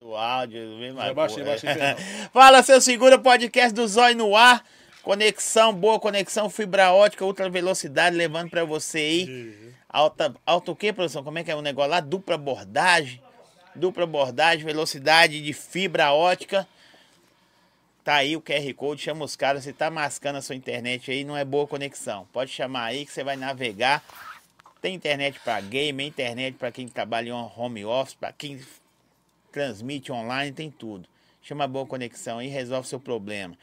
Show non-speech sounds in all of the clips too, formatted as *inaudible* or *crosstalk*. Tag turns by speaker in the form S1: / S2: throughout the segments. S1: O áudio, vem mais.
S2: baixei,
S1: porra.
S2: baixei, perdão.
S1: é. *laughs* Fala, seu segura, podcast do Zói no ar. Conexão, boa conexão, fibra ótica, ultra velocidade, levando pra você aí. Alta, alta o quê, produção? Como é que é o negócio lá? Dupla abordagem. Dupla abordagem, velocidade de fibra ótica. Tá aí o QR Code, chama os caras. Se tá mascando a sua internet aí, não é boa conexão. Pode chamar aí que você vai navegar. Tem internet pra game, internet pra quem trabalha em home office, pra quem transmite online, tem tudo. Chama a boa conexão aí, resolve seu problema.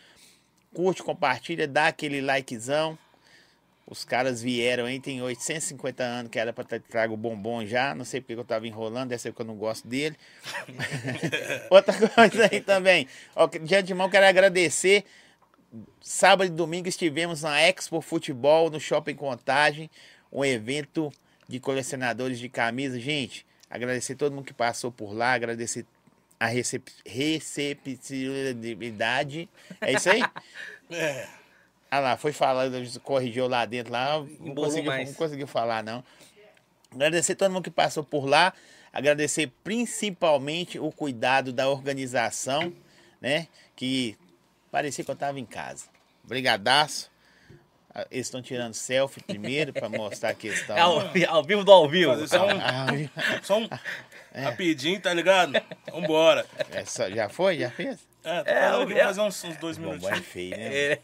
S1: Curte, compartilha, dá aquele likezão. Os caras vieram aí, tem 850 anos que era pra ter trago bombom já. Não sei porque que eu tava enrolando, deve ser porque eu não gosto dele. *laughs* Outra coisa aí também. Ó, que- de antemão, quero agradecer. Sábado e domingo estivemos na Expo Futebol, no Shopping Contagem, um evento de colecionadores de camisas. Gente, agradecer todo mundo que passou por lá, agradecer a recep receptividade. É isso
S3: *laughs*
S1: aí?
S2: É.
S1: Ah lá, foi falar, corrigiu lá dentro, lá, não
S3: Embolou
S1: conseguiu,
S3: mais.
S1: não conseguiu falar, não. Agradecer todo mundo que passou por lá, agradecer principalmente o cuidado da organização, né? Que parecia que eu estava em casa. Brigadaço. Ah, Eles estão tirando selfie primeiro para mostrar que eles estão.
S3: *laughs* É ao, ao vivo do ao vivo.
S2: Tá Fazer só um,
S1: Ah,
S2: só um rapidinho, tá ligado? Vambora.
S1: é só- já foi? Já fez?
S2: É, tá
S3: É,
S2: falando que eu
S3: eu-
S2: vou fazer uns, uns dois
S1: Bom, bom, é
S2: minutinhos.
S1: feio, né?
S3: Ele,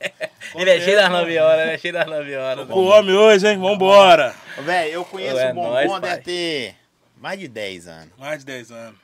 S3: ele é cheio das 9
S2: né?
S3: horas, ele é cheio das 9 horas.
S2: O homem hoje, hein? Vambora.
S1: Velho, eu conheço
S3: É
S1: o Bombom
S3: nóis, pai.
S1: deve ter mais de 10 anos.
S2: Mais de 10 anos.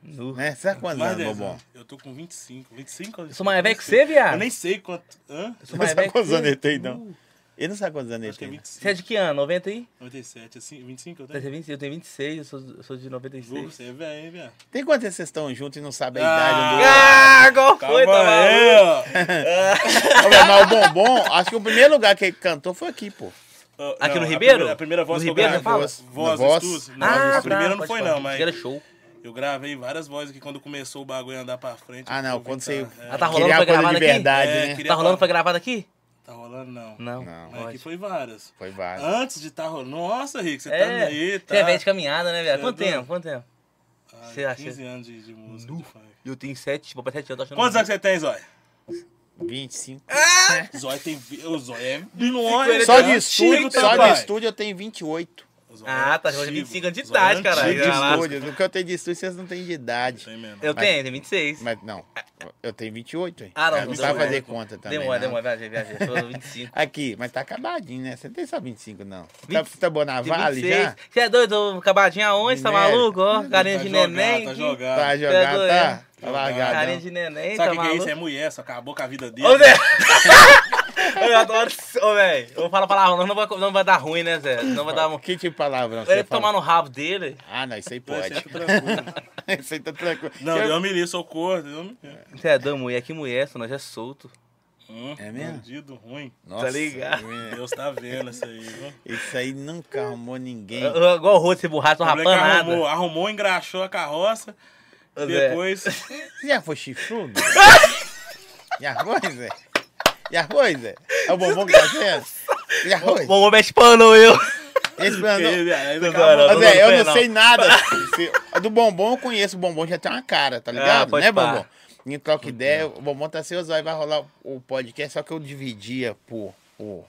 S3: Nu.
S1: Né? Sabe quantos
S2: Mais de
S1: anos,
S2: 10
S1: Bombom?
S2: anos. Eu tô com 25. 25?
S3: Eu sou mais velho que você, viado.
S2: Eu nem sei quanto. Hã?
S3: Sou
S1: Não
S3: mais
S1: sabe
S3: velho que
S1: quantos anos
S3: você.
S1: ele tem, não. Ele não sabe quantos anos ele
S2: Acho que é
S1: tem. né? não.
S3: Você é
S2: 25.
S3: de que ano? 90 aí?
S2: 97, assim, 25 eu
S3: é Você
S2: tenho.
S3: tem 20? Eu tenho 26, eu sou, eu sou de 96.
S2: Lu, Você é velho, hein, velho?
S1: Tem quantos anos vocês estão juntos e não sabem a
S2: Ah.
S1: idade um do outro?
S3: Ah, qual foi, tá
S2: Calma aí,
S3: maluco?
S2: ó.
S3: *laughs*
S1: Ô, velho, Mas o Bombom, acho que o primeiro lugar que ele cantou foi aqui, pô.
S2: Ah,
S3: Aqui no
S2: a
S3: Ribeiro?
S2: primeira- A primeira voz
S3: No
S2: que eu
S3: Ribeiro,
S2: gravei.
S1: você fala?
S2: Ah, Voz,
S1: Na voz?
S2: voz, estudos.
S1: Ah,
S2: Não, a
S3: tá,
S2: primeira não
S3: pode
S2: foi,
S3: falar.
S2: não, mas.
S3: Era show.
S2: Eu gravei várias vozes que quando começou o bagulho a andar pra frente.
S1: Ah, não, quando você.
S2: Tá,
S3: Ah,
S1: queria
S3: tá rolando pra
S1: uma coisa
S3: gravar
S1: de
S3: daqui?
S1: verdade,
S2: É,
S1: né?
S2: queria-
S3: Tá rolando pra gravar daqui?
S2: tá rolando, não.
S3: Não.
S1: Não.
S2: Mas aqui
S3: Pode.
S2: foi várias.
S1: Foi válido.
S2: Antes de tá rolando. Nossa, Rick, você
S3: É,
S2: tá aí, tá?
S3: você é velho de caminhada, né, velho?
S2: Você é
S3: Quanto
S2: doido.
S3: tempo? Quanto tempo?
S2: Ai,
S3: você acha?
S2: 15 anos de, de música, de funk.
S3: Eu tenho 7, vou pra 7 anos, tô achando...
S2: Quantos anos você tem,
S3: *laughs*
S2: Zóia?
S1: 25.
S2: Zóia tem... vi- O Zóia é...
S3: ele
S1: Só
S3: é
S1: de estúdio,
S3: antigo,
S1: só
S2: papai.
S1: de estúdio eu tenho 28.
S2: O Zóia é
S3: Ah, tá, eu
S2: antigo.
S3: tenho 25 anos de
S2: Zóia é
S3: idade,
S2: antigo.
S3: caralho.
S1: de
S3: Ah, lá.
S1: estúdio. O que eu tenho de estúdio vocês não têm de idade.
S2: Tem mesmo. Tá
S3: Eu tenho, tenho 26.
S1: Mas não, eu tenho 28, hein? É,
S3: Ah, não,
S1: Eu
S3: não
S1: precisava
S3: demora.
S1: fazer conta também.
S3: demora,
S1: não.
S3: demora, viajei, viajei. Eu sou 25.
S1: Aqui, mas tá acabadinho, né? Você não tem só 25, não. Tá,
S3: 20
S1: tá bom na
S3: De
S1: Vale
S3: 26.
S1: já?
S3: Você é doido? Acabadinho aonde? Tá
S1: Minério.
S3: maluco? Ó, carinha
S2: Tá
S3: de
S2: jogado,
S3: neném.
S2: Tá
S3: que-
S2: jogado.
S1: Tá
S3: Pegou
S1: jogado, tá?
S3: ele.
S1: Tá
S3: é Carinha
S1: largadão.
S3: de neném,
S2: Sabe
S3: tá
S2: o que, que é
S3: maluco?
S2: isso? É mulher, só acabou com a vida dele.
S3: Ô, Zé! *laughs* Eu adoro. isso. Ô, velho. Eu falo palavrão, não vai, não vai dar ruim, né, Zé? Não vai dar.
S1: Que tipo de palavrão
S3: Ele
S1: você
S3: tomar
S1: fala?
S3: no rabo dele.
S1: Ah, não, isso aí
S2: Então,
S1: pode.
S2: isso aí é tranquilo.
S1: *laughs* Isso aí tá tranquilo.
S2: Não,
S1: Eu-
S2: Deus me livre, sou corno. Deus me livre.
S3: Você é doido, mulher. Que mulher, senão já é solto.
S2: Hum,
S1: É mesmo? É.
S2: Bandido ruim.
S1: Nossa,
S3: Tá ligado?
S1: menino,
S2: Deus tá vendo isso aí, viu?
S1: Isso aí nunca arrumou ninguém.
S3: Eu- eu- Igual o rosto, esse borracho,
S2: O
S3: não rapando
S2: moleque
S3: nada.
S2: arrumou, arrumou, engraxou a carroça.
S3: Ô, Zé.
S2: Depois.
S1: Você já foi
S3: *laughs*
S1: chifrudo? já foi, Zé? Já foi, Zé? É o bombom que tá vendo? Já foi?
S3: O homem espanou eu.
S1: Esse plano...
S2: Ele- ele
S3: Não,
S2: acabou.
S3: não,
S1: Ô,
S3: não.
S1: Zé, eu não
S3: não.
S1: sei nada.
S3: *laughs*
S1: Se- a Do bombom eu conheço, o bombom já tem uma cara, tá ligado?
S3: Ah, pode
S1: né,
S3: pá.
S1: bombom? Em troca de ideia, o bombom tá sem usar e vai rolar o podcast, só que eu dividia por, por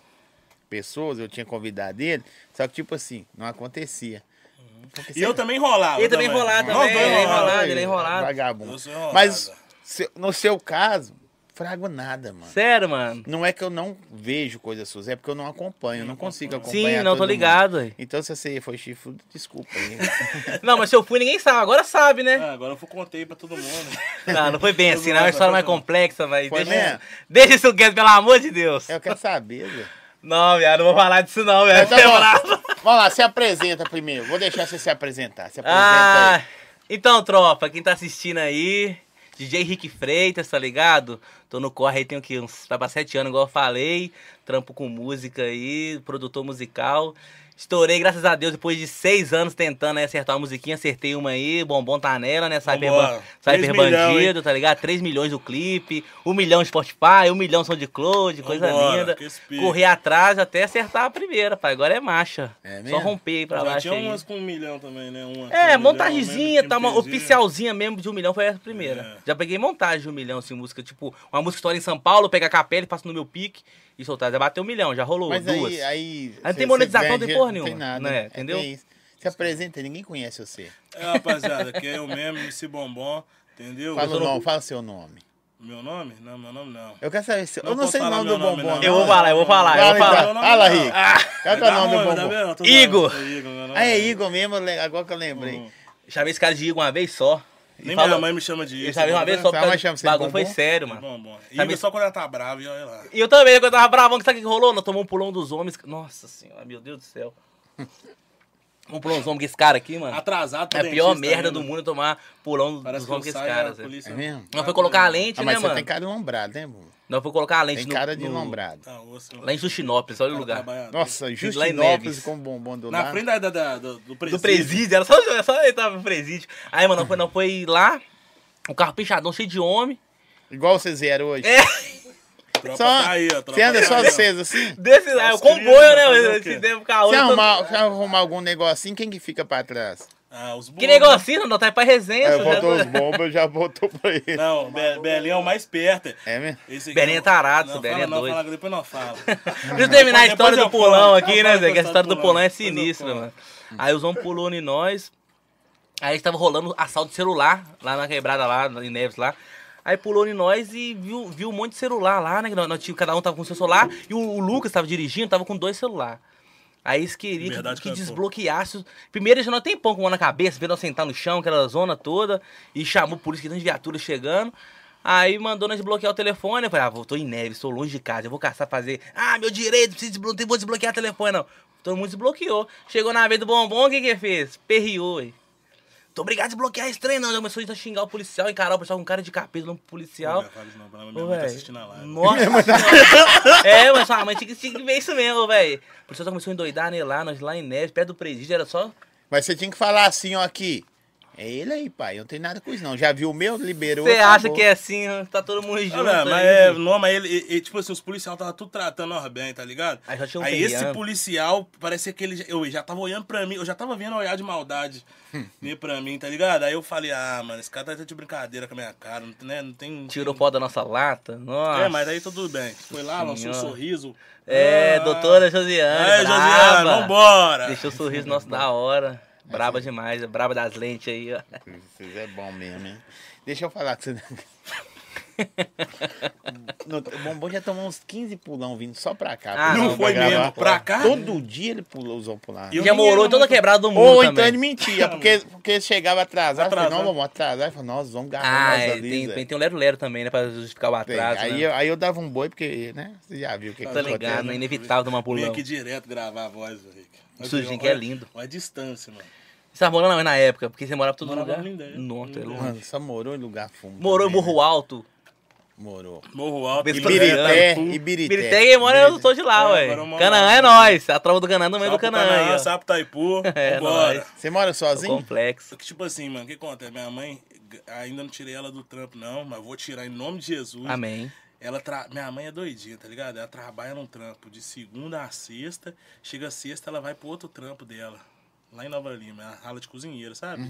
S1: pessoas, eu tinha convidado ele, só que tipo assim, não acontecia.
S3: Uhum.
S1: Porque
S2: E eu também enrolava.
S3: Ele também enrolava
S2: Nós
S3: também,
S2: dois
S3: ele
S2: enrolava.
S3: enrolava. ele é enrolado.
S1: Vagabundo.
S2: Eu sou é enrolado.
S1: Mas se- no seu caso, frago nada, mano.
S3: *laughs* Sério, mano.
S1: Não é que eu não vejo coisas suas, é porque eu não acompanho, eu não consigo acompanhar.
S3: Sim, não,
S1: todo
S3: tô
S1: mundo.
S3: ligado. aí.
S1: Então, se você foi chifrudo, desculpa aí.
S3: Não, mas se eu fui, ninguém sabe. Agora
S2: *laughs*
S3: sabe, né?
S2: Ah, agora eu contei pra todo mundo.
S3: Não, não foi bem assim, não. É uma história mais complexa, mas
S1: Foi
S3: deixa,
S1: mesmo? É
S3: *laughs* deixa isso quieto, pelo amor de
S1: *laughs*
S3: Deus.
S1: eu quero saber, Zé.
S3: Não, viado, não vou falar disso não,
S1: É,
S3: viado.
S1: tá
S3: Você é
S1: bom.
S3: bravo.
S1: Vamos lá, se apresenta primeiro. Vou deixar você se apresentar. Se apresenta
S3: Ah,
S1: aí.
S3: então, tropa, quem tá assistindo aí, DJ Rick Freitas, tá ligado? Tô no corre aí, tenho que uns, tá pra sete anos, igual eu falei. Trampo com música aí, produtor musical. Estourei, graças a Deus, depois de seis anos tentando aí acertar uma musiquinha, acertei uma aí, bombom tá nela, né? Cyber,
S2: Vambora.
S3: ban- Cyber
S2: Três milhão,
S3: Bandido, tá ligado? 3 milhões o clipe, 1 milhão Spotify, 1 milhão SoundCloud, coisa
S2: Vambora,
S3: linda.
S2: que esse pique.
S3: Corri atrás até acertar a primeira, pai. Agora é marcha.
S1: É
S3: Só
S1: mesmo?
S3: romper aí pra
S2: Já
S3: baixo.
S2: tinha
S3: aí.
S2: umas com um milhão também, né? Uma
S3: É,
S2: com um milhão,
S3: montagemzinha,
S2: eu
S3: tá, uma
S2: lembro que tinha um
S3: oficialzinha mesmo de um milhão foi a primeira.
S2: É.
S3: Já peguei montagem de um milhão, assim, música, tipo, uma música história em São Paulo, pega a capela e passa no meu pique e soltar. Já bateu um milhão, já rolou
S1: Mas
S3: duas.
S1: aí, aí.
S3: não tem
S1: cê- cê
S3: monetização,
S1: ganha
S3: não tem
S1: dinheiro,
S3: porra
S1: Não tem
S3: nenhuma,
S1: nada.
S3: né?
S1: É,
S3: Entendeu?
S1: bem isso. Se apresenta, ninguém conhece você.
S2: É, rapaziada, que é eu mesmo, MC Bombom, entendeu?
S1: Fala o
S2: Eu-
S1: nome, fala o seu nome.
S2: Meu nome? Não, meu nome não.
S1: Eu quero saber se.
S2: Não
S1: eu não
S2: posso
S1: sei o
S2: falar
S1: nome do
S2: meu nome,
S1: bombom.
S2: não.
S3: Eu vou falar, eu vou falar, eu
S1: Fala,
S3: vou falar.
S1: então. Fala
S2: Meu
S1: aí.
S2: nome não.
S1: Qual que é o nome do bombom?
S3: Igor.
S1: Ah, é Igor mesmo, le- agora que eu lembrei.
S2: Uhum.
S3: Chamei esse cara de Igor uma vez só. E
S2: Nem
S3: falou-
S2: minha mãe me né? chama de Igor.
S3: Eu chamei uma vez só
S1: Sua mãe
S3: porque
S1: chama
S3: o
S1: você de
S3: bagulho foi
S1: bombom?
S3: sério, mano.
S2: Bombom.
S3: Tá me-
S2: Igor só quando ela tá brava, e olha lá.
S3: E eu também, quando eu tava bravão, que sabe o que que rolou? Nós tomamos um pulão dos homens. Nossa senhora, meu Deus
S2: *laughs*
S3: do céu. Um pulão dos homens com esse cara aqui, mano.
S2: Atrasado pro
S3: É a pior
S2: Ah, dentista
S3: merda
S2: ainda.
S3: do mundo é tomar pulão
S2: Parece
S3: dos
S2: que eu
S3: homens com esse
S2: saio
S3: cara.
S2: da
S3: Zé.
S2: polícia.
S1: É mesmo?
S3: Nós foi colocar a lente,
S1: Ah,
S3: né,
S1: mas você
S3: mano?
S1: tem cara de lombrado, né, bombom?
S3: Nós foi colocar a lente
S1: Tem
S3: no-
S1: cara de
S3: no-
S1: lombrado.
S2: Tá osso.
S3: Lá em Justinópolis,
S2: Tá,
S3: olha o lugar.
S2: Trabalhador.
S1: Nossa,
S3: lá em
S1: Justinópolis
S3: Neves.
S1: com bombom do
S2: Na
S1: lado.
S2: frente da, da- da- do, do presídio.
S3: Do presídio, era só, *laughs* era só ele tava no presídio. Aí, mano, nós foi, nós foi lá, o carro pichadão cheio de homem.
S1: Igual vocês vieram hoje.
S3: É,
S2: Tropa
S1: Só,
S2: tá aí, ó,
S1: você
S2: tropa
S1: anda
S2: tá
S1: só
S2: aí, ó.
S1: vocês assim?
S3: *laughs* desse, aí, o
S2: Nossa,
S3: comboio,
S2: queria
S3: né?
S2: fazer
S3: mano,
S2: o quê?
S3: Se deu carro.
S1: Se arrumar, se arrumar algum negocinho, quem que fica pra trás?
S2: Ah, os bons,
S3: Que
S2: né?
S3: negocinho, não, tá aí pra resenha. né?
S1: É,
S3: só-
S1: botou os bombas, já botou pra ele.
S2: Não, Be Belinha é o mais perto.
S1: É mesmo?
S2: Esse aqui
S3: Belinha
S2: é o-
S3: é tarado,
S2: não, fala
S3: essa Belinha é
S2: não,
S3: doida.
S2: fala que depois não
S3: *laughs*
S2: fala.
S3: Deixa eu terminar a
S2: Depois
S3: história
S2: eu
S3: do
S2: falo.
S3: pulão
S2: Depois
S3: aqui, né,
S2: eu
S3: Zé? Que a
S2: falo
S3: história do pulão é
S2: depois eu
S3: sinistra,
S2: falo.
S3: mano. Aí os homens pulando em nós. Aí estava rolando assalto de celular, lá na quebrada lá, em Neves lá. Aí pulou em nós e viu, viu um monte de celular lá, né? que Nós, nós tinha, cada um tava com seu celular. E o, o Lucas tava dirigindo, tava com dois celulares. Aí eles queriam que,
S2: Liberdade
S3: que
S2: cantou.
S3: desbloqueasse. os- Primeiro, já não tem pão com uma na cabeça, veio nós sentar no chão, aquela zona toda. E chamou por isso que tem viatura chegando. Aí mandou nós desbloquear o telefone. Eu falei, ah, vou- tô em neve, sou longe de casa, eu vou caçar, fazer. Ah, meu direito, preciso desbloquear, vou desbloquear o telefone, não. Todo mundo desbloqueou. Chegou na vez do bombom, o que que fez? Perriou, hein? Tô obrigado a desbloquear esse trem, não. Já Começou a xingar o policial, encarar o pessoal com cara de capeta, não pro policial.
S2: Não, fala isso não, pelo amor de
S3: Ô,
S2: Deus, tá
S3: véi,
S2: assistindo a live.
S3: Nossa senhora. É, mas sua mãe tinha que, tinha que ver isso mesmo, velho. O pessoal já começou a endoidar né, lá, nós lá em Neves, perto do presídio, era só.
S1: Mas você tinha que falar assim, ó, aqui. É ele aí, pai. Eu não tenho nada com isso, não. Já viu o meu? Liberou.
S3: Você
S1: acabou.
S3: acha que é assim, ó, tá todo mundo
S2: Não,
S3: junto.
S2: não, mas
S3: aí,
S2: é,
S3: filho.
S2: não, mas ele, e- e, tipo assim, os policiais estavam tudo tratando nós bem, tá ligado?
S3: Aí já tinha um
S2: esse
S3: peiano.
S2: policial, parecia que ele, já- eu já tava olhando pra mim, eu já tava vendo olhar de maldade
S1: Hum.
S2: né, pra mim, tá ligado? Aí eu falei, ah, mano, esse cara tá de brincadeira com a minha cara, não, tem- né, não tem...
S3: Tirou pó da nossa lata. Nossa.
S2: É, mas aí tudo bem. Foi lá, lançou um
S3: Senhora.
S2: sorriso.
S3: É,
S2: Ah.
S3: doutora Josiane.
S2: É, Josiane,
S3: braba.
S2: vambora.
S3: Deixou o sorriso nosso da hora. Braba demais, é braba das lentes aí, ó.
S1: Vocês é bom mesmo, hein? Deixa eu falar com *laughs* você. No- O bombom já tomou uns 15 pulão vindo só pra cá.
S3: Ah,
S1: pulão
S3: não
S1: pra
S2: foi mesmo,
S1: gravar.
S2: pra cá?
S1: Todo dia ele pulou, usou pular.
S2: Eu
S3: Já
S2: nem
S3: morou
S2: era
S3: em toda
S2: muito-
S3: quebrada do mundo
S1: Ou então
S3: também.
S1: ele mentia, porque, porque ele chegava atrasado. Eu falei,
S2: Atrasado.
S1: não, vamos atrasar. Ele falou, nós vamos garrar
S3: Ah,
S1: nós
S3: é,
S1: ali.
S3: tem,
S1: Zé.
S3: tem, tem o Lero Lero também, né? Pra justificar o
S1: Tem.
S3: atraso.
S1: aí,
S3: né?
S1: eu, aí eu dava um boi, porque, né? Você já viu o que
S3: Tá
S1: acontece,
S3: ligado,
S1: né?
S3: né? Inevitável tomar
S2: Vim
S3: pulão.
S2: aqui direto gravar a voz, Rick. Olha
S3: Sujinho
S2: olha-
S3: que é lindo.
S2: Olha a distância, mano.
S3: Você tava morando lá na época? Porque você morava em todo
S2: Morava
S3: lugar?
S2: em Lindóia.
S3: Nossa, é longe.
S1: Mano, só morou em lugar fundo.
S3: Morou em
S1: também, né?
S3: Morro Alto.
S1: Morou.
S2: Morro Alto,
S3: Ibirité, é,
S1: Ibirité,
S2: Ibirité,
S1: Ibirité.
S3: Birité quem mora eu sou de lá,
S2: É,
S3: ué.
S2: agora eu moro
S3: Canaã
S2: lá.
S3: é nós. A trova do Canaã no meio do
S2: Sapo
S3: Canaã.
S2: Canaã,
S3: aí, ó.
S2: Sapo Taipu,
S3: *laughs* É,
S2: vambora.
S3: nóis.
S1: Você mora
S3: O
S1: sozinho?
S2: Só
S3: complexo.
S2: que, tipo assim, mano, o que acontece? Minha mãe, g- ainda não tirei ela do trampo, não, mas vou tirar em nome de Jesus.
S3: Amém.
S2: Ela tra- Minha mãe é doidinha, tá ligado? Ela trabalha num trampo de segunda a sexta, chega sexta, ela vai pro outro trampo dela, lá em Nova Lima, a rala de cozinheira, sabe?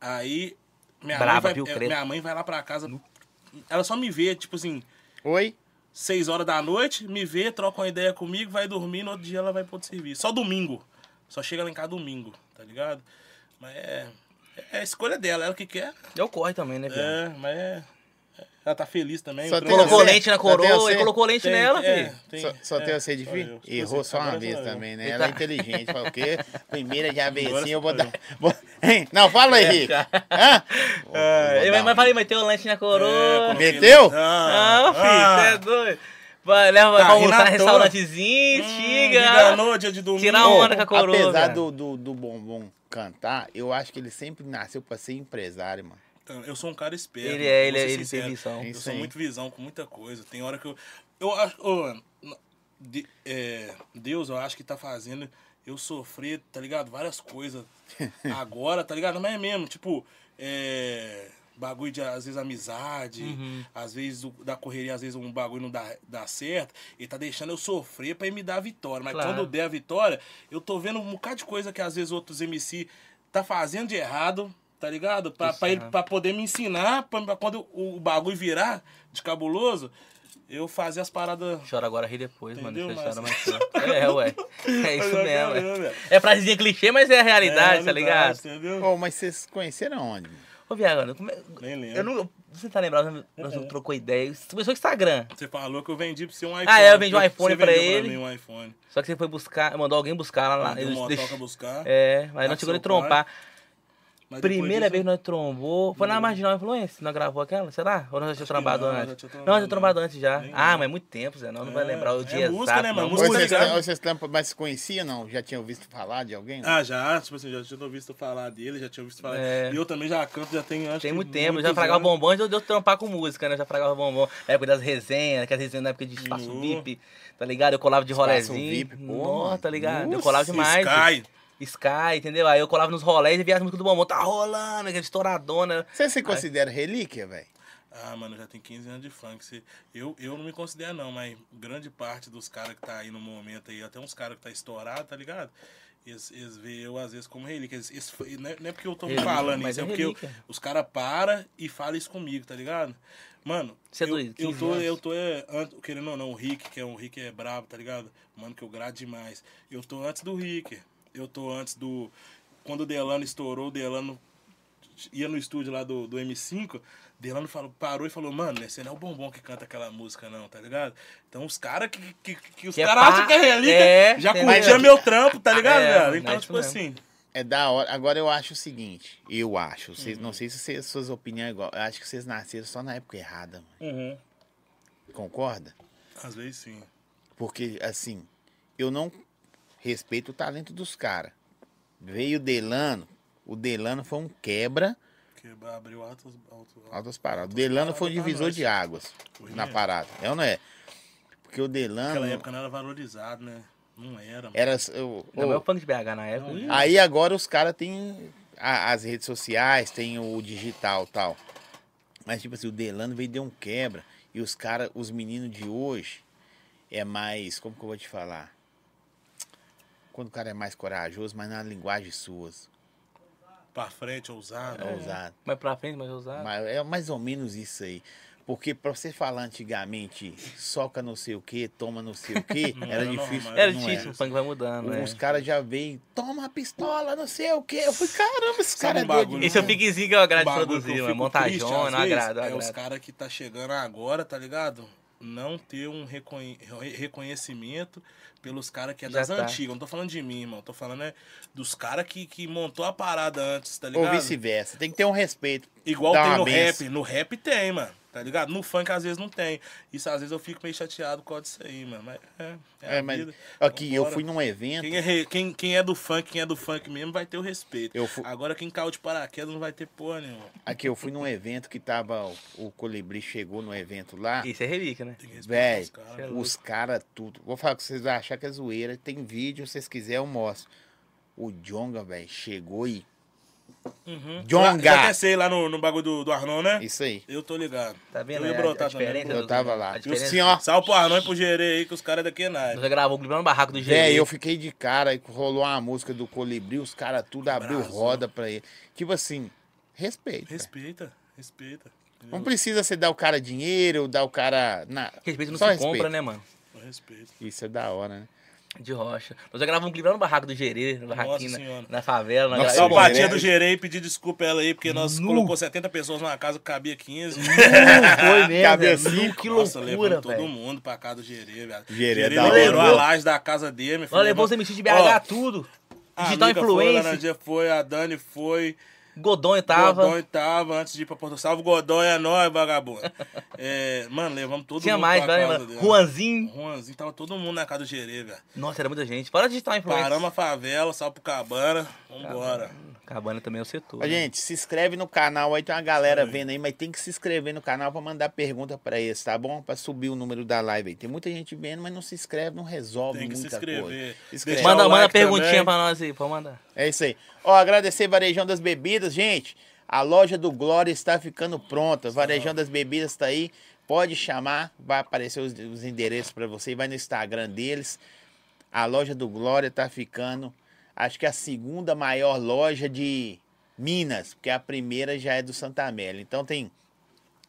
S2: Aí, minha,
S3: Uhum. Brava,
S2: mãe
S3: viu,
S2: vai... é,
S3: credo.
S2: minha mãe vai lá pra casa, ela só me vê, tipo assim,
S1: Oi?
S2: 6 horas da noite, me vê, troca uma ideia comigo, vai dormir, no outro dia ela vai pro outro serviço. Só domingo. Só chega lá em casa domingo, tá ligado? Mas é. É a escolha dela, ela que quer.
S3: Eu corre também, né, velho?
S2: É, mas é. Ela tá feliz também.
S1: Só
S2: o
S1: tem
S2: trem-
S3: Colocou
S1: Você-
S3: lente na
S1: só tem assim?
S3: coroa
S1: você?
S3: e colocou lente
S2: tem-
S3: nela,
S2: é,
S3: filho.
S2: tem-
S1: Só, só
S2: é,
S1: tem você de
S2: só
S1: filho?
S2: eu. Tipo
S1: Errou
S2: assim,
S1: só uma
S2: agora
S1: vez
S2: sou eu.
S1: também, né?
S3: Ele
S1: Ela é
S3: tá-
S1: inteligente. Falou o
S2: *laughs*
S1: quê? Primeira já veio
S2: Agora É,
S1: assim,
S2: sou
S1: eu vou
S2: eu.
S1: dar. vou- Hein? Não, fala aí, Rico.
S2: *laughs*
S1: Hã?
S3: É,
S1: Vou dar
S3: mas- mas
S1: um-
S3: falei, meteu lente na
S2: É,
S3: coroa.
S2: coloquei
S1: Meteu?
S2: lente- Ah,
S3: Não, filho,
S2: ah.
S3: você é doido. Vai, Leva pra
S2: Tá, e
S3: almoçar
S2: na
S3: em
S2: toa?
S3: restaurantezinho,
S2: Hum,
S3: estiga.
S2: enganou dia de domingo.
S3: Tirar um
S1: Ô,
S3: onda com a coroa,
S1: Apesar
S3: velho.
S1: do, do, do Bombom cantar, eu acho que ele sempre nasceu pra ser empresário, mano.
S2: Eu sou um cara esperto.
S3: Ele é,
S2: vou
S3: ele
S2: ser
S3: é- ele tem
S2: sincero.
S3: visão.
S2: Eu
S1: Isso
S2: sou
S1: aí.
S2: muito visão com muita coisa. Tem hora que eu. Eu acho. ô, mano, de- é, Deus, eu acho que tá fazendo eu sofri, tá ligado? Várias coisas agora, tá ligado? Mas é mesmo, tipo, é, bagulho de, às vezes, amizade,
S3: Uhum.
S2: às vezes o- da correria, às vezes um bagulho não dá, dá certo, ele tá deixando eu sofrer pra ele me dar a vitória. Mas
S3: Claro.
S2: quando eu der a vitória, eu tô vendo um bocado de coisa que às vezes outros MC tá fazendo de errado, tá ligado? Pra, pra,
S3: é.
S2: ele, pra poder me ensinar, pra, pra quando o, o bagulho virar de cabuloso, eu fazer as paradas
S3: Chora agora, ri depois, mano.
S2: Entendeu,
S3: Deixa eu chorar
S2: mas-
S3: mais cedo.
S2: *laughs*
S3: É, ué. É isso
S2: Mas é
S3: mesmo.
S2: mesmo,
S3: É,
S2: é.
S3: é frasezinha clichê, mas é a realidade, tá ligado?
S2: Entendeu?
S1: Pô, mas vocês conheceram onde?
S3: Ô, Viagano, como é...
S2: Nem lembro. É.
S3: eu não... eu- Você tá lembrado, nós não trocou ideia. Isso começou com o Instagram.
S2: Você falou que eu vendi pra você um iPhone.
S3: Ah, é, eu vendi um
S2: Você
S3: iPhone
S2: vendeu
S3: pra ele.
S2: mim um iPhone.
S3: Só que você foi buscar, mandou alguém buscar lá. lá
S2: Mandei uma
S3: deixei-
S2: motoca buscar.
S3: É, mas não
S2: Lá pro
S3: chegou
S2: seu
S3: nem trompar.
S2: mas depois
S3: Primeira
S2: disso-
S3: vez que nós trombou. Foi na Marginal Influência, nós gravou aquela, será? Ou nós já tinha
S2: que
S3: trombado
S2: não,
S3: antes?
S2: já tinha trombado,
S3: não, já tinha trombado
S2: né?
S3: antes já.
S2: Nem
S3: ah, mas é muito tempo, Zé. Não, não vai
S2: É,
S3: lembrar o
S2: é
S3: dia
S2: música,
S3: exato.
S2: né,
S3: não.
S2: mano?
S1: Ou
S2: Música,
S1: vocês,
S2: ligado?
S1: ou vocês tampam- mas se conheciam, não? Já tinham visto falar de alguém?
S2: Ah, já, tipo assim, já tinha visto falar dele, já tinha visto falar.
S3: É.
S2: E eu também já canto, já tenho, acho
S3: Tem
S2: que
S3: muito tempo, eu já
S2: muitos
S3: fragava
S2: anos.
S3: bombom, então eu deu trampar com música, né? Eu já fragava bombom. Na época das resenhas, aquelas resenhas na época de espaço
S2: Nu.
S3: VIP, tá ligado? Eu colava de
S1: Espaço
S3: rolezinho.
S1: VIP, pô,
S3: Nossa,
S1: mano.
S3: tá ligado? Eu
S1: Nossa,
S3: colava demais.
S2: Sky.
S3: Sky, entendeu? Aí eu colava nos rolés e via as músicas do bombom. Tá rolando, aquela estouradona.
S1: Você se considera relíquia, velho?
S2: Ah, mano, já tem 15 anos de funk. se- Eu, eu não me considero, não, mas grande parte dos caras que tá aí no momento aí, até uns caras que tá estourado, tá ligado? Eles, eles veem eu, às vezes, como relíquia. Eles- eles- não, é, não é porque eu tô
S3: Relíquia,
S2: falando
S3: mas
S2: isso, é
S3: é
S2: porque eu-
S3: relíquia.
S2: os caras param e falam isso comigo, tá ligado? Mano,
S3: Você é
S2: eu,
S3: doido,
S2: eu
S3: 15
S2: tô,
S3: anos.
S2: eu tô é, antes- querendo ou não, o Rick, que é um Rick é brabo, tá ligado? Mano, que eu grado demais. Eu tô antes do Rick. Eu tô antes do. Quando o Delano estourou, o Delano ia no estúdio lá do, do M5, Delano falou, parou e falou, mano, esse não é o bombom que canta aquela música, não, tá ligado? Então os caras que, que, que- que os
S3: Que é
S2: caras
S3: pá,
S2: acham que é relíquia
S3: é,
S2: já
S3: entendeu?
S2: curtia meu trampo, tá ligado,
S3: É,
S2: velho?
S3: é
S2: Então,
S3: isso
S2: tipo
S3: mesmo.
S2: assim.
S1: É da hora. Agora eu acho o seguinte, eu acho, vocês,
S2: Hum.
S1: não sei se vocês- suas opiniões é igual. Eu acho que vocês nasceram só na época errada, mano. concorda?
S2: Às vezes sim.
S1: Porque, assim, eu não respeito o talento dos caras. Veio o Delano, o Delano foi um quebra
S2: Porque abriu altos. altos,
S1: altas paradas. O Delano foi um
S2: paradas pra
S1: divisor
S2: nós.
S1: de águas
S2: Foi
S1: na
S2: mesmo.
S1: parada, é ou não é? Porque o Delano
S2: Naquela época não era valorizado, né? Não era, mano.
S1: era... eu-
S3: Não,
S1: eu-
S3: mas é o funk de BH na época.
S2: Não,
S1: Aí agora os caras têm a- as redes sociais, tem o digital e tal. Mas, tipo assim, o Delano veio e deu um quebra. E os caras, os meninos de hoje, é mais. Como que eu vou te falar? Quando o cara é mais corajoso, mas na linguagem suas,
S2: Pra frente, ousado.
S1: é ousado.
S3: Mais pra frente, mais ousado.
S1: Mas é mais ou menos isso aí. Porque pra você falar antigamente, soca não sei o que, toma não sei o que,
S2: Não
S1: era
S2: era
S1: difícil.
S2: normal.
S3: Era
S1: não
S3: É
S1: é.
S3: difícil, o funk vai mudando, né?
S1: Os caras já veio, toma a pistola, não sei o que. Eu falei, caramba, esse
S2: Sabe
S1: cara
S2: um
S1: é doido.
S2: bagulho
S1: demais.
S3: Esse é o piquezinho que eu agrado de
S2: bagulho que eu
S3: produzir,
S2: fico
S3: mano.
S2: triste, às
S3: Montajona,
S2: vezes,
S3: agrado,
S2: É os
S3: agrado.
S2: caras que tá chegando agora, tá ligado? Não ter um reconhe- re- reconhecimento pelos caras que é
S3: Já
S2: das
S3: tá.
S2: antigas. Não tô falando de mim, irmão. Tô falando é, dos caras que, que montou a parada antes, tá
S1: Ou
S2: ligado?
S1: vice-versa. Tem que ter um respeito.
S2: Igual
S1: Dá
S2: tem
S1: uma
S2: no
S1: benção.
S2: rap. No rap tem, mano. Tá ligado? No funk às vezes não tem. Isso às vezes eu fico meio chateado com isso aí, mano. Mas é. é
S1: É,
S2: a
S1: mas
S2: vida.
S1: aqui, eu
S2: Vambora.
S1: fui num evento.
S2: Quem é, re- quem, quem é do funk, quem é do funk mesmo, vai ter o respeito.
S1: Eu fu-
S2: Agora quem caiu de paraquedas não vai ter porra nenhuma.
S1: Aqui, eu fui num evento que tava. o- O Colibri chegou no evento lá.
S3: Isso é relíquia, né?
S2: Tem que respeitar
S1: Véi, é
S2: os caras.
S3: Sei lá.
S1: os caras tudo. Vou falar que vocês vão achar que é zoeira. Tem vídeo, se vocês quiserem, eu mostro. O Jonga, velho, chegou e.
S2: Lá-
S1: Jonga!
S2: Já pensei lá no, no bagulho do, do Arnon, né?
S1: Isso aí.
S2: Eu tô ligado.
S3: Tá vendo?
S2: Eu ia
S3: aí a-
S2: brotar
S3: a diferença
S2: também.
S1: Eu
S3: dos-
S1: tava lá.
S3: a
S1: E o
S3: diferença-
S1: senhor.
S2: Salve pro Arnon e pro Gerê aí, que os caras daqui é nada.
S3: Nós gravou o clipe lá no barraco do GG.
S1: É, eu fiquei de cara, e rolou uma música do Colibri, os caras tudo abriu
S2: Brasil.
S1: roda pra ele. Tipo assim, respeito. véi.
S2: Respeita, respeita.
S1: Não precisa você dar o cara dinheiro, ou dar o cara. Na...
S3: Respeito não
S1: Só
S3: se
S1: respeito.
S3: compra, né, mano?
S2: Eu respeito.
S1: Isso é da hora, né?
S3: De rocha. Nós já gravamos um clipe lá no barraco do Gerê, no barraquinho, na,
S2: Senhora.
S3: na favela. Na
S1: Nossa,
S2: Só
S1: Aí,
S2: a
S1: bom,
S2: patinha
S1: né?
S2: do Gerê e pedir desculpa a ela aí, porque nós
S3: Nu.
S2: colocou 70 pessoas numa casa que cabia 15.
S3: *laughs* Foi mesmo,
S1: Cabecinha.
S3: velho. Nu, Que
S2: Nossa,
S3: loucura,
S2: levou todo
S3: velho.
S2: mundo pra casa do Gerê, velho.
S1: Gerê é
S2: Gerê
S1: da hora,
S2: liberou a
S1: viu?
S2: laje da casa dele. meu filho.
S3: Nós levou os
S2: Levou-
S3: MCs de BH,
S2: Ó,
S3: tudo.
S2: a
S3: Digital
S2: Amiga foi, a
S3: Influencer,
S2: Laranjinha foi, a Dani foi.
S3: Godonho tava.
S2: Godói tava antes de ir pra Porto Salvo. Godói é nóis,
S3: *laughs*
S2: vagabundo. É, mano, levamos todo
S3: Tinha
S2: mundo
S3: mais,
S2: pra
S3: velho.
S2: casa
S3: mano.
S2: dele.
S3: Juanzinho.
S2: Juanzinho, tava todo mundo na casa do Gerê, velho.
S3: Nossa, era muita gente. Fora digital influencer.
S2: Paramos a favela, salve pro Cabana, vambora.
S3: Cabana também é o setor.
S2: Uhum.
S1: Ó,
S3: né?
S1: gente, se inscreve no canal aí, tem uma galera vendo aí, mas tem que se inscrever no canal pra mandar pergunta pra eles, tá bom? Pra subir o número da live aí. Tem muita gente vendo, mas não se inscreve, não resolve
S2: Tem que se
S1: muita
S2: inscrever.
S1: coisa. Se
S2: Deixa-
S1: inscreve.
S2: Deixar
S3: Manda,
S2: o
S3: manda
S2: like
S3: perguntinha
S2: também.
S3: pra nós aí, pode mandar.
S1: É isso aí. Ó, agradecer Varejão das Bebidas, gente. A loja do Glória está ficando pronta. Varejão das Bebidas está aí. Pode chamar, vai aparecer os, os endereços para você. Vai no Instagram deles. A loja do Glória está ficando, acho que a segunda maior loja de Minas, porque a primeira já é do Santa Amélia. Então tem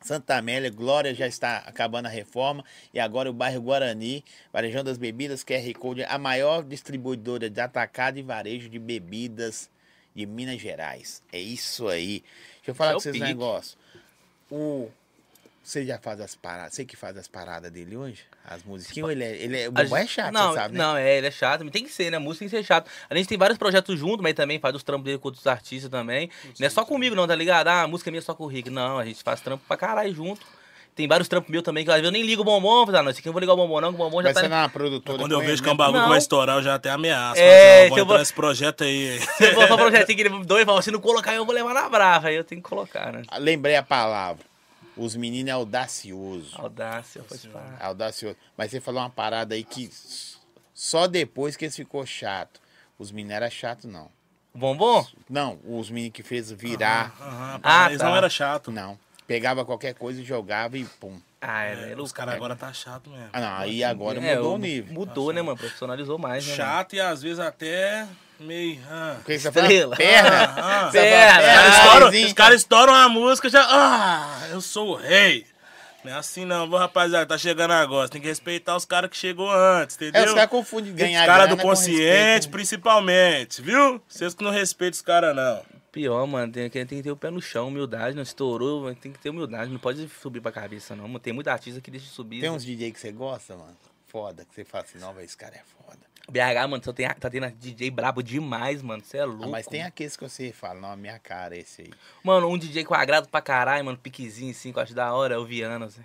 S1: Santa Amélia, Glória já está acabando a reforma e agora o bairro Guarani, Varejão das Bebidas, QR Code, a maior distribuidora de atacado e varejo de bebidas de Minas Gerais. É isso aí. Deixa eu falar
S3: Isso é
S1: com vocês
S3: o
S1: um
S3: pique.
S1: negócio. O... Você já faz as paradas, você que faz as paradas dele hoje? As musiquinhas, ou ele é, ele é, o
S3: A
S1: Bumbum
S3: gente-
S1: é chato,
S3: não,
S1: você sabe, né?
S3: Não, é, ele é chato. mas Tem que ser, né? A música tem que ser chato. A gente tem vários projetos junto, mas também faz os trampos dele com outros artistas também. Não é só comigo, não, tá ligado? Ah, a música minha é só com o Rick. Não, a gente faz trampo pra caralho junto. Tem vários trampos meus também, que às vezes eu nem ligo o bombom. Falo, ah, não, esse aqui eu não vou ligar o bombom, não, que o bombom já
S1: Vai
S3: tá.
S1: ser na é produtora.
S2: Quando eu
S1: com
S2: vejo
S1: ele,
S2: que é um
S1: né?
S2: bagulho que
S3: Não.
S2: vai estourar, eu já até ameaço.
S3: É,
S2: É,
S3: então
S2: vou
S3: eu vou-
S2: entrar nesse projeto aí.
S3: *laughs* Eu vou falar um projetinho que ele me dois, fala, se não colocar, eu vou levar na brava. Aí eu tenho que colocar, né?
S1: Ah, Lembrei a palavra. Os meninos é audacioso. É
S3: Audácia, pode falar.
S1: Audacioso. Mas você falou uma parada aí que s- só depois que eles ficou chato. Os meninos era chato, não.
S3: Bombom?
S1: Não, os meninos que fez virar.
S2: Aham,
S3: Ah,
S2: mas
S3: tá.
S2: não era chato. né?
S1: Não. Pegava qualquer coisa e jogava e pum.
S3: Ah,
S2: É,
S3: é, é
S2: os
S3: louco.
S2: caras agora tá chato mesmo.
S1: Ah, não, aí agora
S3: É,
S1: mudou
S3: o-
S1: o nível.
S3: Mudou, né, mano? Profissionalizou mais, né? mano?
S2: Chato e às vezes até meio. ah.
S1: O que você tá falando?
S3: Estrela.
S1: Perna. Você tá falando
S2: Ah,
S3: perna.
S2: Os caras
S1: perna,
S2: estouram-
S1: pezinho.
S2: os caras estouram a música já. Ah, eu sou o rei. Não é assim não, vou rapaziada, tá chegando agora. Você tem que respeitar os caras que chegou antes, entendeu?
S1: É, os caras confundem ganhar
S2: Os caras do
S1: grana com
S2: consciente,
S1: respeito. né?
S2: principalmente, viu? Vocês que não respeitam os caras, não.
S3: Pior, mano, tem, tem que ter o pé no chão, humildade, não estourou, mas tem que ter humildade, não pode subir pra cabeça, não, mano. Tem muita artista que deixa subir.
S1: Tem uns DJ que você gosta, mano? Foda. Que você fala assim, não, velho, esse cara é foda.
S3: BH, mano, só tem, tá tendo DJ brabo demais, mano, você é louco.
S1: Ah, mas tem aqueles que você fala, não, a minha cara, é esse aí.
S3: Mano, um DJ com agrado pra caralho, mano, piquezinho assim, que eu acho da hora, é o Viana, Zé.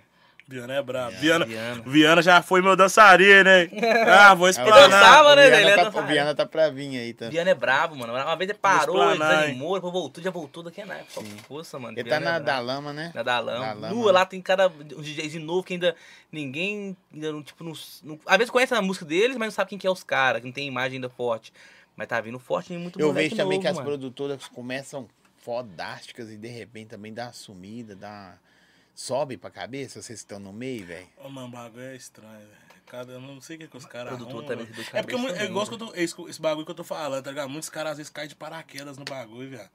S2: Viana é brabo. Viana,
S3: Viana.
S2: Viana já foi meu dançarino, hein?
S1: *laughs*
S2: Ah,
S1: É
S2: vou
S3: Ele dançava.
S2: explanar.
S3: né,
S1: O
S3: velho? Ele
S1: Viana,
S3: não
S1: tá, o
S3: faz.
S1: Viana tá pra vir aí também.
S3: Viana é brabo, mano, uma vez ele parou, ele
S2: explanar, hein?
S3: desanimou, depois voltou, já voltou daqui a nada, só força, mano.
S1: Ele tá
S3: Viana
S1: na
S3: é brabo.
S1: da lama, né?
S3: Na Dalão.
S1: Dalão,
S3: Lua,
S1: mano.
S3: lá tem cada um DJzinho novo que ainda ninguém. Ainda não, tipo, não, não- às vezes conhece a música deles, mas não sabe quem que é os caras, que não tem imagem ainda forte. Mas tá vindo forte e muito
S1: Eu
S3: moleque
S1: vejo também
S3: novo,
S1: que as
S3: mano.
S1: produtoras começam fodásticas e de repente também dá uma sumida, dá uma... sobe pra cabeça, vocês estão no meio, velho.
S2: Ô, mano, o bagulho é estranho, velho. Cada, eu não sei o que, que os caras
S3: Produtor
S2: arrumam,
S3: também
S2: velho.
S3: do
S2: É porque
S3: cabeça né?
S2: mu- é
S3: também,
S2: igual que eu tô, esse, esse bagulho que eu tô falando, tá ligado? Muitos caras às vezes caem de paraquedas no bagulho, velho.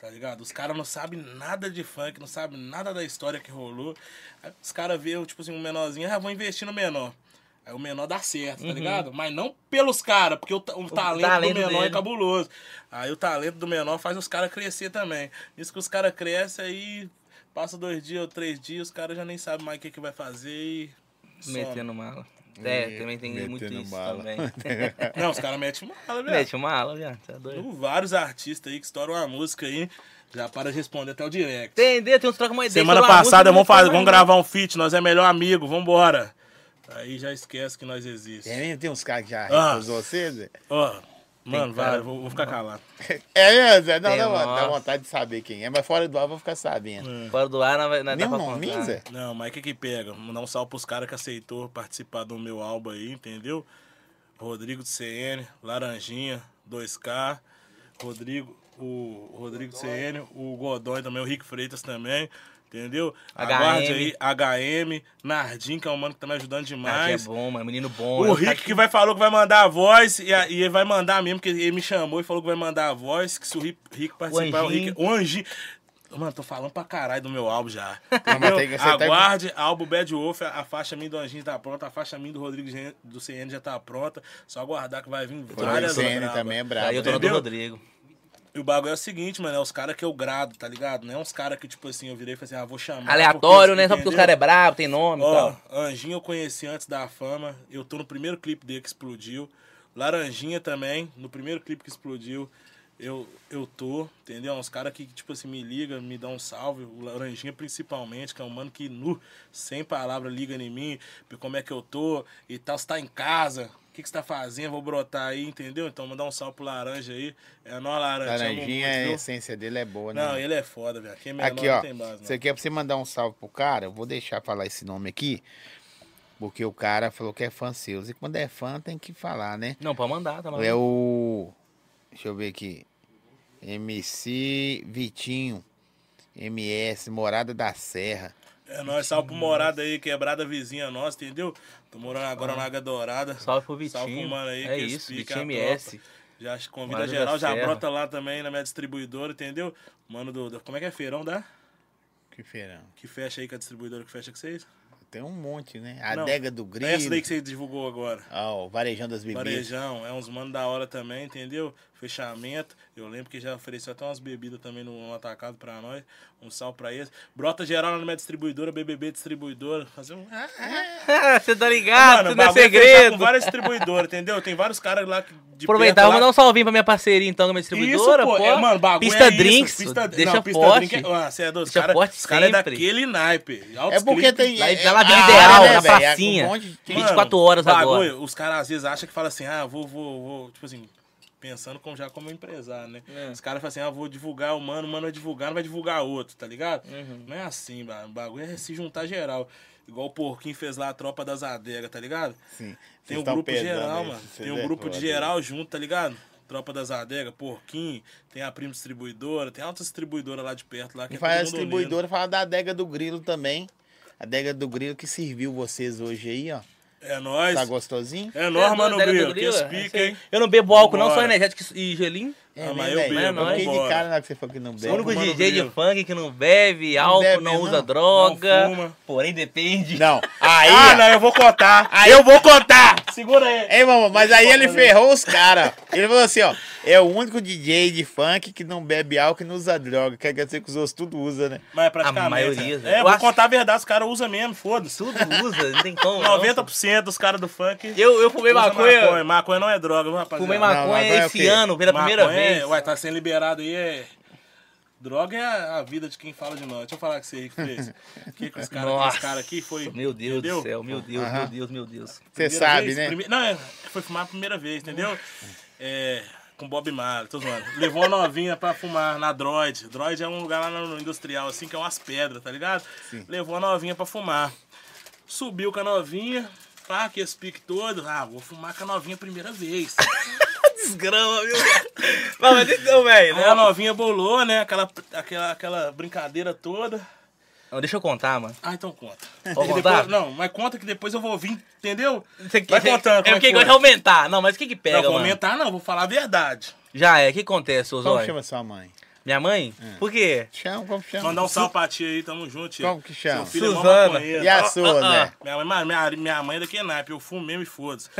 S2: Tá ligado? Os caras não sabem nada de funk, não sabem nada da história que rolou. Aí os caras veem, tipo assim, um menorzinho, ah, vou investir no menor. Aí o menor dá certo,
S3: Uhum.
S2: tá ligado? Mas não pelos caras, porque o, ta- o talento,
S3: talento
S2: do menor é
S3: dele.
S2: cabuloso. Aí o talento do menor faz os caras crescer também. Isso que os caras crescem, aí passa dois dias ou três dias, os caras já nem sabem mais o que, que vai fazer e. some.
S3: Metendo mala. É,
S1: Ih,
S3: também tem
S1: metendo
S3: muito isso
S1: bala. *laughs*
S3: também.
S2: Não, os caras metem mala, velho.
S3: *laughs* Mete mala, viado. Tá doido.
S2: Tem Vários artistas aí que estouram uma música aí, já para de responder até o direct.
S3: Entendeu? Tem uns troca uma ideia.
S2: Semana
S3: sobre uma música,
S2: passada
S3: não
S2: vamos, fazer,
S3: fala
S2: vamos
S3: nada.
S2: gravar um feat, nós é melhor amigo, vambora. Aí já esquece que nós
S1: É
S2: existimos.
S1: mesmo? Tem uns caras que já
S2: Ah.
S1: recusou vocês? Zé? *laughs*
S2: Ó, mano,
S3: cara-
S2: vai, vou, vou ficar calado.
S1: É mesmo, Zé? Não,
S3: Tem,
S1: dá, vo- dá
S3: nossa.
S1: vontade de saber quem é, mas fora do ar eu vou ficar sabendo.
S3: Fora do ar, não, não
S1: Nem
S3: É, dá
S1: o
S3: pra
S1: nome,
S3: contar.
S1: Zé?
S2: Não, mas o que que pega? Mandar um salve pros caras que aceitou participar do meu álbum aí, entendeu? Rodrigo do CN, Laranjinha, 2K, Rodrigo, o Rodrigo do CN, o Godoy também, o Rick Freitas também, entendeu? Aguarde aí, HM, Nardim, que é um mano que tá me ajudando
S3: Mas...
S2: demais.
S3: é bom, mano. Menino bom. é
S2: O
S3: um cara
S2: Rick que vai falou que vai mandar a voz e, a- e ele vai mandar mesmo, porque ele me chamou e falou que vai mandar a voz, que se o Rick, Rick participar, o,
S3: Anjinho.
S2: Rick. O Anjinho. Mano, tô falando pra caralho do meu álbum já.
S1: *laughs* Não, mas tem que
S2: entendeu?
S1: aceitar-
S2: Aguarde, álbum Bad Wolf, a, a faixa minha do Anjinho tá pronta, a faixa minha do Rodrigo Gen- do CN já tá pronta. Só aguardar que vai vir
S1: Olha,
S2: várias
S1: o CN
S2: braba.
S1: também é brabo.
S3: Aí tá, eu tô no do
S2: Entendeu?
S3: Rodrigo.
S2: E o bagulho é o seguinte, mano, é os caras que eu grado, tá ligado? Não é uns caras que, tipo assim, eu virei e falei assim, ah, vou chamar.
S3: Aleatório, né? Só porque os
S2: entendeu?
S3: caras é brabo, tem nome e
S2: Ó,
S3: tal.
S1: Então.
S2: Anjinho eu conheci antes da fama. Eu tô no primeiro clipe dele que explodiu. Laranjinha também, no primeiro clipe que explodiu. Eu, eu tô, entendeu? Uns caras que, tipo assim, me ligam, me dão um salve. O Laranjinha principalmente, que é um mano que, nu, sem palavra, liga em mim. Como é que eu tô e tal, se tá em casa. O que, que você tá fazendo? Vou brotar aí, entendeu? Então, mandar um salve pro laranja aí. É nó laranja. amo
S1: Laranjinha,
S2: muito,
S1: a
S2: viu?
S1: essência dele é boa, né?
S2: Não, ele é foda, velho. Quem é menor
S1: Aqui,
S2: não
S1: ó.
S2: tem base,
S1: Isso
S2: não.
S1: aqui é pra você mandar um salve pro cara. Eu vou deixar falar esse nome aqui. Porque o cara falou que é fã seu. E quando é fã, tem que falar, né?
S3: Não, pode mandar, tá lá.
S1: É o. Deixa eu ver aqui. MC Vitinho. MS, Morada da Serra.
S2: É nóis, salve pro morada aí, quebrada vizinha nossa, entendeu? Tô morando agora na Água Dourada.
S3: Salve pro
S2: Salve pro
S3: Vitinho.
S2: mano aí,
S3: é
S2: que
S3: isso,
S2: explica
S3: Vitinho
S2: a
S3: MS.
S2: Já convida
S3: Morada da
S2: geral, já
S3: é Serra.
S2: brota lá também na minha distribuidora, entendeu? Mano do. do- Como é que é feirão da?
S1: Que feirão.
S2: Que fecha aí com a distribuidora que fecha com vocês?
S1: Tem um monte, né?
S2: Não,
S1: Adega do
S2: Não é essa
S1: Grilo.
S2: daí que você divulgou agora.
S1: Ó, o Varejão das Bebidas.
S2: Varejão, é uns mano da hora também, entendeu? Fechamento. Eu lembro que já ofereceu até umas bebidas também no, no atacado pra nós. Um sal pra eles. Brota geral lá na minha distribuidora, BBB distribuidora. Fazer um. Ah,
S3: *laughs* Você tá ligado? Isso não
S2: o
S3: é
S2: bagulho fechar
S3: segredo.
S2: Com várias distribuidoras, entendeu? Tem vários caras lá que- de
S3: Aproveitar,
S2: perto lá.
S3: vou mandar um salvinho pra minha parceria, então, que é minha distribuidora,
S2: Isso,
S3: pô.
S2: é, mano, bagulho
S3: Pista
S2: é isso,
S3: Drinks,
S2: pista-
S3: deixa
S2: não,
S3: forte.
S2: drink é- ah, cê é doido, os
S3: Deixa
S2: cara-
S3: forte
S2: os caras é
S3: sempre.
S2: daquele naipe.
S1: É porque tem.
S2: Ah,
S3: Lá-
S1: é-
S3: lá na
S1: é
S2: né,
S3: Vila
S1: a
S3: Ideal,
S1: área,
S3: na
S1: velho? É
S3: pracinha.
S1: um monte de-
S3: Mano, 24 horas agora.
S2: Os caras às vezes acham que fala assim, ah, vou, vou, vou, tipo assim, pensando como já como empresário, né?
S3: É.
S2: Os caras falam assim, ah, vou divulgar o mano, o mano vai divulgar, não vai divulgar outro, tá ligado?
S3: Uhum.
S2: Não é assim, mano. o bagulho é se juntar geral. Igual o Porquinho fez lá a tropa das adegas, tá ligado?
S1: Sim.
S2: Tem
S1: Vocês
S2: um
S1: tão
S2: grupo
S1: pesando
S2: geral,
S1: isso,
S2: mano.
S1: vocês
S2: Tem um
S1: é
S2: grupo de
S1: foda.
S2: geral junto, tá ligado? Tropa das adegas, Porquinho, tem a Prima Distribuidora, tem altas distribuidoras lá de perto lá que
S1: E
S2: é
S1: fala da
S2: todo mundo unido.
S1: distribuidora, fala da adega do grilo também. A adega do grilo que serviu vocês hoje aí, ó.
S2: É nóis.
S1: Tá gostosinho?
S2: É
S3: É,
S2: nóis,
S3: do-
S2: mano,
S3: da Era do
S2: Grilo. Que
S3: Grilo, é
S2: explica,
S3: isso aí.
S2: hein?
S3: Eu não bebo álcool, não, só
S2: Vambora.
S3: energético e gelinho.
S1: É,
S2: Ah,
S1: né,
S2: mas eu
S1: velho?
S2: bebo,
S1: Eu
S3: mas
S1: Fiquei de
S2: vambora.
S1: cara na hora que você falou que não
S3: O
S1: bebe.
S3: único
S2: mano,
S3: DJ de
S2: Grilo.
S3: funk que não bebe, álcool,
S1: bebe,
S3: não
S1: não.
S3: usa droga.
S2: Não fuma.
S3: Porém,
S1: *laughs*
S3: depende.
S1: Não, aí.
S2: ah,
S1: ó. É.
S2: não, eu vou contar.
S1: Aí eu vou contar!
S2: Segura aí.
S1: Ei, mamãe, mas aí ele ferrou os caras. Ele falou assim, ó. É o único DJ de funk que não bebe álcool e não usa droga. Quer dizer que os outros tudo usa, né?
S2: Mas é praticamente.
S3: A maioria,
S2: É,
S3: velho.
S2: é
S3: Eu
S2: vou
S3: acho-
S2: contar a verdade, os caras usam mesmo, foda-se.
S3: Tudo usa, não tem como. não.
S2: 90% dos caras do funk.
S3: Eu, eu fumei
S2: usa
S3: maconha.
S2: maconha. Maconha não é droga, viu, rapaziada.
S3: Fumei
S1: Não,
S3: maconha
S1: maconha é o
S3: esse
S1: quê?
S3: ano, pela primeira
S2: Maconha é-
S3: vez.
S2: Ué, tá sendo liberado aí, é... Droga é a a vida de quem fala de nós. Deixa eu falar com você aí, que fez. O que, que os caras
S3: Nossa.
S2: cara aqui foi.
S3: Meu Deus
S2: entendeu?
S3: do céu, meu Deus,
S1: Aham.
S3: meu Deus, meu Deus.
S1: Você
S2: Primeira
S1: sabe,
S2: vez,
S1: né?
S2: prime- Não, é, foi fumar a primeira vez, entendeu? É, com Bob Marley, tô zoando. Levou a novinha pra fumar na Droid. Droid é um lugar lá no no industrial, assim, que é umas pedras, tá ligado? Levou a novinha pra fumar. Subiu com a novinha, pá, que esse pique todo. Ah, vou fumar com a novinha a primeira vez.
S3: Desgrama, meu Deus. *laughs* Não, mas então, velho.
S2: Aí Né, a novinha bolou, né? Aquela, aquela, aquela brincadeira toda.
S3: Não, deixa eu contar, mano.
S2: Ah, então conta.
S3: Vou
S2: Que
S3: contar?
S2: depois- não, mas conta que depois eu vou vir, entendeu?
S3: Você que-
S2: Vai contando.
S3: *laughs* É
S2: como
S3: porque
S2: que foi.
S3: gosta de aumentar. Não, mas o que que pega,
S2: Não, vou
S3: mano?
S2: aumentar não, vou falar a verdade.
S3: Já é, o que acontece, ô
S1: Como
S3: Zóio?
S1: chama sua mãe?
S3: Minha mãe? Por quê?
S1: Chama, como chama?
S2: Mandar um salve pra tia aí, tamo junto, tia.
S1: Como que chama?
S2: Seu filho é mó
S3: Suzana.
S2: maconheiro.
S1: E a
S3: Ah,
S1: sua,
S3: ah, ah.
S1: né?
S2: Minha mãe, mas minha, minha mãe daqui é naipe, eu fumo mesmo e foda-se.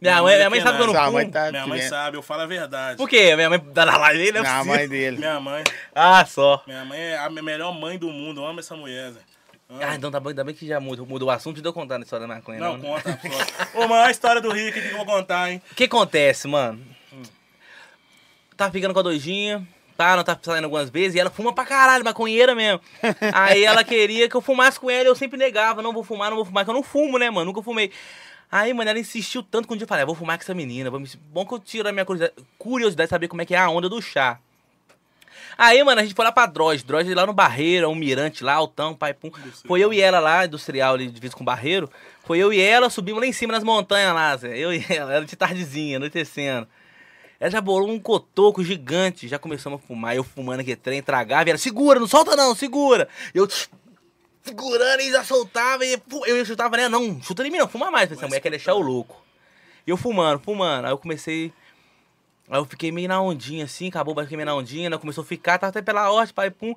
S3: Minha mãe, minha
S2: daqui
S3: mãe
S2: é
S3: sabe que eu não
S1: Sua
S2: naipe.
S3: Ah, fumo.
S1: mãe *laughs* tá.
S2: Minha mãe sabe, eu falo a verdade.
S3: Por quê? Minha mãe dá na live aí, né?
S1: Não, a mãe dele.
S2: Minha mãe,
S3: *laughs* Ah, só.
S2: minha mãe é a me- melhor mãe do mundo, eu amo essa mulher, Zé. Amo.
S3: Ah, então tá bom, ainda bem que já mudou, mudou o assunto e deu contar a história da maconha.
S2: Não,
S3: né?
S2: conta, só. Ô, mãe, a história do Rick que eu vou contar, hein?
S3: O que acontece, mano? Tava ficando com a doidinha, tá? Não tava saindo algumas vezes, e ela fuma pra caralho, maconheira mesmo. Aí ela queria que eu fumasse com ela, e eu sempre negava, não vou fumar, não vou fumar, que eu não fumo, né, mano? Nunca fumei. Aí, mano, ela insistiu tanto que um dia eu falei, ah, vou fumar com essa menina, vou me... bom que eu tiro a minha curiosidade, curiosidade de saber como é que é a onda do chá. Aí, mano, a gente foi lá pra Droz. Droz lá no Barreiro, um mirante lá, altão, pai, pum. Foi eu e ela lá, industrial ali, de vez com o Barreiro. Foi eu e ela, subimos lá em cima nas montanhas lá, Zé. Eu e *laughs* ela, era de tardezinha, anoitecendo. Ela já bolou um cotoco gigante, já começamos a fumar. Eu fumando aqui, trem, tragava. E ela, segura, não solta não, segura. Eu tch, segurando e já soltava. E fu- eu chutava, né? Não, chuta em mim não, fuma mais. Falei, Essa mulher quer deixar o louco. E eu fumando, fumando. Aí eu comecei... Aí eu fiquei meio na ondinha, assim, acabou, mas fiquei meio na ondinha, né? começou a ficar, tava até pela horta, pai, pum.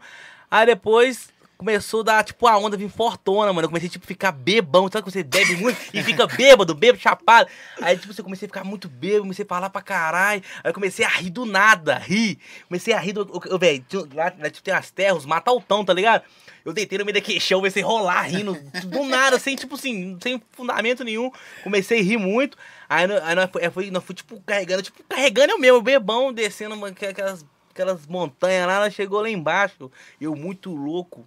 S3: Aí depois começou a dar, tipo, a onda vir fortona, mano. Eu comecei, tipo, a ficar bebão, sabe que você bebe muito e fica bêbado, bêbado, chapado. Aí, tipo, você comecei a ficar muito bêbado, comecei a falar pra caralho. Aí eu comecei a rir do nada, rir. Comecei a rir do. eu- eu, Velho, tinha- lá, lá, tipo, tem as terras, os mataltão, tá ligado? Eu deitei no meio daquele chão, comecei a rolar rindo do nada, sem, tipo assim, sem fundamento nenhum. Comecei a rir muito. Aí, nó- aí nós, foi, aí foi- nós fui, tipo, carregando, tipo, carregando eu mesmo, bebão, descendo uma- aqu- aquelas, aquelas montanhas lá, ela chegou lá embaixo. Eu muito louco.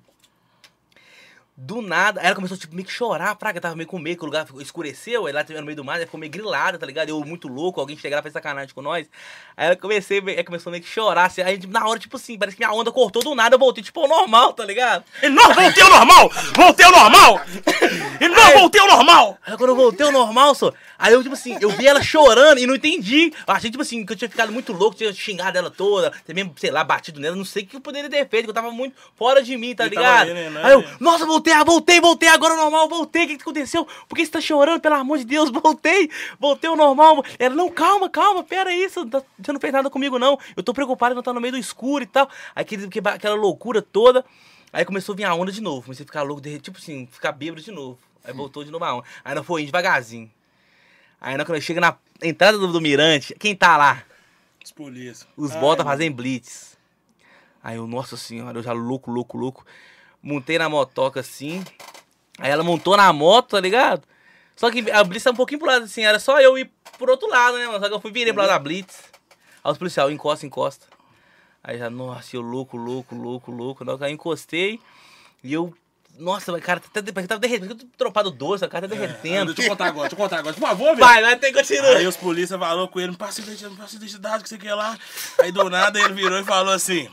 S3: Do nada, aí ela começou tipo, meio que chorar, praga, tava meio com medo, que o lugar ficou- escureceu, aí ela tava no meio do mar, ela ficou meio grilada, tá ligado? Eu muito louco, alguém chegar lá fez sacanagem com nós. Aí ela comecei, aí começou meio que chorar, assim, aí tipo, na hora, tipo assim, parece que minha onda cortou do nada, eu voltei, tipo, ao normal, tá ligado?
S2: E não voltei ao normal! Voltei ao normal! E não voltei ao normal!
S3: Aí quando eu voltei ao normal, só, aí eu, tipo assim, eu vi ela chorando e não entendi. Eu achei, tipo assim, que eu tinha ficado muito louco, tinha xingado ela toda, também, sei lá, batido nela, não sei o que eu poderia ter feito, que eu tava muito fora de mim, tá
S2: Ele tava
S3: ligado?
S2: ali, né,
S3: Aí eu,
S2: né?
S3: nossa, voltei, ah, voltei, voltei, agora ao normal, voltei, o que, que aconteceu? Por que você tá chorando, pelo amor de Deus, *laughs* voltei, voltei ao normal. Ela, não, calma, calma, pera aí, você não tá- você não fez nada comigo não, eu tô preocupado, não tá no meio do escuro e tal. Aí aquele- que- aquela loucura toda, aí começou a vir a onda de novo, comecei a ficar louco, de- tipo assim, ficar bêbado de novo. Aí voltou de novo a onda, aí nós foi indo devagarzinho. Aí nós, quando chega na entrada do, do mirante, quem tá lá?
S2: Os polícias.
S3: Os
S2: Ai,
S3: bota fazem blitz. Aí eu, nossa senhora, eu já louco, louco, louco. Montei na motoca assim. Aí ela montou na moto, tá ligado? Só que a blitz tá um pouquinho pro lado assim, era só eu ir pro outro lado, né, mano? Só que eu fui virei pro lado da blitz. Aí os policiais, encosta, encosta. Aí já, nossa, eu louco, louco, louco, louco. Na hora que eu encostei e eu. Nossa, mas cara, tá até parece que tava derretendo. Parece que eu tô tropado doce, a cara tá derretendo.
S2: Deixa eu contar agora, deixa eu contar agora. Por favor, velho.
S3: Vai, vai, tem que continuar.
S2: Aí os polícia falou com ele, me passa identidade, me passa identidade, que você quer lá. Aí do nada ele virou e falou assim.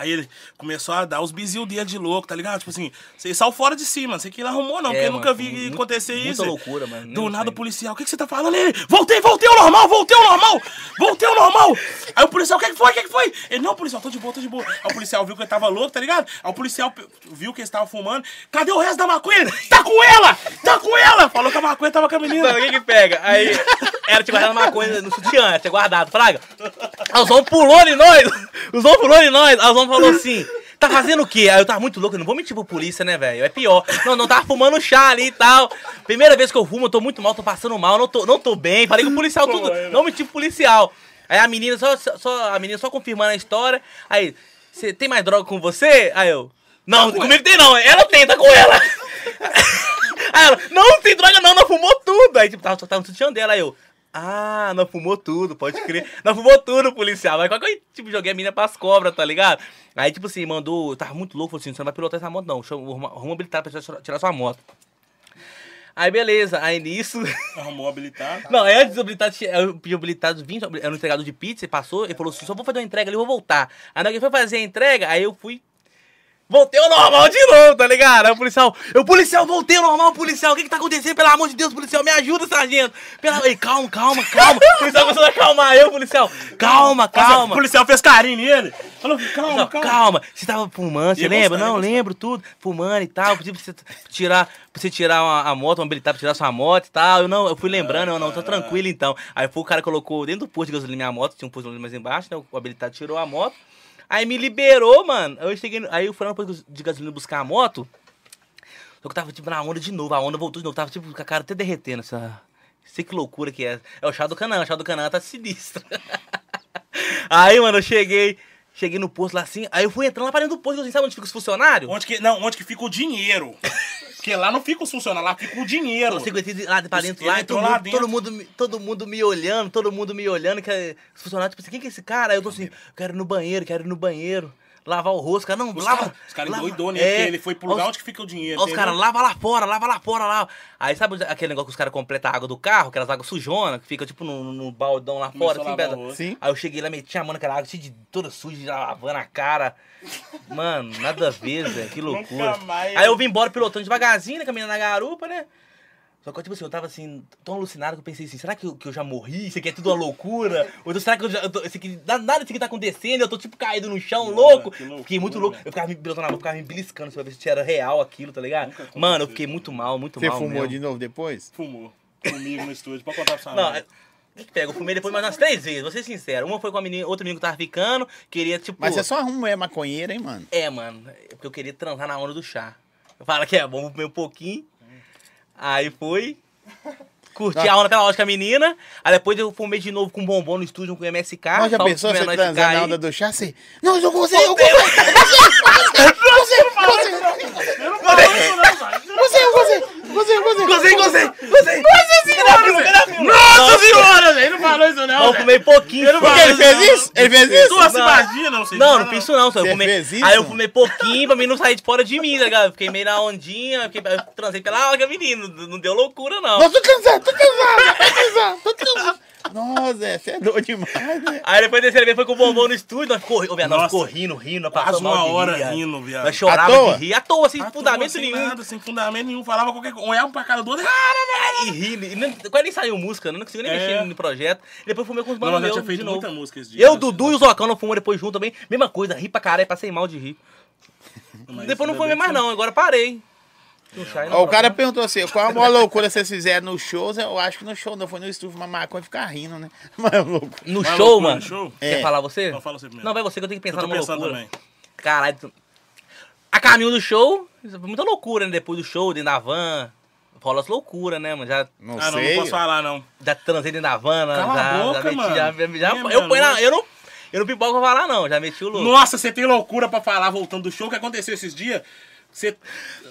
S2: Aí ele começou a dar os bizil dele de louco, tá ligado? Tipo assim, você saiu fora de cima, você que lá arrumou não, porque
S3: É,
S2: eu
S3: mano,
S2: nunca vi
S3: foi muito-
S2: acontecer
S3: muita
S2: isso.
S3: loucura, mano, assim. nem
S2: Do
S3: sei.
S2: nada o policial, o que, que você tá falando? Ele, voltei, voltei ao normal, voltei ao normal, voltei ao normal. Aí o policial, o que, que foi, o que, que foi? Ele, não, policial, tô de boa, tô de boa. Aí o policial viu que ele tava louco, tá ligado? Aí o policial pe- viu que ele tava fumando, cadê o resto da maconha? Tá com ela, tá com ela. Falou que a maconha tava com a menina.
S3: Mano, o que que pega? Aí, era tipo guardado uma coisa no sutiã, tinha guardado, fraga. Aí o Zon pulou em nós, o Zon pulou em nós, aí o Zon falou assim, tá fazendo o quê? Aí eu tava muito louco, eu não vou mentir pro polícia, né, velho, é pior. Não, não, tava fumando chá ali e tal. Primeira vez que eu fumo, eu tô muito mal, tô passando mal, não tô, não tô bem. Falei com o policial tudo, não menti pro policial. Aí a menina só, só, a menina só confirmando a história, aí, você tem mais droga com você? Aí eu, não, comigo tem não, ela tem, tá com ela. Aí ela, não, tem droga não, não fumou tudo. Aí, tipo, tava, tava no sutiã dela, aí eu, ah, não fumou tudo, pode crer. Não fumou tudo, policial. Aí, qual que eu, tipo, joguei a mina pras cobras, tá ligado? Aí, tipo assim, mandou, tava muito louco, falou assim, você não vai pilotar essa moto não, chama, arruma, arruma um habilitado pra tirar, tirar sua moto. Aí, beleza, aí nisso... *laughs*
S2: Arrumou habilitado.
S3: Não, aí antes do habilitado, che- eu pedi o habilitado 20, era um entregador de pizza, ele passou, ele falou assim, só vou fazer uma entrega ali, eu vou voltar. Aí na hora que ele foi fazer a entrega, aí eu fui, voltei ao normal de novo, tá ligado? Aí o policial, eu, policial, voltei ao normal, policial, o que que tá acontecendo? Pelo amor de Deus, policial, me ajuda, sargento. Pelo... Ei, calma, calma, calma. O policial começou a acalmar eu, policial, calma,
S2: O
S3: calma.
S2: policial fez carinho nele. Falou, calma,
S3: Não,
S2: calma.
S3: calma, você tava fumando, você
S2: Ia
S3: lembra?
S2: gostar,
S3: não,
S2: ia gostar.
S3: lembro tudo, fumando e tal. Pedi pra você t- tirar, pra você tirar uma- a moto, uma habilitar pra tirar sua moto e tal. Eu não, eu fui lembrando, eu não, tô tranquilo então. Aí foi o cara colocou dentro do posto de gasolina minha moto, tinha um posto de gasolina mais embaixo, né? O habilitado tirou a moto. Aí me liberou, mano. Aí eu cheguei, no- aí eu fui lá no posto de gasolina buscar a moto. Só que eu tava, tipo, na onda de novo. A onda voltou de novo. Tava, tipo, com a cara até derretendo. Essa... Sei que loucura que é. É o chá do canal. O chá do canal tá sinistro. *laughs* aí, mano, eu cheguei... Cheguei no posto lá assim. Aí eu fui entrando lá pra dentro do posto. Assim, sabe onde fica os funcionários?
S2: Onde que, não, onde que fica o dinheiro? Porque lá não fica os funcionários, lá fica o dinheiro.
S3: Eu segui entrei lá pra dentro,
S2: Ele
S3: lá, e
S2: entrou
S3: todo,
S2: lá
S3: mundo,
S2: dentro.
S3: todo, mundo, me- todo mundo me olhando, todo mundo me olhando, que é- os funcionários, tipo assim, quem que é esse cara? Aí eu tô assim, eu quero ir no banheiro, quero ir no banheiro, lavar o rosto, cara, não,
S2: Os
S3: lava.
S2: caras cara
S3: lava-
S2: endoidou, né?
S3: É,
S2: Porque ele foi pro
S3: olha
S2: lugar
S3: os-
S2: onde que fica o dinheiro.
S3: Ó, os
S2: entendeu?
S3: caras lava lá fora, lava lá fora, lá. Aí sabe onde- aquele negócio que os caras completam a água do carro, aquelas águas sujonas, que fica tipo num, num baldão lá
S2: Começou
S3: fora,
S2: a
S3: assim,
S2: lavar o
S3: pesa.
S2: rosto.
S1: Sim.
S3: Aí eu cheguei lá, meti a mão naquela água, cheia de toda suja, já lavando a cara. Mano, nada a ver, Zé, que loucura.
S2: Nunca mais.
S3: Aí eu vim embora pilotando devagarzinho, né, caminhando na garupa, né? Só que, tipo assim, eu tava assim, tão alucinado que eu pensei assim, será que eu, que eu já morri? Isso aqui é tudo uma loucura? Ou então, será que eu já. Eu tô, isso aqui, nada nada disso aqui tá acontecendo, eu tô tipo caído no chão,
S2: Mano,
S3: louco.
S2: que loucura,
S3: Fiquei muito louco.
S2: né?
S3: Eu ficava me pilotando na mão, ficava me beliscando pra ver se era real aquilo, tá ligado?
S2: aconteceu
S3: Mano, eu fiquei muito mal, muito
S1: Você
S2: um
S3: mal.
S1: fumou
S3: mesmo.
S1: de novo depois?
S2: Fumou. Comigo no estúdio, pode contar pra sua
S3: Não,
S2: mãe.
S3: é- o que que pega? Eu fumei depois mais umas três vezes, vou ser sincero. Uma foi com a menina, outro menino que tava ficando, queria, tipo.
S1: Mas você só arruma mulher maconheira, hein, mano?
S3: É, mano, é porque eu queria transar na onda do chá. Eu falo que é bom, vou comer um pouquinho. Aí foi. Curti a onda pela lógica menina. Aí depois eu fumei de novo com um bombom no estúdio com MSK.
S1: Mas já
S3: só
S1: pensou
S3: pra
S1: você
S3: nós
S1: transar
S3: ficar
S1: na
S3: aí.
S1: onda do chá? Você... Não, eu gozei, eu gozei! Gozei, eu *laughs* gozei! Gozei, eu gozei!
S3: Gozei, gozei, gozei. Nossa senhora,
S1: Nossa senhora, velho! Não falou isso, não!
S3: Eu fumei pouquinho.
S1: Porque ele fez isso? Ele fez isso?
S3: Não,
S2: Imagina, você
S3: Não, não fiz isso não, só eu
S1: Você
S3: comi.
S1: fez isso?
S3: Aí eu fumei pouquinho pra mim não sair de fora de mim, tá ligado? Fiquei meio na ondinha, fiquei, eu transei pela água, menino. Não deu loucura, não.
S1: Nossa, tô cansado, tô cansado, tô cansado, tô cansado. Nossa, Zé, você é doido demais, né?
S3: Aí depois desse vez foi com o bombom no estúdio, nós ficou, ô, viado, nós
S2: Nossa.
S3: ficou rindo, rindo, nós
S2: Quase
S3: passamos mal
S2: uma
S3: de
S2: hora
S3: rir, viado.
S2: rindo, viado.
S3: Nós
S1: À
S3: chorava
S1: toa?
S3: de rir, à toa, sem
S2: À toa,
S3: fundamento assim,
S2: sem
S3: nenhum.
S2: Nada, sem fundamento nenhum. Falava qualquer coisa. Olhava pra cara do outro. Cara, velho.
S3: E rindo, e nem- quase nem saiu música, né? não, não conseguiu nem
S2: É.
S3: mexer no projeto. Depois fumei com os
S2: Não,
S3: manos
S2: mas eu
S3: meus
S2: tinha
S3: de
S2: feito
S3: novo.
S2: muita música esse dia.
S3: Eu, Dudu e o Zocão não fumamos depois junto também. Mesma coisa, ri pra caralho, passei mal de rir.
S2: Mas
S3: depois
S2: ainda
S3: não fumei
S2: bem
S3: mais
S2: que É,
S3: não, agora parei. Não sai, não. né?
S1: Ó, o cara perguntou assim, qual a maior loucura vocês fizeram no show? Zé? Eu acho que no show não, foi no estúdio fumar maconha e ficar rindo, né? *laughs* Mas é louco.
S3: No
S2: Vai
S3: show,
S2: loucura
S3: mano.
S2: no show?
S3: Quer
S1: É.
S3: falar você?
S2: Não, fala você primeiro.
S3: Não, vai você que eu tenho que pensar
S2: Eu tô
S3: numa
S2: pensando
S3: loucura.
S2: também.
S3: Caralho. tu- A caminho do show, foi muita loucura, né? Depois do show, dentro da van. Rola as loucuras, né, mano? Já,
S1: Não
S2: Ah, não, não
S1: sei.
S2: posso falar, não.
S3: já transei dentro da van, né?
S2: Cala a
S3: já,
S2: boca,
S3: já meti,
S2: mano.
S3: já, já-
S2: Minha
S3: eu, põe na,
S2: noite.
S3: eu não. Eu não pipoco pra falar, não. Já meti o louco.
S2: Nossa, você tem loucura pra falar voltando do show. O que aconteceu esses dias? Você...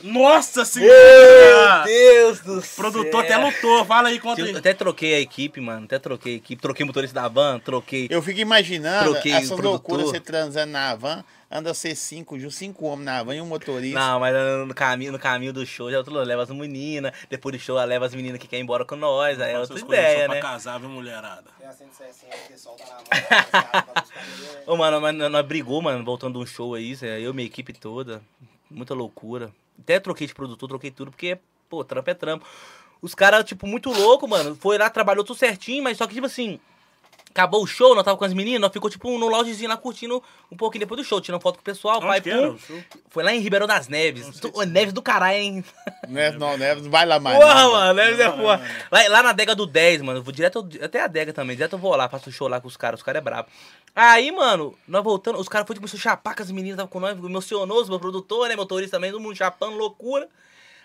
S2: Nossa
S3: Meu
S2: senhora!
S3: Deus do
S2: O
S3: céu.
S2: produtor até é lutou. Fala aí, conta aí.
S3: Eu até troquei a equipe, mano. Até troquei a equipe. Troquei o motorista da van, troquei.
S1: Eu fico imaginando
S3: Troquei o
S1: essas
S3: produtor.
S1: loucuras, você transando na van, anda ser cinco, de cinco homens na van e um motorista.
S3: Não, mas ah, no caminho, no caminho do show já é outro lance. leva as meninas, depois do show ela leva as meninas que querem ir embora com nós, aí é outra
S2: Essas coisas são
S3: ideia,
S2: pra
S3: né?
S2: casar, viu, mulherada?
S4: Tem a 160 que solta na mão, *laughs* tá pra buscar ninguém.
S3: Ô, mano, mas nós brigou, mano, voltando de um show aí, Zé, eu, minha equipe toda, muita loucura. Até troquei de produtor, troquei tudo, porque, pô, trampo é trampo. Os caras, tipo, muito louco, mano, foi lá, trabalhou tudo certinho, mas só que, tipo assim, acabou o show, nós tava com as meninas, nós ficou, tipo, no loungezinho lá, curtindo um pouquinho depois do show, tirando foto com o pessoal,
S2: Onde
S3: pai,
S2: que era
S3: pum.
S2: o show?
S3: Foi lá em Ribeirão das Neves, Ô,
S2: é.
S3: Neves do caralho, hein?
S1: Não, é- não, né? não vai lá mais.
S3: Porra,
S1: não.
S3: mano, Leves é
S2: Não,
S3: porra.
S2: não, não.
S3: Lá, lá na adega do 10, mano, eu vou direto, até a adega também, direto eu vou lá, faço show lá com os caras, os caras é brabo. Aí, mano, nós voltando, os caras foram começou a chapar com as meninas, tava com nós, emocionou, os meu produtor, né, motorista também, todo mundo chapando, loucura.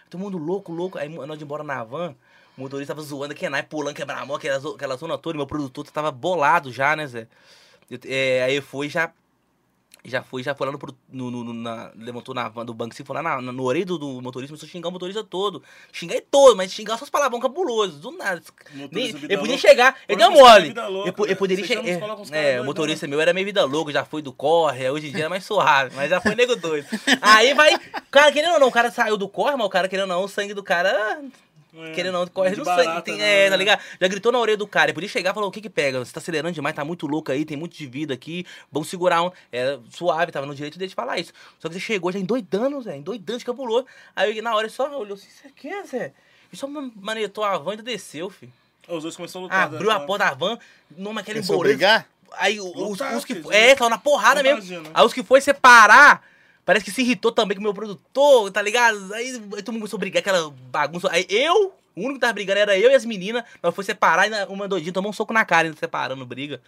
S3: Todo mundo louco, louco. Aí nós de embora na van, o motorista tava zoando, que nai, pulando, quebrar a mão, aquela, zo- aquela zona toda, e meu produtor tava bolado já, né, Zé? Eu- é, aí foi já já foi, já foi lá no, pro- no- no- no- na- levantou na van do banco, se foi lá na, na, no orelho do, do motorista, começou a xingar o motorista todo. Xinguei todo, mas xingar só as palavrão cabulosas, do nada. Nem,
S2: Motorista
S3: ele
S2: vida
S3: podia
S2: louca.
S3: chegar, ele deu
S2: Motorista
S3: mole.
S2: tá vida louca, né?
S3: eu, po- eu
S2: velho.
S3: poderia
S2: Você já
S3: chegar.
S2: não fala com os caras
S3: É, o
S2: doidos, né?
S3: motorista meu era meio vida louca, já foi do corre, hoje em dia é mais suave, mas já foi nego doido. Aí vai, cara, querendo ou não, o cara saiu do corre, mas o cara, querendo ou não, o sangue do cara
S2: É,
S3: Querendo ou não, corre
S2: de
S3: no
S2: barata,
S3: sangue. Tem,
S2: né?
S3: é, tá ligado? Já gritou na orelha do cara. Ele podia chegar e falar: o que que pega? Você tá acelerando demais, tá muito louco aí, tem muito de vida aqui. Vamos segurar um. É, suave, tava no direito dele de falar isso. Só que você chegou já endoidando, Zé, endoidando, escapulou. Aí na hora ele só olhou assim: você quer, Zé? é E só manetou a van e ainda desceu, filho.
S2: Os dois começaram a lutar.
S3: Ah, Abriu
S2: né?
S3: a porta da van, numa aquela
S1: Começou a
S3: emboleta.
S1: brigar?
S3: Aí o- os,
S2: Lutar,
S3: os que.
S2: tá, filho,
S3: É, tava na porrada
S2: Não tá
S3: mesmo.
S2: imagina.
S3: Aí os que foi separar, parece que se irritou também com o meu produtor, tá ligado? Aí, aí todo mundo começou a brigar, aquela bagunça. Aí eu, o único que tava brigando era eu e as meninas. Nós foi separar e na- uma doidinha tomou um soco na cara, ainda separando briga.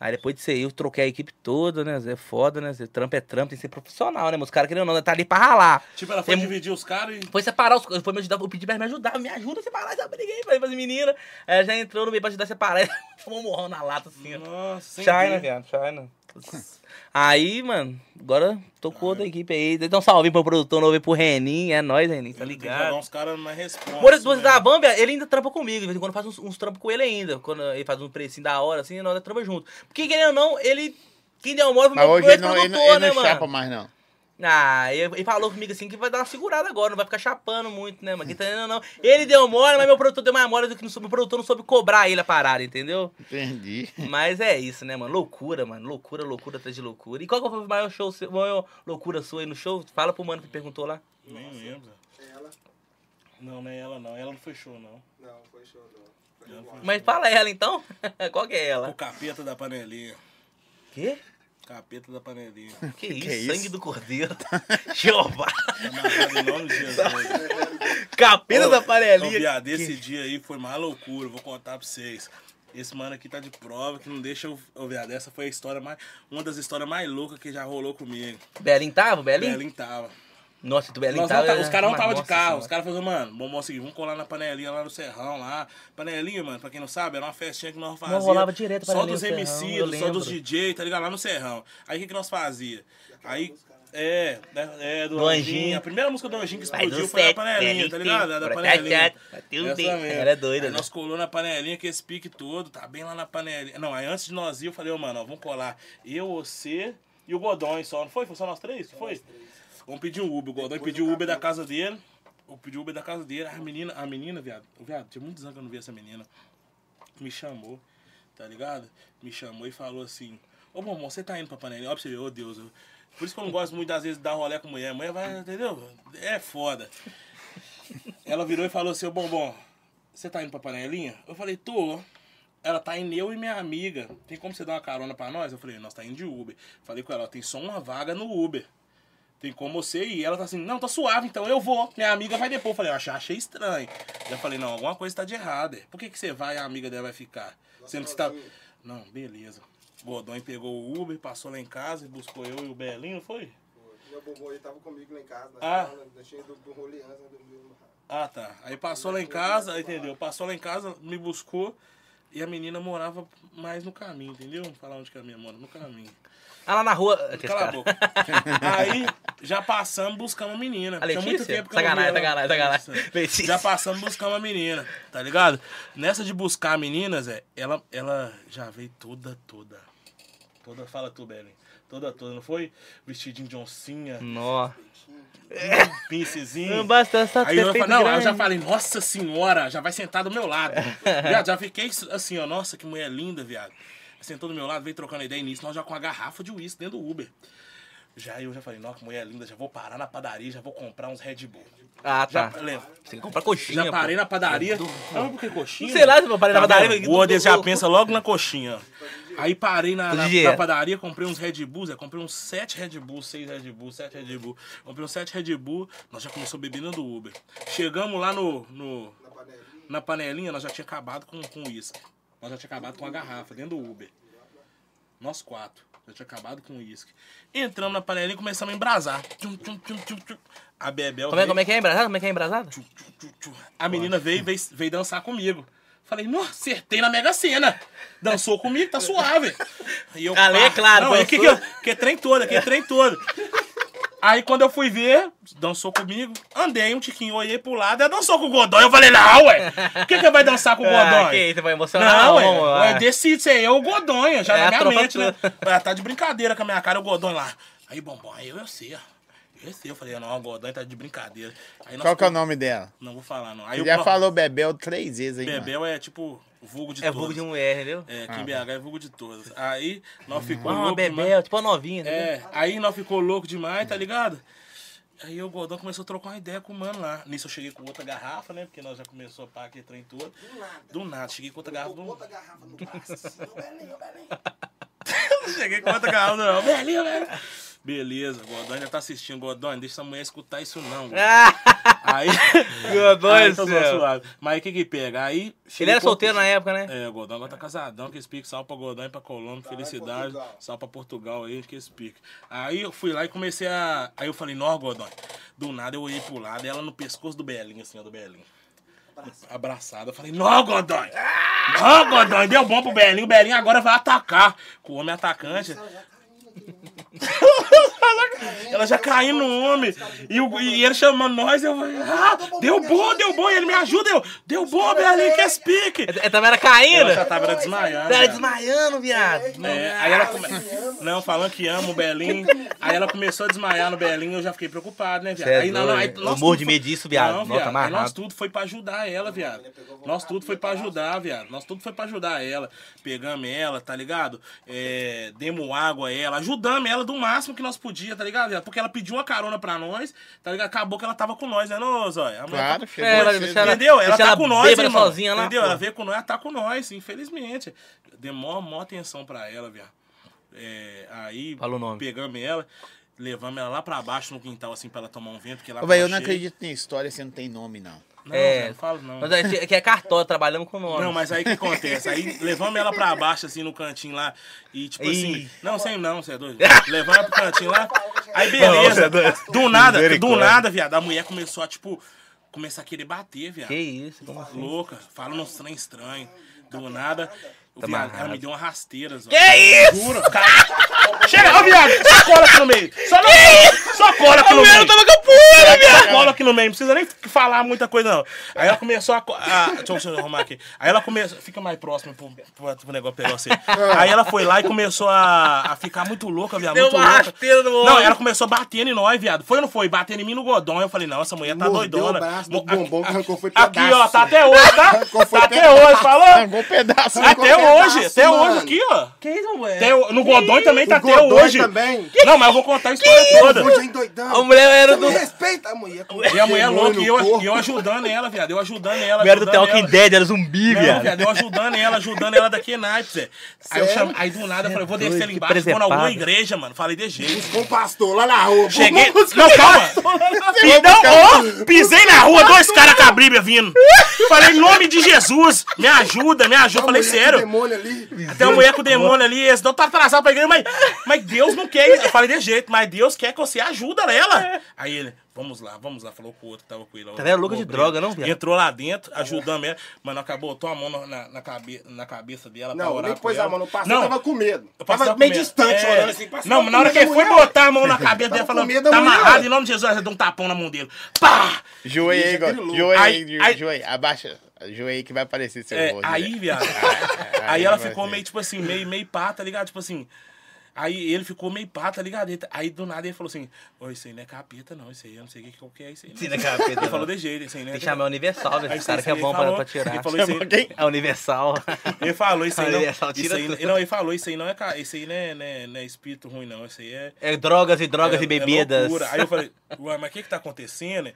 S3: Aí depois disso aí eu troquei a equipe toda, né? Zé? É foda, né? Zé? Trampo é trampo, tem que ser profissional, né? mano? Os caras querendo ou não, tá ali pra ralar.
S2: Tipo, ela foi
S3: Tem- um
S2: dividir os caras e...
S3: Foi separar os. Foi me ajudar, eu pedi pra ela me ajudar, me ajuda a separar essa briga aí, falei pras meninas. Aí ela já entrou no meio pra ajudar a separar, *laughs* e tomou um morrão na lata assim, ó.
S2: Nossa, sem
S3: China,
S2: ver.
S3: viado, China. Aí, mano, agora tocou da equipe aí. Dá um salve pro produtor novo e pro Renin. É nóis, Renin, tá
S2: Tem que jogar
S3: ligado?
S2: uns caras mais responsa.
S3: Moras do
S2: né?
S3: da Van, velho, ele ainda trampa comigo. De vez em quando faz uns, uns trampos com ele ainda. Quando ele faz um precinho da hora, assim, nós trampa junto. Porque, querendo ou não, ele. Quem deu mole foi
S1: Mas
S3: meu
S1: hoje ele não,
S3: ex-produtor,
S1: ele, não- ele
S3: é né,
S1: não
S3: mano?
S1: chapa mais, não.
S3: Ah, ele ele falou comigo assim que vai dar uma segurada agora, não vai ficar chapando muito, né, mano? Que tá- não, não. Ele deu mole, mas meu produtor deu mais mole do que não soube- meu produtor não soube cobrar ele a parada, entendeu?
S1: Entendi.
S3: Mas é isso, né, mano? Loucura, mano. Loucura, loucura atrás de loucura. E qual que foi o maior show, seu- maior loucura sua aí no show? Fala pro mano que perguntou lá.
S2: Nem lembro.
S4: Ela?
S2: Não, não é ela não. Ela não fechou, não.
S4: Não, foi show, não. Foi
S2: Não, foi-
S3: Mas fala ela então. *laughs* qual que é
S2: O
S3: ela?
S2: capeta da panelinha.
S3: Quê?
S2: Capeta da panelinha. Tá
S3: Que isso?
S1: é isso?
S3: Sangue do cordeiro. *laughs* Jeová.
S2: Amarrado em nome de
S3: *laughs*
S2: Jesus.
S3: Capeta da
S2: Ô,
S3: panelinha.
S2: viado, esse dia aí foi uma loucura, eu vou contar pra vocês. Esse mano aqui tá de prova, que não deixa eu. Ô, viado, essa foi a história mais. Uma das histórias mais loucas que já rolou comigo.
S3: Belinho tava? Belinho?
S2: Belinho tava.
S3: Nossa, do Belinho
S2: Nós não
S3: tava.
S2: tá-
S3: era
S2: os caras não
S3: uma-
S2: estavam de
S3: nossa
S2: carro. Os
S3: senhora.
S2: caras falaram, mano, vamos vamos seguir, vamos colar na panelinha lá no Serrão lá. Panelinha, mano, pra quem não sabe, era uma festinha que nós fazíamos.
S3: rolava direto a
S2: Só
S3: panelinha
S2: dos
S3: no Serrão,
S2: MC,
S3: eu
S2: só dos
S3: lembro.
S2: DJ, tá ligado? Lá no Serrão. Aí o que, que nós fazia? Aí É, é, é do,
S3: Do
S2: Anjinho.
S3: Anjinho.
S2: A primeira música do Anjinho que
S3: Vai
S2: explodiu
S3: do
S2: foi
S3: um sete,
S2: a panelinha, tá
S3: sete,
S2: ligado? A da
S3: pra
S2: panelinha.
S3: sete, bateu o
S2: Essa
S3: dedo.
S2: mesmo.
S3: Era doido,
S2: Aí
S3: né?
S2: nós colou na panelinha com esse pique todo, tá bem lá na panelinha. Não, aí antes de nós ir, eu falei, ô mano, ó, vamos colar. Eu, você e o Godói só, não foi? Foi só nós três? Foi? Vamos pedir um Uber. O Godói pediu o Uber da casa dele. Eu pedi o Uber da casa dele. A menina, a menina, viado, o viado, tinha muitos anos que eu não vi essa menina me chamou, tá ligado? Me chamou e falou assim: Ô, bom, você tá indo pra panelinha? Ó, pra você ver, ô Deus. eu- Por isso que eu não gosto muito, às vezes, de dar rolé com mulher. Mulher vai, entendeu? É foda. Ela virou e falou assim: Ô, bombom, você tá indo pra panelinha? Eu falei: tô. Ela tá indo eu e minha amiga. Tem como você dar uma carona pra nós? Eu falei: nós tá indo de Uber. Falei com ela: ó, tem só uma vaga no Uber. Tem como você ir. Ela tá assim, não, tá suave, então eu vou. Minha amiga vai depois. Eu falei, eu achei, achei estranho. Já falei, não, alguma coisa tá de errado. é. Por que, que você vai e a amiga dela vai ficar? Sendo que você tá. Não, beleza. Godói pegou o Uber, passou lá em casa e buscou eu e o Belinho, foi?
S4: Meu bombom ele tava comigo lá em casa.
S5: né?
S4: Nós
S2: Ah.
S4: tava- nós tinha ido pro rolê antes, nós dormimos no carro.
S2: Ah, tá. Aí passou lá em casa, entendeu? Passou lá em casa, me buscou e a menina morava mais no caminho, entendeu? Vou falar onde que a minha mora, no caminho.
S3: Ah, lá na rua. Aqueles
S2: Cala a
S3: cara.
S2: boca. Aí já passamos buscando uma menina.
S3: A
S2: Tinha muito
S3: Letícia?
S2: tempo que eu não
S3: Sacanagem,
S2: via ela.
S3: sacanagem, sacanagem.
S2: Nossa.
S3: Letícia.
S2: Já passamos buscando uma menina, tá ligado? Nessa de buscar a menina, Zé, ela, ela já veio toda, toda. Toda, fala tu, Belen. Toda, toda, não foi? Vestidinho de oncinha,
S3: Nó.
S2: pincezinho.
S3: É. Não basta só
S2: Aí
S3: ter
S2: eu,
S3: feito
S2: falei, não, aí eu
S3: grande.
S2: já falei, nossa senhora, já vai sentar do meu
S3: *laughs*
S2: lado. viado, já fiquei assim, ó, nossa, que mulher linda, viado. Sentou do meu lado, veio trocando ideia nisso, nós já com a garrafa de uísque dentro do Uber. Já eu já falei, nossa, que mulher linda, já vou parar na padaria, já vou comprar uns Red Bull.
S3: Ah, tá.
S2: Já, lembra?
S3: Você tem que comprar coxinha.
S2: já
S3: pô.
S2: parei na padaria. Sabe por que coxinha?
S3: Não sei lá se eu parei na
S2: Tá
S3: padaria,
S2: vendo?
S3: mas-
S2: O Odes já pensa logo na coxinha. Aí parei na,
S3: Todo
S2: na-
S3: dia.
S2: na padaria, comprei uns Red Bulls, é, comprei uns 7 Red Bulls, 6 Red Bulls, 7 Red Bull. Comprei uns 7 Red Bull, nós já começamos bebendo do Uber. Chegamos lá no, no-
S4: Na panelinha.
S2: na panelinha, nós já tinha acabado com com o uísque. Nós já tinha acabado com a garrafa dentro do Uber. Nós quatro. Já tinha acabado com o uísque. Entramos na panelinha e começamos a embrasar. Tchum, tchum, tchum, tchum, tchum. A Bebel.
S3: Como é,
S2: veio-
S3: como é que é embrasada? Como é que é embrasada?
S2: Tchu, tchu, tchu, tchu. A menina veio, veio, veio dançar comigo. Falei, nossa, acertei na Mega Sena. Dançou comigo, tá suave. E eu,
S3: Ale, é claro,
S2: Não, e que, que,
S3: dançou.
S2: eu- que é trem todo, que é trem todo. Aí quando eu fui ver, dançou comigo, andei um tiquinho, olhei pro lado, ela dançou com o Godoy. Eu falei, não, ué, por que que vai dançar com o Godoy?
S3: Ah, que isso, vai emocionar.
S2: Não,
S3: ué,
S2: é,
S3: ué.
S2: é decide ser eu ou o Godonha, já
S3: É, a
S2: na
S3: tropa
S2: minha mente, né?
S3: toda.
S2: Ela tá de brincadeira com a minha cara, o Godonha lá. Aí, bombom, aí eu, eu sei, ó. Eu sei, eu falei, não, o Godonha tá de brincadeira. Aí nós
S1: Qual que é o
S2: ficamos-
S1: nome dela?
S2: Não vou falar, não. Aí
S1: Ele
S2: o
S1: já
S2: Bo-
S1: falou Bebel três vezes aí,
S3: né?
S1: mano. Ah, tá.
S2: Bebel é tipo vulgo de
S3: É
S2: todas.
S3: vulgo de mulher, entendeu?
S2: É, né? que em BH é vulgo de todas. Aí
S1: Hum.
S2: nós ficou
S3: Ah,
S2: louco
S3: bebel,
S2: demais.
S3: tipo uma novinha, entendeu?
S2: É, aí nós ficou louco demais, tá ligado? Aí o Godão começou a trocar uma ideia com o mano lá. Nisso eu cheguei com outra garrafa, né? Porque nós já começou a pá aquele trem todo.
S4: Do nada.
S2: Do nada, cheguei com outra garrafa.
S4: Tô
S2: Do...
S4: outra garrafa no
S5: *laughs*
S4: braço. assim, ô, Belinho, ô, Belinho.
S2: Tá *laughs* Cheguei com outra garrafa, não. Beleza, velho. Beleza, Godão ainda tá assistindo. Godão, não deixa essa mulher escutar isso não.
S3: *laughs*
S2: Godão.
S3: Ah!
S2: Aí...
S3: Godão
S2: Aí
S3: é
S2: tá
S3: seu.
S2: suave. Mas o que que pega? Aí...
S3: Ele
S2: cheguei
S3: era
S2: com-
S3: solteiro na época, né?
S2: É, o Godão agora tá casadão, que pique. Salve pra Godão e pra Colômbia, felicidade.
S4: Portugal.
S2: Salve pra Portugal aí, que pique. Aí eu fui lá e comecei a. Aí eu falei, nó, Godão. Do nada eu olhei pro lado, ela no pescoço do Belinho, assim, ó, do Belinho. Abraçada. Eu falei, nó, Godão. Nó, Godão. Deu bom pro Belinho. O Belinho agora vai atacar. Com o homem atacante. tá *laughs* Ela já caiu no homem. E, o- e ele chamando nós, eu falei, ah, deu bom, deu bom. E ele me né?" ajuda, eu, deu bom, Belinho, que esse pique.
S3: É, é, também era caindo.
S2: Ela já tava desmaiando.
S3: Tá
S2: né?
S3: desmaiando, viado.
S2: É, aí ela come... Não, falando que ama o Belinho. aí ela começou a desmaiar no Belinho, eu já fiquei preocupado, né, viado?
S3: Cê é
S2: Aí, não, não, aí
S3: doido.
S2: nós
S3: Eu morro
S2: tudo
S3: de
S2: foi-
S3: medo disso, viado.
S2: Não,
S3: Nota
S2: viado. aí
S3: amarrado.
S2: nós tudo foi pra ajudar ela, viado. Nós tudo foi pra ajudar, viado. Nós tudo foi pra ajudar ela. Pegamos ela, tá ligado? É, demos água a ela, ajudamos ela do máximo que nós podia, tá ligado, viado? Porque ela pediu uma carona pra nós, tá ligado? Acabou que ela tava com nós, né, não, Zóia? A mulher
S1: Claro,
S2: tá-
S1: chegou
S3: É, ela
S1: cedo.
S3: deixa-
S2: Entendeu? Ela
S3: deixa
S2: tá
S3: ela
S2: com nós,
S3: bêbada
S2: irmão.
S3: sozinha lá,
S2: Entendeu?
S3: pô.
S2: Ela veio com nós, ela tá com nós, infelizmente. Deu maior, maior atenção pra ela, viado. É, aí
S3: Fala o nome.
S2: pegamos ela, levamos ela lá pra baixo no quintal, assim, pra ela tomar um vento. Porque lá
S1: Ô, velho, eu
S2: tava
S1: não
S2: cheio.
S1: acredito em história se não tem nome, não.
S2: Não,
S3: É.
S2: Zé, não falo não.
S3: Mas é, que é cartório, trabalhamos com nome.
S2: Não, mas aí o que acontece? Aí levamos ela pra baixo, assim, no cantinho lá. E tipo assim,
S3: Ih.
S2: não, sem não, você é doido. Levamos ela pro cantinho lá. Aí beleza.
S3: Não, cê é doido.
S2: do nada, do
S3: Misericórdia.
S2: nada, viado. A mulher começou a, tipo, começar a querer bater, viado.
S3: Que isso, como assim?
S2: Tá Louca, fala uns trem estranho. Do nada, o
S3: Tá
S2: viado,
S3: amarrado.
S2: ela me deu uma rasteira, Zó.
S3: Que isso?
S2: Juro, cara. Chega, ó, viado, só cola aqui no meio. Só, não, só cola aqui no meio.
S3: capoeira,
S2: Só cola aqui no meio, não precisa nem falar muita coisa, não. Aí ela começou a. co- a- deixa, eu, deixa eu arrumar aqui. Aí ela começou. Fica mais próximo pro, pro, pro negócio pegar você. Aí ela foi lá e começou a, a ficar muito louca, viado.
S3: Deu
S2: muito
S3: uma
S2: louca.
S3: rasteira no
S2: Não,
S3: homem.
S2: ela começou batendo em nós, viado. Foi ou não foi? Batendo em mim no Godon. Eu falei, não, essa mulher tá
S5: Mordeu
S2: doidona.
S5: o braço do
S2: Mo-
S5: bombom que arrancou foi
S2: Aqui,
S5: pedaço.
S2: ó, tá até hoje, tá?
S5: Arrancou foi
S2: Tá até
S5: pedaço.
S2: hoje, falou?
S1: Arrancou um pedaço.
S5: Arrancou
S2: Até
S5: pedaço,
S2: hoje, até
S5: mano.
S2: hoje aqui, ó.
S3: É. Que isso, mulher?
S2: Até o- no Godói também tá
S5: No
S2: até
S5: Godoy
S2: hoje.
S5: também.
S2: Não, mas eu vou contar a história toda.
S5: Hoje é endoidando.
S3: A mulher era
S5: Você
S3: do.
S5: me respeita a mulher. com
S2: E a mulher é
S5: demônio
S2: louca, e
S5: no
S2: eu,
S5: corpo.
S2: e eu ajudando ela, viado. Eu ajudando
S3: *laughs*
S2: ela.
S3: mulher do The
S2: ajudando
S3: Walking
S2: ela.
S3: Dead, era zumbi,
S2: Não, viado,
S3: viado.
S2: eu ajudando ela, ajudando ela daqui na Aí, eu
S5: Sério?
S2: chamo- aí do nada eu falei, vou descer
S3: é doido,
S2: ali
S3: que
S2: embaixo, vou na alguma
S3: presepada.
S2: igreja, mano. Falei de jeito.
S5: Com o pastor lá na rua.
S2: Cheguei. Não, calma! Então, ô, pisei na rua, dois caras com a Bíblia vindo. Falei, em nome de Jesus, me ajuda, me ajuda. Falei, sério.
S5: demônio ali.
S2: Tem uma mulher com o demônio ali, esse não tá atrasado pra igreja, mas, mas Deus não quer. isso. Eu falei de jeito, mas Deus quer que você ajuda ela. Aí ele, vamos lá, vamos lá, falou com o outro, que tava com ele. ó,
S3: Tá vendo? Louca
S2: o
S3: de
S2: Breno.
S3: droga, não, viado?
S2: Entrou lá dentro, ajudando ela, mano, acabou, botou a mão na, na, na cabe- na cabeça dela pra
S5: Não,
S2: orar
S5: nem
S2: por
S5: pôs
S2: ela.
S5: a mão no pastor,
S2: Não,
S5: tava com medo.
S2: eu passava
S5: Tava
S2: com
S5: meio
S2: medo.
S5: distante,
S2: É.
S5: olhando assim. passava
S2: Não, mas na hora
S5: com
S2: que ele
S5: medo
S2: foi
S5: da mulher.
S2: botar a mão
S5: *laughs*
S2: na cabeça dela,
S5: com
S2: falou,
S5: medo da
S2: tá
S5: mulher."
S2: amarrado, em nome de Jesus, eu dou um tapão na mão dele. Pá!
S1: Joei aí,
S5: Aquele
S1: Godon.
S5: louco.
S1: Joei
S2: Aí-
S1: aí,
S2: aí-
S1: joei. Abaixa. Joei aí que vai aparecer seu
S2: *laughs* É,
S1: rosto.
S2: aí,
S1: né?
S2: viado.
S1: Aí
S2: aí ela
S1: vai
S2: ficou
S1: ser.
S2: meio, tipo assim, meio, meio pá, tá ligado? Tipo assim. Aí ele ficou meio pá, tá ligado? Ele- Aí do nada ele falou assim: Ô, isso aí não é capeta, não. Isso aí eu não sei o que, qual que é isso aí.
S3: Sim, né, cara, Pedro?
S2: Ele falou de jeito, isso aí, né?
S3: Tem que chamar a Universal, velho.
S2: Aí
S3: Esse cara
S2: isso
S3: que é
S2: aí
S3: bom
S2: ele
S3: pra,
S2: falou-
S3: pra tirar.
S2: Ele falou isso
S1: *laughs*
S2: aí.
S1: Quem?
S3: É
S2: *laughs*
S3: Universal.
S2: Ele falou, isso aí
S3: Aí
S2: não.
S3: ele só
S2: Isso
S3: tira
S2: aí,
S3: tudo.
S2: não, ele falou, isso aí não é. ca- Isso aí não é, não é- não é espírito ruim, não. Isso aí é.
S3: É drogas e drogas
S2: é-
S3: e
S2: é
S3: bebidas.
S2: loucura. Aí eu falei, ué, mas o que que tá acontecendo?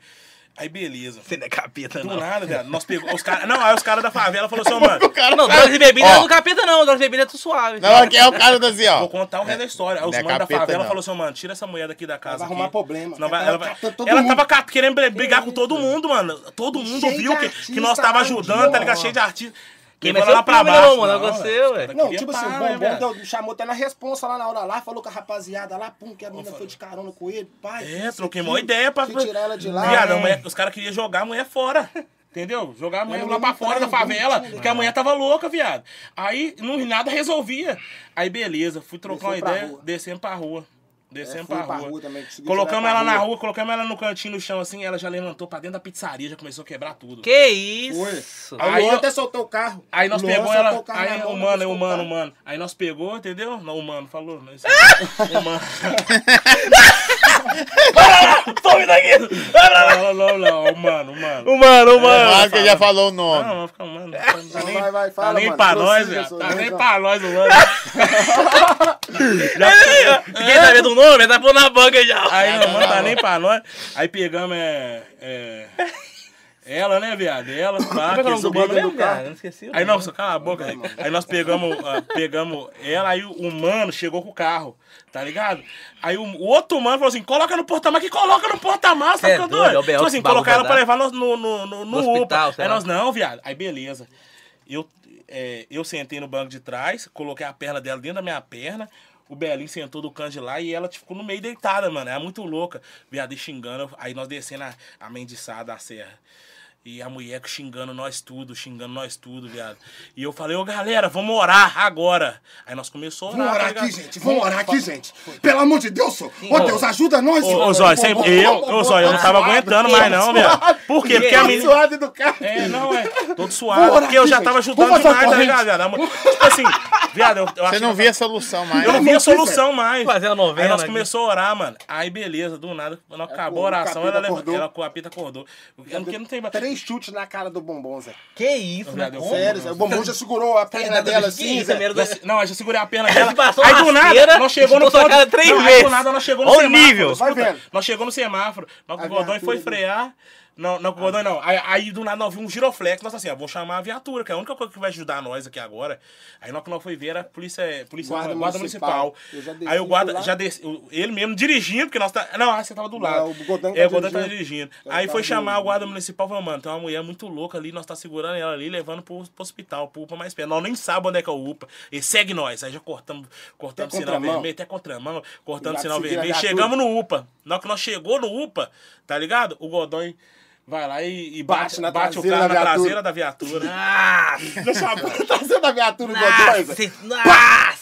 S2: Aí beleza.
S3: *laughs* Você não é capeta,
S2: Do
S3: não.
S2: nada, velho. Nós pegou. Os cara, não, aí os caras da favela falaram
S3: *laughs*
S2: assim, "Ô, mano.
S1: O cara
S3: Não,
S1: sabe.
S3: drogas e bebidas
S1: Ó,
S3: não é do capeta, não. Drogas e bebidas é tudo suave.
S1: Na hora que é o cara tá assim, ó.
S2: Vou contar o resto da história. Aí os
S1: não é
S2: manos da
S1: capeta,
S2: favela
S1: não.
S2: falaram assim, mano, tira essa mulher daqui da casa.
S5: vai
S2: aqui.
S5: arrumar problema.
S2: Não vai-
S5: Ela
S2: ela
S5: tá
S2: vai-
S5: catando todo
S2: ela
S5: mundo.
S2: tava ca- querendo bre- brigar com todo mundo, mano. Todo mundo
S5: Cheio
S2: viu
S5: de
S2: que,
S5: artista,
S2: que nós tava
S5: mano,
S2: ajudando, tá ligado?
S5: porra.
S2: Cheio de artista.
S3: Quem
S2: Quem vai
S3: vai ser
S2: lá
S3: o
S2: pra
S3: primeiro,
S2: baixo.
S3: mano?
S2: Não,
S3: Você,
S2: velho, os
S3: ué.
S2: cara
S5: Não,
S2: queria
S5: tipo assim, o
S2: parar, né,
S5: bombom
S2: velho?
S5: deu- me chamou até na responsa lá na hora lá, falou com a rapaziada lá, pum, que a menina foi de carona com ele, pai.
S2: É, troquei uma ideia pra.
S5: Se tirar ela de lá.
S2: Viado, a
S5: né?
S2: mulher- os caras queriam jogar a mulher fora. *laughs* Entendeu? Jogar a mulher
S5: Mas
S2: lá
S5: não
S2: pra fora da
S5: tava,
S2: favela,
S5: não tinha,
S2: porque a mulher tava louca, viado. Aí não, nada resolvia. Aí beleza, fui trocar uma
S5: Desceu pra
S2: ideia,
S5: rua. É,
S2: descemos pra rua. Descemos
S5: fui
S2: pra,
S5: pra
S2: rua.
S5: rua também, consegui
S2: colocamos
S5: tirar
S2: ela
S5: pra
S2: na
S5: rua.
S2: rua, colocamos ela no cantinho no chão assim, ela já levantou pra dentro da pizzaria, já começou a quebrar tudo.
S3: Que *laughs*
S5: Foi.
S3: isso?
S5: Aí,
S2: Aí
S5: o
S2: eu-
S5: Luan até soltou o carro.
S2: Aí nós
S5: Luan
S2: pegou
S5: soltou
S2: ela.
S5: o carro na
S2: Aí
S5: mão,
S2: o mano,
S5: nós
S2: o mano, o
S5: soltamos.
S2: mano. Aí nós pegou, entendeu? Não, o mano falou. Não,
S5: *laughs*
S2: isso humano.
S3: Some daqui!
S2: Não, não, não, não, o mano, o mano.
S3: Humano, humano.
S1: Mano, que já falou o
S2: Não,
S1: nome.
S2: não, fica humano. Tá
S5: Vai,
S2: nem,
S5: vai, vai, fala,
S2: tá nem
S5: mano.
S2: pra
S5: Prossiga
S2: nós,
S5: a
S2: velho.
S5: sua
S2: Tá
S5: vez,
S2: nem
S5: ó.
S2: pra nós, o mano.
S3: Quem tá vendo o nome, tá pondo na banca já.
S2: Aí, não, mano, tá nem pra nós. Aí pegamos, é. é, ela, né, viado? Ela, pá, que subiu-
S3: cara? Não esqueci.
S2: Aí não, só cala a boca, velho. Aí nós pegamos, ah, pegamos ela, aí o mano chegou com o carro, tá ligado? Aí o, o outro mano falou assim: coloca no porta-malas, que coloca no porta-malas,
S3: Cê é
S2: tá ficando
S3: doido, é o
S2: doido?
S3: B.O.
S2: Tipo assim,
S3: que barulho
S2: colocar ela
S3: vai
S2: pra
S3: dar.
S2: levar no, no, no, no,
S3: No hospital,
S2: UPA.
S3: sei
S2: Aí
S3: lá.
S2: nós, não, viado. Aí beleza. Eu, é, eu sentei no banco de trás, coloquei a perna dela dentro da minha perna. O Belinho sentou do canto de lá e ela tipo, ficou no meio deitada, mano. Era muito louca. Viado, e xingando. Aí nós descendo a, a mendiçada da serra. E a mulher xingando nós tudo, xingando nós tudo, viado. E eu falei, ô galera, vamos orar agora. Aí nós começamos a orar.
S5: Vamos
S2: tá
S5: orar
S2: ligado?
S5: aqui, gente. Vamos orar aqui, gente. Pelo amor de Deus, senhor. Ô, Deus, ajuda nós,
S2: Ô, ô, Zóio, sempre- eu, ô, Zóio, eu não tava aguentando mais não, velho. Por quê? Porque a menina...
S5: suada do carro.
S2: É, não, é. Todo
S5: Vou
S2: suado.
S5: orar
S2: Porque eu
S5: aqui,
S2: já
S5: gente.
S2: tava
S5: Vou
S2: ajudando
S5: passar
S2: demais, tá
S5: corrente.
S2: ligado, viado? A mu- Tipo assim, viado, eu, eu
S1: Você
S2: acho
S1: não via a solução mais.
S2: Eu não
S5: Eu
S2: vi a
S5: não sei,
S2: solução mais.
S3: né? Fazer uma novela
S2: Aí nós
S3: aqui.
S2: começamos a orar, mano. Aí beleza, do nada, quando acabou a
S5: É, o
S2: oração, ela
S5: capeta
S2: levantou.
S5: acordou.
S2: Ela com a pita acordou. Porque não tem.
S5: Três chutes na cara do bombom, Zé.
S3: Que isso, né?
S2: Viado, eu-
S5: Sério, Zé. O bombom já segurou a perna
S3: ligado,
S5: dela
S3: Luiz? Que
S5: assim,
S3: isso,
S5: Zé.
S3: é merda.
S2: Nós- não, eu já segurei a
S3: *laughs*
S2: perna dela.
S3: passou
S2: aí
S3: uma
S2: do
S3: rasteira,
S2: nada, nós chegou no
S3: chutou a cara três
S2: não, Aí do
S3: vezes.
S2: nada nós chegou no
S3: Olha o
S2: semáforo.
S3: nível.
S2: escuta,
S5: Vai vendo.
S2: nós chegou no semáforo. Nós,
S5: A
S2: o Gordon
S5: viatura
S2: foi
S5: ali.
S2: frear. Não, não, o Gordon não. Aí, aí do nada nós vimos um giroflex. Nós assim, ó, vou chamar a viatura, que é a única coisa que vai ajudar nós aqui agora. Aí nós que nós foi ver era a polícia, polícia guarda,
S5: Guarda
S2: municipal.
S5: municipal. Eu já desci,
S2: Aí o guarda
S5: fui lá.
S2: já desceu. Ele mesmo dirigindo, porque nós tá. Não, ah, você tava do lado.
S5: o Gordon
S2: é,
S5: tá
S2: o Gordon tava
S5: dirigindo. tá
S2: dirigindo.
S5: Eu
S2: Aí
S5: tava
S2: foi chamar
S5: no-
S2: o guarda municipal e falou, mano, tem uma mulher muito louca ali, nós tá segurando ela ali, levando pro, pro hospital, pro UPA mais perto. Nós nem sabemos onde é que é o UPA. E segue nós. Aí já cortamos, cortamos
S5: Até
S2: sinal
S5: contramão.
S2: vermelho, até contramão, cortamos
S5: Obrigado,
S2: sinal
S5: seguir a
S2: vermelho.
S5: viatura.
S2: Chegamos no UPA. Na hora que nós chegou no UPA, tá ligado? O Godoy. Vai lá e, e
S5: Bate
S2: bate,
S5: na
S2: bate o
S5: traseira
S2: carro na
S5: da viatura.
S2: traseira da viatura.
S3: Nossa!
S5: né? Deixa a bunda *laughs* trazendo a viatura do
S3: Ah,
S5: Godoy.
S3: Nossa!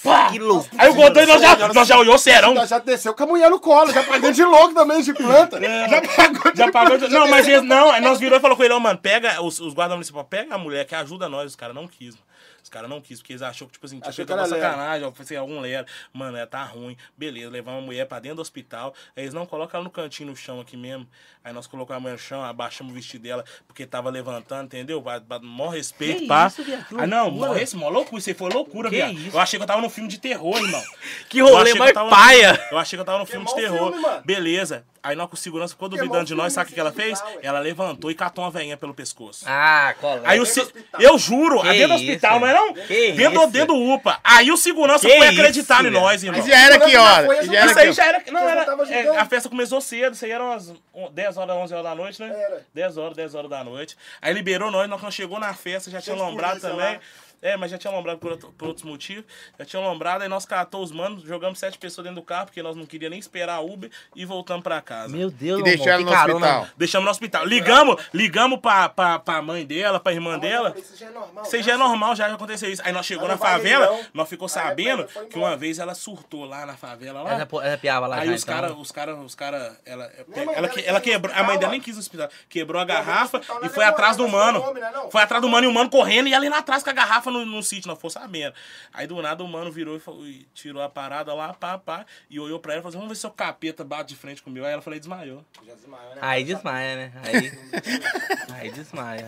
S3: Nossa! Que louco!
S2: Aí o Godoy nós já, nós já olhou serão.
S5: Então, Já, já desceu com a mulher no colo, já pagou de louco também, de planta. Já pagou de
S2: Já pagou.
S5: planta, já
S2: Não, mas
S5: desceu.
S2: eles não. Aí nós virou e falou com ele, ó, mano, pega os, os guardas municipais, pega a mulher que ajuda nós. Os caras não quis, mano. Os caras não quis, porque eles achou que, tipo assim, tinha
S5: Achou
S2: feito
S5: que era
S2: uma
S5: lero.
S2: sacanagem, ó, assim, algum lero. Mano, é, tá ruim. Beleza, levamos a mulher pra dentro do hospital. Aí eles não colocam ela no cantinho, no chão aqui mesmo. Aí nós colocamos a mulher no chão, abaixamos o vestido dela, porque tava levantando, entendeu? Pra, pra, mó respeito,
S3: Que
S2: pá.
S3: isso, viado, que
S2: ah, não,
S3: loucura.
S2: mó, esse, mó loucura. Isso aí foi loucura,
S3: Que
S2: viado.
S3: isso.
S2: Eu achei que eu tava num filme de terror,
S3: *laughs*
S2: irmão.
S3: Que
S2: Eu achei
S3: rolê
S2: que
S3: mais
S2: eu tava-
S3: paia!
S2: Eu achei que eu tava no filme de
S5: Queimou o
S2: terror.
S5: é filme, mano.
S2: Beleza. Aí nós com segurança ficou
S5: Queimou
S2: duvidando de
S5: o filme,
S2: nós, sabe o que que ela
S5: assim,
S2: fez?
S5: tá, ué.
S2: Ela levantou e catou uma veinha pelo pescoço.
S3: Ah, colega.
S2: Aí o
S5: é dentro
S2: se...
S5: do hospital.
S2: Eu juro,
S3: Que
S2: dentro do
S3: isso,
S2: hospital, não é não?
S3: que
S2: Dentro,
S3: isso.
S2: dentro do UPA. Aí o segurança
S3: Que
S2: foi acreditar
S3: isso,
S2: em
S1: Mas
S2: nós, irmão.
S1: já era que hora?
S5: Foi essa
S1: Já era
S2: Isso
S1: que
S2: aí
S1: hora?
S2: já era. Não,
S5: Nós
S2: era.
S5: tava
S2: é,
S5: ajudando.
S2: a festa começou cedo, isso aí era umas on- 10 horas, 11 horas da noite, né?
S5: Era.
S2: 10 horas, 10 horas da noite. Aí liberou nós, nós quando chegou na festa, já tinha
S5: de
S2: alombrado
S5: polícia
S2: também.
S5: lá.
S2: É, mas já tinha alombrado por, outro- por outros motivos. Já tinha alombrado, aí nós catou os manos, jogamos sete pessoas dentro do carro, porque nós não queríamos nem esperar a Uber e voltamos pra casa.
S3: Meu Deus,
S1: E deixou ela
S3: que
S1: no
S3: carona.
S1: hospital.
S2: Deixamos no hospital. Ligamos, ligamos pra, pra, pra mãe dela, pra irmã
S5: Mas eu
S2: dela.
S5: falei, Isso já é normal.
S2: Isso aí
S5: né?
S2: já é normal, já aconteceu isso. Aí nós chegou
S5: Ela
S2: na
S5: não vai
S2: favela,
S5: aí, não.
S2: nós ficou
S5: Aí a
S2: sabendo
S5: mulher foi
S2: que uma
S5: embora.
S2: vez ela surtou lá na favela lá.
S3: Ela, é ela piava lá
S2: Aí
S3: já,
S2: os
S3: então.
S2: caras, os caras, os caras, ela, é,
S5: mãe
S2: ela,
S5: dela
S2: que-
S5: quis
S2: ela
S5: ir no
S2: quebrou, a
S5: hospital,
S2: mãe dela
S5: ó.
S2: nem quis no hospital, quebrou a
S5: mas no
S2: garrafa
S5: hospital é
S2: e
S5: nós
S2: foi atrás do
S5: demoramos, nós
S2: mano,
S5: fomos, né, não?
S2: foi atrás do mano e o mano correndo e ela indo atrás com a garrafa no, no sítio, não foi sabendo. Aí do nada o mano virou e, falou- e tirou a parada lá, pá, pá, e olhou pra ela e falou assim, vamos ver se o capeta bate de frente comigo. Aí ela falou, e desmaiou.
S5: Já desmaiou, né?
S3: Aí desmaia, né? Aí. *laughs* aí desmaia. Aí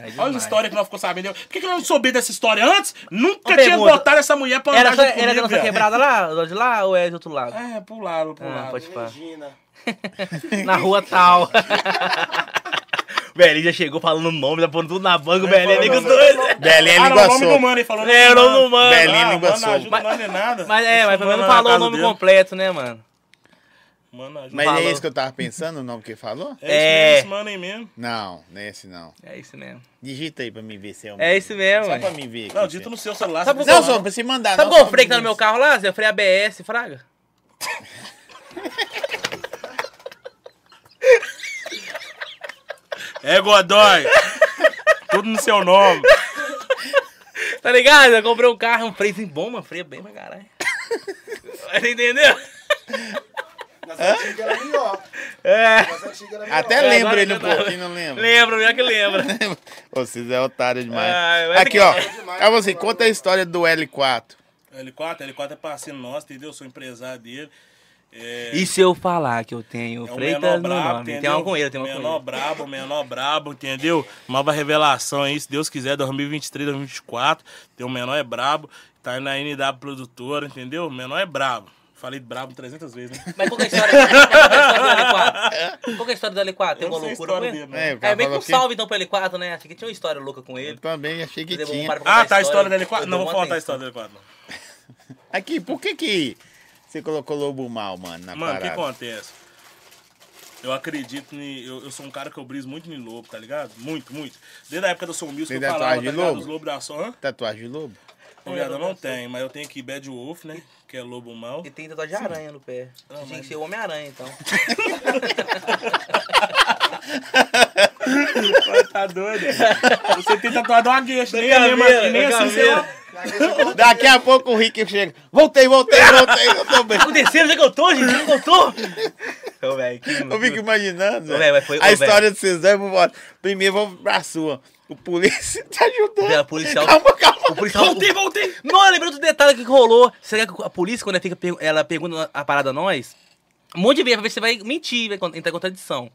S3: desmaia.
S2: Olha a história que nós ficou sabendo. Por que, que eu não soube dessa história antes? Nunca
S3: Ô,
S2: tinha
S3: pergunta.
S2: botado essa mulher pra andar
S3: Era,
S2: junto
S3: só, era da
S2: comigo,
S3: nossa
S2: velho.
S3: quebrada lá, do lado de lá, ou é de outro lado?
S2: É, pularam, pularam.
S3: Ah, pode pá.
S5: Regina.
S3: Na rua
S2: *laughs*
S3: tal. Velhinho já chegou falando o nome, tá pondo tudo na banca, o Velhinho nem com os é dois.
S1: Belinha
S2: Ah, não, o
S1: língua
S2: nome do
S1: solta.
S2: mano, ele falou.
S3: É, o nome do mano.
S1: Belinha
S2: Ah,
S1: língua
S2: mano,
S1: solta.
S2: ajuda nós nem nada.
S3: Mas é,
S2: Deixa
S3: mas pelo
S2: mano
S3: menos
S2: na
S3: falou o
S2: casa
S3: nome
S2: dele.
S3: completo, né, mano?
S2: Mano, ajuda.
S1: Mas
S3: Falou.
S1: é esse que eu tava pensando, o nome que falou?
S2: É, esse
S3: É.
S2: mesmo, esse mano aí mesmo.
S1: Não, não é esse não.
S3: É isso mesmo.
S1: Digita aí pra me ver se é o
S3: É isso mesmo,
S1: Só pra
S3: velho.
S1: me ver. aqui,
S2: Não, dito no seu celular.
S3: Sabe
S2: você
S1: Não,
S2: fala,
S1: só
S2: não.
S1: pra se mandar.
S3: Sabe
S1: não,
S3: qual
S1: só-
S3: freio que tá no meu carro lá, Zé? Freio ABS, Fraga?
S2: É Godoy. *laughs* Tudo no seu nome.
S3: Tá ligado? Eu comprei um carro, um freiozinho bom, mano. Freio bem pra caralho. Você entendeu?
S5: Nas antigas era melhor.
S3: É.
S5: Nas antigas era melhor.
S1: Até
S3: agora
S1: lembro ele
S3: eu
S1: um
S3: não-
S1: pouquinho, não lembro.
S3: Lembra, melhor que lembra.
S1: *laughs* Ô, Vocês é otário demais.
S3: Ai, mas
S1: Aqui,
S3: é
S1: ó.
S5: demais.
S1: Aí você conta a história do L4.
S2: L4, L4 é parceiro nosso, entendeu? Eu sou empresário dele. É...
S3: E se eu falar que eu tenho
S2: É o menor
S3: Freitas no
S2: brabo,
S3: nome? Tem
S2: entendeu?
S3: uma com ele, tem uma
S2: Menor
S3: com ele.
S2: brabo, menor brabo, entendeu? Nova revelação aí, se Deus quiser, 2023, 2024. Tem o menor é brabo, tá aí na NW produtora, entendeu? O menor é brabo. Falei brabo 300 vezes, né?
S3: Mas qual que é a história do L4? Qual que é a história do L4? Tem
S2: Eu não sei a
S3: uma loucura com
S2: história
S3: ele?
S2: dele, né?
S1: É, o cara
S3: É, vem com
S1: falou
S3: um
S1: que-
S3: salve então pro L4, né? Achei que tinha uma história louca com ele.
S1: Eu também achei que
S3: Mas eu vou
S1: tinha.
S3: parar pra contar
S2: Ah, tá, a história da L4.
S3: eu
S2: Não, vou
S3: dou uma
S2: contar a
S3: atenção.
S2: história da L4. não.
S1: Aqui, por que que você colocou Lobo Mal, mano, na
S2: Mano, o que
S1: parada?
S2: acontece? Eu acredito em. Eu, eu sou um cara que eu briso muito em lobo, tá ligado? Muito, muito. Desde a época da Sou Music, eu
S1: Desde a
S2: falava, tá
S1: tatuagem de
S2: ligado?
S1: lobo?
S2: Os lobos da Só. Hã?
S1: Tatuagem de lobo?
S2: Não, viado, eu não tenho, mas eu tenho aqui Bad Wolf, né? Que é lobo mau.
S3: E tem tatuagem de aranha no pé. Você tinha que ser o Homem-Aranha, então.
S2: Olha, *laughs* tá doido. Você tem tatuado uma gueixa, nem, a mesma,
S3: Caveira,
S2: nem assim você
S3: caveira.
S2: lá.
S1: Daqui a pouco o Rick chega. Voltei, voltei, voltei. Eu tô bem.
S3: O terceiro, onde é que eu tô, gente? Onde é que eu tô? Ô, velho, que...
S1: Eu fico imaginando.
S3: Ô,
S1: velho.
S3: velho, mas foi- ô,
S1: a
S3: velho.
S1: história de vocês dois, vamos embora. Primeiro, vamos pra sua. O polícia tá ajudando.
S3: Velho, o policial-
S1: Calma, calma.
S3: O policial...
S2: Voltei, voltei.
S3: Não, eu lembrei do detalhe que rolou. Será que a polícia, quando ela, fica pergu- ela pergunta a parada a nós, um monte de vezes, pra ver se você vai mentir, vai con- entrar em contradição.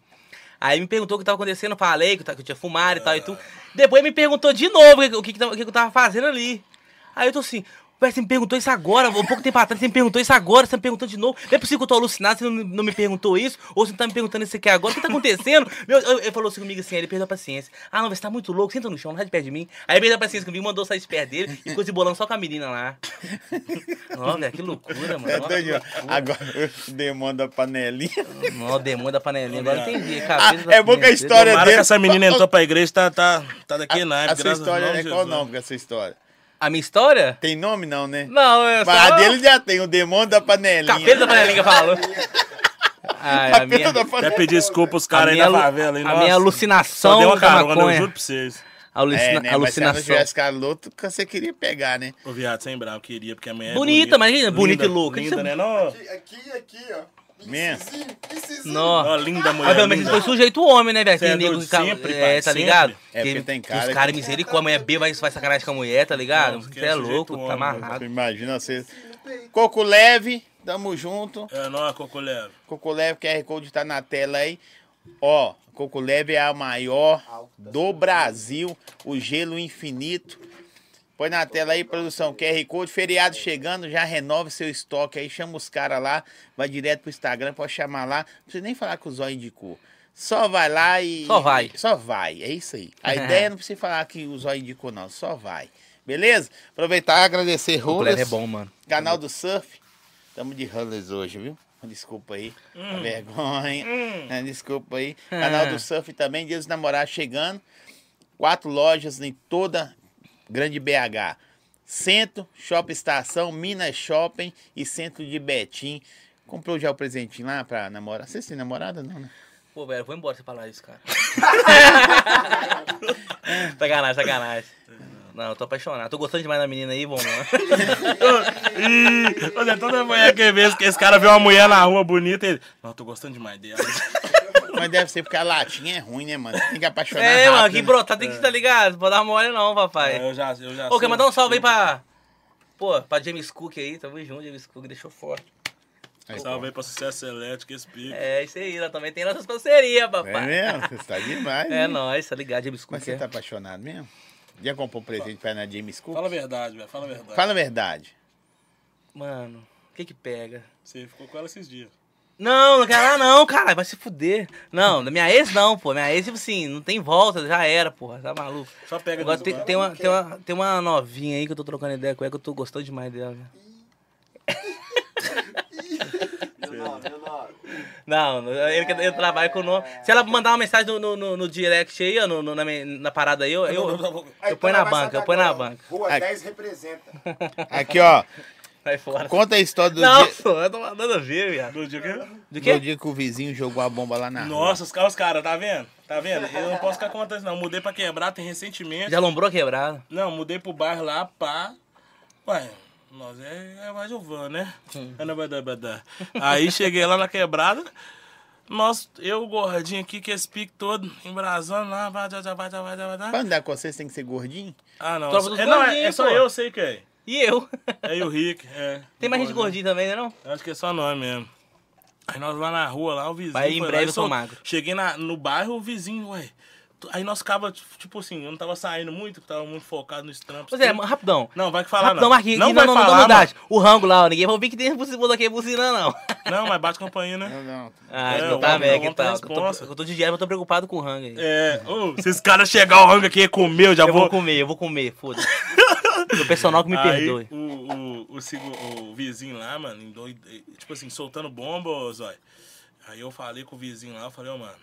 S3: Aí me perguntou o que tava acontecendo, eu falei que eu ta- que eu tinha fumado e tal e tudo. Depois me perguntou de novo o que- o que, que tava- o que que eu tava fazendo ali. Aí eu tô assim, velho, você me perguntou isso agora, um pouco tempo atrás, você me perguntou isso agora, você me perguntou de novo. Não é possível que eu tô alucinado, você não, não me perguntou isso, ou você não tá me perguntando isso aqui agora, o que tá acontecendo? *laughs* Meu, eu- ele falou assim comigo assim, aí ele perdeu a paciência. Ah, não, você tá muito louco, senta no chão, não sai de perto de mim. Aí ele perdeu a paciência comigo, mandou eu sair de perto dele e ficou se bolando só com a menina lá. *laughs* Ó, velho, que loucura, mano.
S1: É
S3: Nossa, que
S1: doido. Agora o demônio da panelinha.
S3: não, o demônio da panelinha, agora eu entendi. cabeça da
S1: é bom que a
S3: panelinha.
S1: história
S2: Tomara
S1: dele-
S2: que essa menina entrou pra igreja, tá, tá, tá daqui na
S1: a sua história é qual o nome dessa história?
S3: A minha história?
S1: Tem nome não, né?
S3: Não, é só...
S1: Mas a dele já tem, o demônio da panelinha.
S3: Capeta da panelinha Tá que eu falo. Ai,
S1: a
S3: a minha-
S1: pena da
S2: Até
S1: família.
S2: pedir desculpa os
S3: A
S2: caras aí
S3: minha
S2: da
S3: alu-
S2: favela. hein?
S3: a minha
S2: Nossa,
S3: alucinação
S2: Só deu uma
S3: da
S2: carona, eu
S3: maconha.
S2: juro pra vocês.
S1: É, né?
S3: Alucina...
S1: Mas se ela não
S3: alucinação.
S1: tivesse caroto, você queria pegar, né?
S2: Ô, viado, sem bravo, queria, porque a mulher
S3: Bonita,
S2: é
S3: mas
S2: bonita,
S3: linda, bonita e louca.
S2: Linda,
S3: Isso é-
S2: né? Não,
S4: Aqui, aqui, aqui, ó.
S1: Mesmo?
S4: Incisinho, incisinho.
S3: Nó.
S2: ó, linda mulher.
S3: Mas Ah, pelo menos
S2: linda.
S3: foi sujeito homem, né, velho?
S2: Cê é
S3: Tem nego
S2: doido,
S3: que ca-
S2: sempre,
S3: É,
S2: pai,
S3: tá
S2: sempre.
S3: ligado?
S1: É, porque tem cara
S3: Os
S1: que-
S3: caras misericórdia, amanhã B vai, vai sacanagem com a mulher, tá ligado?
S2: Não,
S3: Você
S2: que
S3: é
S2: é
S3: louco,
S2: sujeito
S3: tá
S1: né?
S2: homem,
S3: amarrado.
S1: Imagina você. Coco leve, tamo junto.
S2: É, não, Coco Leve.
S1: Coco Leve, QR Code tá na tela aí. Ó, Coco Leve é a maior do Brasil, o gelo infinito. Põe na tela aí, produção, QR Code, feriado chegando, já renove seu estoque aí, chama os caras lá, vai direto pro Instagram, pode chamar lá, não precisa nem falar que o Zóio indicou. Só vai lá e...
S3: Só vai.
S1: Só vai, é isso aí. A
S3: *laughs*
S1: ideia não precisa falar que o Zóio indicou não, só vai. Beleza? Aproveitar e agradecer,
S3: O
S1: Rolas.
S3: Cleve é bom, mano.
S1: Canal do Surf. Tamo de Hullers hoje, viu? Desculpa aí.
S3: Hum.
S1: A vergonha. É, Desculpa aí.
S3: Ah.
S1: Canal do Surf também, Dia dos Namorados chegando. Quatro lojas em toda Grande BH. Centro, Shopping Estação, Minas Shopping e Centro de Betim. Comprou já o presentinho lá pra namorar? Vocês têm namorada? Não, né?
S3: Pô, velho, eu vou embora se falar
S1: *laughs*
S3: isso, cara. sacanagem, sacanagem. Não, eu tô apaixonado. Tô gostando demais da menina aí, vamos lá.
S2: Ih, olha, toda mulher que vê que esse cara vê uma mulher na rua bonita, ele. Não, tô gostando demais
S3: *laughs*
S2: dela.
S1: Mas deve ser porque a latinha é ruim, né, mano? Tem que apaixonar
S3: É, mano,
S1: rápido,
S3: que
S1: né? É, assim,
S3: brotar tem que estar ligado. Pode dar mole não, papai.
S2: É, eu já, eu já
S3: Ô, quer
S2: sou-
S3: mandar um salve aí pra. Pô, pra James Cook aí, tamo junto, James Cook deixou forte.
S2: assim. Salve aí pra Sucesso Elétrico, esse pico.
S3: É, isso aí, nós também tem nossas parcerias,
S1: É
S3: papai.
S1: mesmo? Você tá demais.
S3: É,
S1: né?
S3: nóis, tá ligado, James Cook.
S1: Mas você
S3: é.
S1: tá apaixonado mesmo? Já comprou um presente pra Ana James Cook?
S2: Fala a verdade, velho, fala a verdade.
S1: Fala a verdade.
S3: Mano, o que que pega?
S2: Você ficou com ela esses dias.
S3: Não, não quero lá não, cara, vai se fuder. Não, da minha ex não, pô. Minha ex, tipo assim, não tem volta, já era, porra, tá maluco.
S2: Só pega
S3: Agora
S2: no
S3: tem,
S2: celular.
S3: tem uma, tem, uma, tem uma novinha aí que eu tô trocando ideia com ela, que eu tô gostando demais dela. né?
S4: Meu nome, meu nome.
S3: Não, não, ele, que- ele trabalha com o nome. Se
S2: Ah,
S3: ela mandar uma mensagem no, no, no- no direct aí, ó, no- no- na, me- na parada aí, eu,
S2: *laughs*
S3: eu,
S4: Aí,
S3: eu ponho na
S4: vai sacar
S3: banca, eu ponho na
S4: agora.
S3: banca.
S4: Rua
S1: Aqui.
S4: 10 representa.
S1: Aqui, ó.
S3: Sai fora.
S1: Conta a história do,
S3: Não,
S1: dia,
S3: pô, eu tô mandando a ver, viado.
S2: Do dia que...
S3: Do
S1: do
S3: quê?
S1: dia que o vizinho jogou a bomba lá na rua.
S2: Nossa, os caras, os caras, tá vendo? Tá vendo? Eu não posso ficar contando isso, não. Mudei pra quebrar, tem recentemente.
S3: Já alombrou a quebrada.
S2: Não, mudei pro bairro lá, pá. Ué, nós é, é mais Giovana, né? Ana badá, badá. Aí cheguei lá na quebrada. Nós, eu gordinho aqui, que esse pique todo, embrasando lá, vai, vai, vai, vai, vai, vai, vai.
S1: Pra andar com vocês tem que ser gordinho?
S2: Ah, não.
S3: Tropa dos
S2: É, não, é,
S3: gordinhos,
S2: é só
S3: pô.
S2: eu, sei quem.
S3: E eu? *laughs*
S2: É e o Rick, é.
S3: Tem mais gente
S2: Gordinho.
S3: gordinha também, né não?
S2: Eu Acho que é só nome mesmo. Aí nós lá na rua, lá o vizinho.
S3: Vai, em
S2: foi lá
S3: breve
S2: e
S3: eu sou
S2: sol-
S3: magro.
S2: Cheguei na, no bairro, o vizinho, ué. tu- Aí nós ficava, tipo assim, eu não tava saindo muito, porque tava muito focado nos trampos.
S3: Pois é,
S2: tudo.
S3: rapidão.
S2: Não, vai que falar não.
S3: Rapidão, Marquinhos,
S2: não
S3: e não,
S2: vai
S3: não, não,
S2: falar,
S3: dá
S2: mano.
S3: humildade. O rango lá, ó, ninguém vai ouvir que tem bucina aqui, bucina não. *laughs*
S2: Não, mas bate campainha, né?
S1: Não, não.
S3: Ah,
S2: É,
S3: então
S2: o
S3: tá,
S2: homem- o
S3: velho, que
S2: homem
S3: tal?
S2: tem
S3: Eu tô,
S2: responsa.
S3: eu tô de dieta, mas eu tô preocupado com o rango aí.
S2: É, ô, se esse cara chegar o rango aqui e comer, eu já
S3: eu
S2: vou...
S3: vou comer, eu vou comer, foda-se.
S2: *laughs*
S3: Meu personal que me
S2: Aí,
S3: perdoe.
S2: O, o, o, segu- o vizinho lá, mano, endoide- tipo assim, soltando bomba, ô, Zói. Aí eu falei com o vizinho lá, eu falei, ô, mano,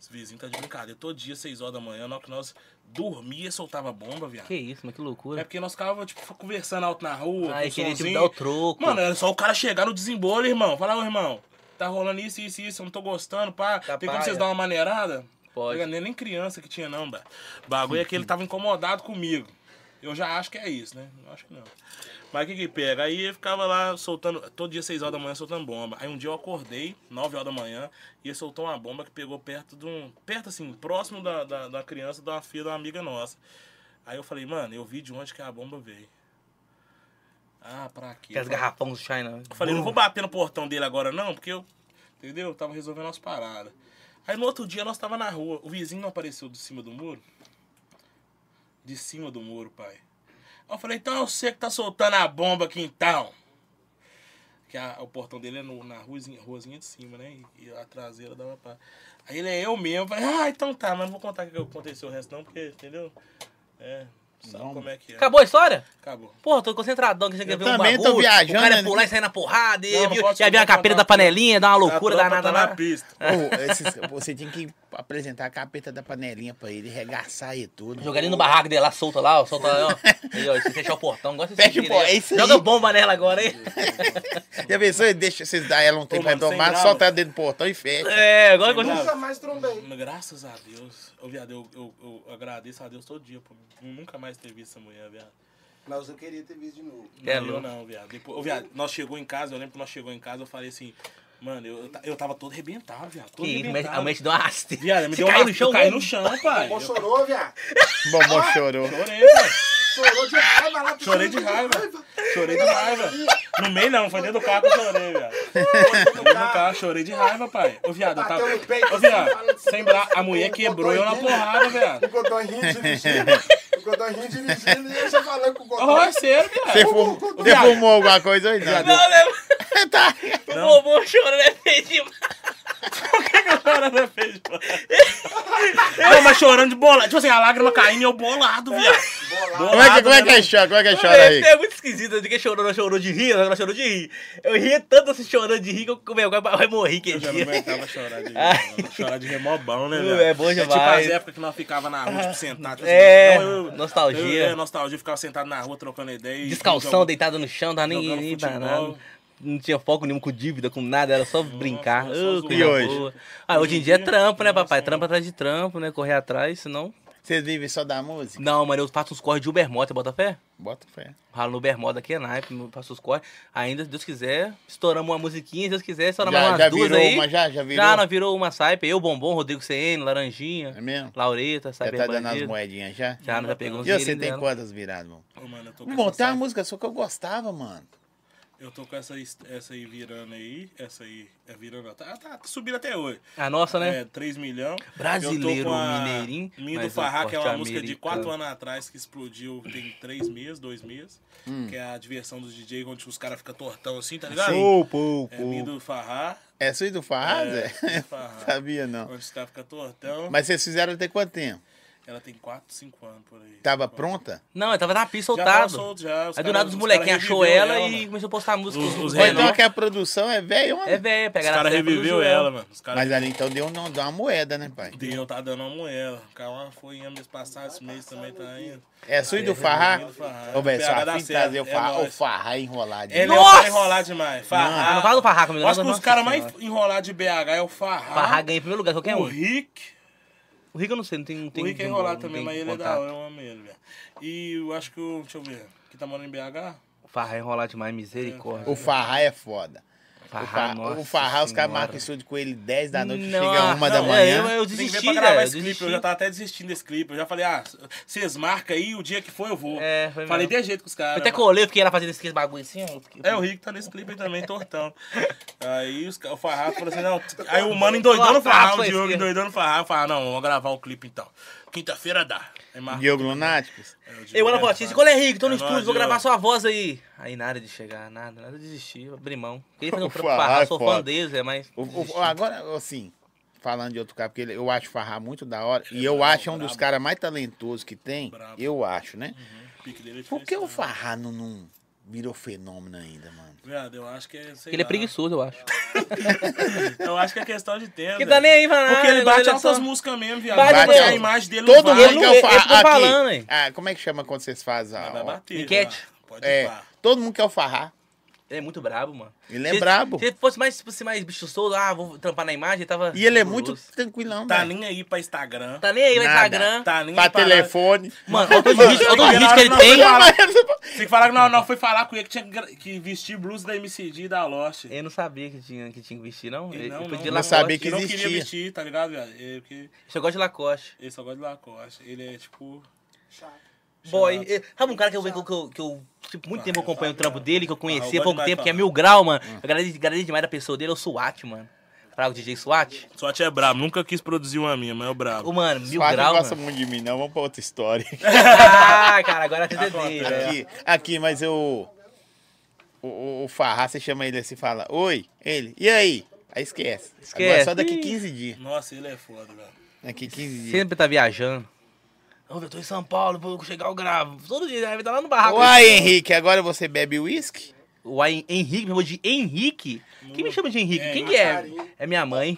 S2: esse vizinho tá de brincadeira. Todo dia, 6 horas da manhã, na hora que nós dormia, soltava bomba, viado.
S3: Que isso, mano, que
S2: É
S3: loucura.
S2: porque nós ficávamos, tipo, conversando alto na rua,
S3: Aí
S2: com
S3: queria te
S2: somzinho.
S3: dar o troco.
S2: Mano, era só o cara chegar no desembolo, irmão. Fala, ô, irmão, tá rolando isso, isso, isso, eu não tô gostando, pá.
S3: Tá
S2: Tem como
S3: paia.
S2: vocês dar uma maneirada?
S3: Pode.
S2: Não era nem criança que tinha, não, bá. O bagulho é que ele tava incomodado comigo. Eu já acho que é isso, né? Eu acho que não. Mas o que que pega? Aí eu ficava lá soltando, todo dia 6 horas da manhã soltando bomba. Aí um dia eu acordei, 9 horas da manhã, e ele soltou uma bomba que pegou perto de um. perto assim, próximo da, da, da criança da filha de uma amiga nossa. Aí eu falei, mano, eu vi de onde que a bomba veio. Ah, pra quê?
S3: Aquelas garrafões do China.
S2: Eu falei, não vou bater no portão dele agora não, porque eu, entendeu? Eu tava resolvendo as paradas. Aí no outro dia nós tava na rua, o vizinho não apareceu de cima do muro? De cima do muro, pai. Aí eu falei, então é você que tá soltando a bomba aqui então. Que a- o portão dele é no- na ruazinha, ruazinha de cima, né? E a traseira dava pra... Aí ele é eu mesmo, eu falei, ah, então tá, mas não vou contar o que aconteceu o resto não, porque, entendeu? É, Sabe como é que é?
S3: Acabou a história?
S2: Acabou.
S3: Porra, tô concentradão que você quer ver um
S1: também tô
S3: bagulho.
S1: viajando,
S3: o cara
S1: né?
S3: ia pular e sair na porrada,
S2: Não,
S3: ia
S2: não
S3: vir
S2: pode
S3: ia vir a
S2: soltar
S3: capeta
S2: na
S3: da
S2: porta.
S3: panelinha, dar uma loucura
S2: A tropa tá
S3: danada
S2: na
S3: lá.
S2: pista.
S1: Pô, esses- você tinha que apresentar a capeta da panelinha pra ele, regaçar e tudo.
S3: Joga ali no barraco dele lá, solta lá, ó, solta lá, ó.
S1: *laughs*
S3: Aí, ó, se fechar o portão, gosta de
S1: Fecha o
S3: sentir,
S1: portão,
S3: né?
S1: é isso aí.
S3: Joga bomba nela
S2: *laughs*
S3: agora, hein?
S1: Já pensou? Deixa vocês dar ela um tempo pra
S2: mano, sem
S1: tomar,
S2: grau,
S1: solta
S2: mano.
S1: ela dentro do portão e fecha.
S3: É, agora gosta de...
S5: Nunca mais trombei.
S2: Graças a Deus. Ô, viado, eu, eu, eu agradeço a Deus todo dia por nunca mais ter visto essa mulher, viado.
S4: Mas eu queria ter visto de novo.
S2: Não,
S3: É
S2: eu
S3: louco.
S2: não, viado. Depois, ô, viado, nós chegou em casa, eu lembro que nós chegou em casa, eu falei assim, mano, eu, eu ta- eu tava todo arrebentado, viado. Todo
S3: Que isso, mas
S2: arrebentado.
S3: a mente deu uma rasteira.
S2: Viado, me
S3: Se
S2: deu uma...
S3: cair no chão,
S2: eu caí
S3: né?
S2: no chão, pai.
S5: Pô,
S2: Eu
S5: chorou, viado.
S1: Bombom chorou.
S2: chorei, velho.
S5: Chorou de raiva lá.
S2: Chorei de raiva. Chorei de raiva. No meio não, foi dentro do carro que eu chorei, viado. Foi dentro do carro, chorei de raiva, pai. Ô, viado, eu tava.
S5: Bateu no peito,
S2: Ô, viado,
S5: assim,
S2: sem bra... a mulher quebrou eu na porrada, viado.
S5: O
S1: *laughs*
S5: Godorrinho dirigindo. O Godorrinho dirigindo e eu já falando com o
S2: Ô,
S5: Godorrinho.
S2: é sério, viado.
S1: Você fumou,
S5: Ô,
S1: você
S2: viado.
S1: fumou alguma coisa hoje? Não.
S3: Não, né?
S1: tá.
S2: Não.
S3: O bobo chorando é feio demais.
S2: Cara, não fez, mano. Não, mas chorando de bolado. Tipo assim, a lágrima caindo e eu bolado, viado. Bolado.
S1: Como é que, como
S2: né,
S1: é que é chora? Como é que é chora aí?
S3: É, é muito esquisito. Ninguém chorou, não chorou de rir, ela chorou de rir. Eu ria tanto assim, chorando de rir, que eu comei, agora vai morrer que
S2: Eu já não
S3: dia.
S2: aguentava chorar de
S3: Ai.
S2: mano. Chorar de remobão, né,
S3: Uh,
S2: velho?
S3: é bom
S2: tipo
S3: demais.
S2: as épocas que nós ficava na rua, tipo, sentado. Tipo,
S3: É,
S2: não, eu-
S3: nostalgia.
S2: Eu, é, nostalgia, ficava sentado na rua trocando ideia. e-
S3: Descalção,
S2: jogando-
S3: deitado no chão, não tava nem,
S2: jogando
S3: nem pra
S2: futebol.
S3: nada. Não tinha foco nenhum com dívida, com nada, era só brincar.
S2: só
S3: Ô,
S2: zoar.
S3: coisa
S1: E hoje?
S3: boa. Ah, hoje em dia é trampo, né, papai? Trampo atrás de trampo, né? Correr atrás, senão.
S1: Vocês vivem só da música?
S3: Não, mano, eu faço uns corres de Uber Moto, bota fé?
S1: Bota fé.
S3: Ralo no Uber Moto aqui é naipe, faço os corres. Ainda, se Deus quiser, estouramos uma musiquinha, se Deus quiser, estouramos
S1: Já,
S3: umas
S1: já
S3: duas
S1: virou
S3: aí.
S1: uma, já? Já virou?
S3: Já, não, virou uma saipa. Eu, Bombom, Rodrigo CN,
S1: É
S3: Laranjinha,
S1: mesmo?
S3: Laureta,
S1: Já
S3: Cyber
S1: tá dando as
S3: Bandido.
S1: moedinhas já?
S3: Já, nós já pegamos
S1: E você
S3: dinheirinho
S1: tem
S3: dela.
S1: quantas viradas, mano?
S2: Ô, mano, eu tô com
S1: Bom,
S2: essa
S1: tem uma
S2: saia-
S1: música sua que eu gostava, mano.
S2: Eu tô com essa, est- essa aí virando aí. Essa aí é virando. Tá, tá subindo até hoje.
S3: A nossa, né?
S2: É, 3 milhões.
S3: Brasileiro, mineirinho,
S2: Minha do
S3: mas
S2: Farrá, que é uma
S3: forte
S2: música de
S3: americano.
S2: 4 anos atrás que explodiu tem 3 meses, 2 meses.
S3: Hum.
S2: Que é a diversão dos DJ, onde os caras ficam tortão assim, tá ligado?
S1: pô,
S2: É Minha do Farrá.
S1: É sua e do Farrá, Zé?
S2: Minha do Farrá.
S1: *laughs* Sabia, não.
S2: Onde os caras ficam tortão.
S1: Mas vocês fizeram até quanto tempo?
S2: Ela tem 4, 5 anos por aí.
S1: Tava
S2: pronto?
S1: pronta?
S3: Não, eu tava na pista
S2: Já
S3: soltado.
S2: tava solto, já. Os
S3: Tá Aí
S2: caras-
S3: do nada os
S2: os
S3: molequinhos
S2: caras
S3: achou
S2: reviveu
S3: ela
S2: ela,
S3: e
S2: mano.
S3: começou a postar música.
S2: Os- os
S1: Ou
S2: É,
S1: então
S2: não.
S1: que a produção é velho,
S3: É
S1: homem.
S3: velho,
S2: Os
S3: pegaram
S2: caras
S3: a
S2: reviveu ela, mano. Os caras
S1: Mas ali então deu, não, deu uma moeda, né, pai?
S2: Deu, tá dando uma moeda. Calma, foi em mês passado, esse mês também tá indo.
S1: É sua e do
S2: é
S1: Farrá?
S2: do Farrá.
S1: Ô, velho,
S2: PH
S1: sua
S2: dá
S1: filha
S2: certo,
S1: trazer o
S2: é
S1: Farrá. O
S2: nóis.
S1: Farrá enrolado.
S2: Ele
S3: Nossa!
S2: é o cara enrolar demais. Farrá.
S3: Ah, não fala do Farrá comigo, não,
S2: Acho que os
S3: nossa
S2: caras mais
S3: senhora.
S2: enrolados de BH é o Farrá.
S3: Farrá ganha em primeiro lugar, qualquer
S2: o
S3: um.
S2: Rick.
S3: O Rico eu não sei, não tem. Não tem
S2: o Rick é
S3: não
S2: enrolado
S3: tem
S2: também, mas ele é da
S3: contato.
S2: hora, eu amo ele, velho. E eu acho que o. Deixa eu ver. Que tá morando em BH?
S3: O Farrá é enrolado demais, misericórdia.
S1: O Farrá é foda.
S3: Farrá,
S1: o Farrá,
S3: nossa
S1: o Farrá
S2: é
S1: os
S3: senhora.
S1: caras marcam isso com ele 10 da noite,
S3: Não,
S1: chega 1 da
S3: não,
S1: manhã.
S3: Eu, eu
S2: Tem que ver
S3: desisti,
S2: pra gravar
S3: velho,
S2: esse clipe, eu
S3: desisti.
S2: já tava até desistindo desse clipe. Eu já falei, ah, vocês marcam aí o dia que for eu vou.
S3: É, foi
S2: Falei
S3: mesmo.
S2: de jeito com os caras.
S3: Eu até
S2: mano.
S3: colei, fiquei lá fazendo esse bagulho assim. ó.
S2: É, o Rick tá nesse clipe aí também, tortão. Aí os ca- o Farrapo falou assim, não. Aí o mano endoidou no Farrapo, o Diogo endoidou no Farrapo. Farrapo, ah, não, vamos gravar o clipe então. Quinta-feira dá. Aí marca-
S1: Diogo Lunáticos.
S2: É, o Diogo
S3: Eu olho a
S2: deve
S3: fotinha e
S2: falar.
S3: digo, olha Rick, tô no
S2: É
S3: estúdio,
S2: nóis,
S3: vou gravar
S2: Diogo.
S3: sua voz aí. Aí nada de chegar, nada, nada, desisti, abri mão.
S2: *laughs*
S3: Queria fazer um
S1: O
S3: trampo
S1: Farrá
S3: Farrá,
S1: é
S3: sou
S1: foda.
S3: fã deles, é, mas...
S1: O- o- agora, assim, falando de outro cara, porque ele- eu acho o Farrá muito da hora. e eu acho é um dos caras mais talentosos que tem.
S2: Brabo.
S1: Eu acho, né?
S2: O pique dele é
S1: Por que o
S2: diferente, né?
S1: Farrá não, não virou fenômeno ainda, mano?
S2: Viado, eu acho que é. sei
S3: Ele é
S2: lá.
S3: preguiçoso, eu acho.
S2: *laughs* Eu acho que é questão de tempo.
S3: Que tá nem aí pra nada,
S2: Porque ele
S3: agora
S2: bate
S3: ele é só-
S2: altas músicas mesmo, viado.
S3: Bate,
S2: Bate a
S1: mano.
S2: imagem dele.
S1: Todo
S2: vai,
S1: mundo
S3: não
S1: que
S3: é,
S1: eu
S3: é isso que eu
S1: falar.
S3: tô falando,
S1: Aqui,
S3: hein?
S1: ah, como é que chama quando vocês fazem a.
S2: Vai bater.
S3: Enquete.
S2: vai. Pode
S1: é,
S2: pá.
S1: todo mundo quer o Farrá.
S3: Ele é muito brabo, mano.
S1: Ele é
S3: se,
S1: brabo.
S3: Se ele fosse mais, fosse mais bicho solto, ah, vou trampar na imagem, ele tava...
S1: E ele é
S3: horroroso.
S1: muito tranquilão,
S2: Tá
S1: velho.
S2: nem aí pra Instagram.
S3: Tá nem aí no
S1: Nada.
S3: Instagram.
S2: Tá nem
S1: Pra
S2: aí nada.
S1: telefone.
S3: Mano, olha o tanto de vídeo, olha o tanto de vídeo que
S1: Tá.
S3: ele tem.
S2: Tem que falar que não, não foi falar com ele que tinha que gra- que vestir blusa da MCD e da Lost.
S3: Eu não sabia que tinha que, tinha que vestir, não.
S2: Ele
S3: Ele,
S2: não,
S3: ele
S2: não,
S3: podia
S2: não.
S1: Não sabia
S3: Lacoste.
S1: que
S2: ele não
S1: existia.
S2: queria vestir, tá ligado, viado? Ele, porque
S3: Só gosta de Lacoste.
S2: ele só gosta de Lacoste. Ele é tipo.
S5: Chato.
S3: Boy, eh, sabe um cara que eu, que eu, que eu tipo, muito tempo eu acompanho o trampo dele, que
S2: Ah,
S3: eu
S2: eu
S3: conheci
S2: gosto
S3: há pouco
S2: demais,
S3: tempo, que é
S2: cara.
S3: Mil Grau, mano.
S1: Hum.
S3: Eu agradeço, agradeço demais a pessoa dele, é o SWAT, mano. Pra o DJ SWAT?
S2: Só te é brabo, nunca quis produzir uma minha, mas é o brabo.
S3: Ô, mano, Mil
S1: Farrá não
S3: Grau,
S1: gosta
S3: mano.
S1: muito de mim, não. Vamos pra outra história.
S3: *laughs* Ah, cara, agora é TDD, velho.
S1: Aqui, aqui, mas eu. O, o, o Farrá, você chama ele assim e fala: Oi, ele, e aí? Aí esquece.
S3: Esquece.
S1: Agora é só daqui
S3: Ih.
S1: 15 dias.
S2: Nossa, ele é foda, velho.
S1: Daqui 15 dias.
S3: Sempre tá viajando. Ô, eu tô em São Paulo, vou chegar eu gravo. Todo dia, ele tá lá no barraco.
S1: Uai, Henrique, agora você bebe uísque?
S3: Uai, Henrique, me chamou de Henrique? Quem me chama de Henrique? Quem que é? É minha mãe.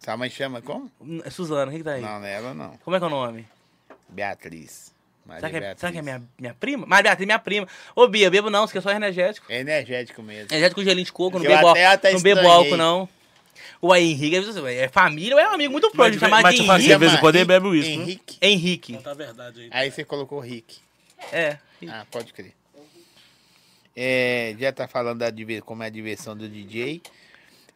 S1: Sua mãe chama como?
S3: É Suzana, quem que tá aí?
S1: Não, não é ela não.
S3: Como é que é o nome?
S1: Beatriz. Maria
S3: Será que, é,
S1: Beatriz.
S3: será que é minha, minha prima? Mas Beatriz, é minha prima. Ô, Bia, bebo não, você é só energético.
S1: É energético mesmo.
S3: Energético com gelinho de coco, não
S1: Eu
S3: bebo,
S1: até-
S3: al-
S1: até
S3: não bebo
S1: estranhei.
S3: álcool, não. Uai, Henrique, é é família ou é um amigo muito
S2: Mas
S3: próximo,
S2: de-
S3: chamar
S2: mas
S3: de
S2: te fazia-
S3: Henrique.
S1: Chama
S2: de vez em quando ele bebe uísque, né?
S1: Henrique.
S3: Henrique.
S2: Contar a verdade aí.
S1: Aí você colocou Rick.
S3: É.
S1: Ah, pode crer. É, já tá falando da, diver- como é a diversão do DJ.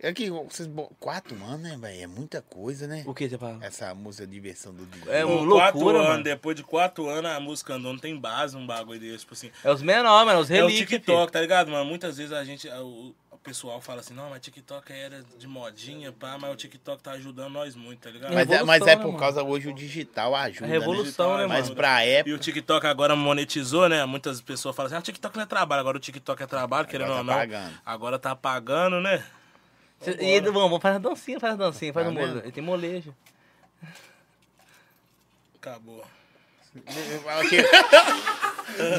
S1: É que vocês. bo- Quatro anos, né, velho? É muita coisa, né?
S3: O que você fala?
S1: Essa música diversão do DJ.
S3: Uhum. É
S2: Com
S3: um loucura,
S2: quatro anos,
S3: mano.
S2: depois de quatro anos, a música andou, não tem base num bagulho desse, tipo assim.
S3: É os menores, mano, os
S2: é o
S3: relíquias.
S2: TikTok, tá ligado, mano? Muitas vezes a gente, o, o pessoal fala assim, não, mas TikTok era de modinha, pá, mas o TikTok tá ajudando nós muito, tá ligado?
S1: Mas, é,
S3: revolução,
S1: mas é
S3: né,
S1: por
S3: mano?
S1: causa hoje o digital ajuda.
S3: É
S1: né?
S3: revolução, né,
S1: Mas
S3: mano?
S1: pra
S2: E o
S1: época.
S2: TikTok agora monetizou, né? Muitas pessoas falam assim, ah, o TikTok não é trabalho. Agora o TikTok é trabalho, querendo
S1: tá
S2: ou não.
S1: pagando.
S2: Agora tá pagando, né?
S3: Cê- E ele, vamos, faz a dancinha, faz a dancinha, faz
S1: Tá
S3: um
S1: vendo?
S3: molejo. Ele tem molejo.
S2: Acabou.
S3: *laughs*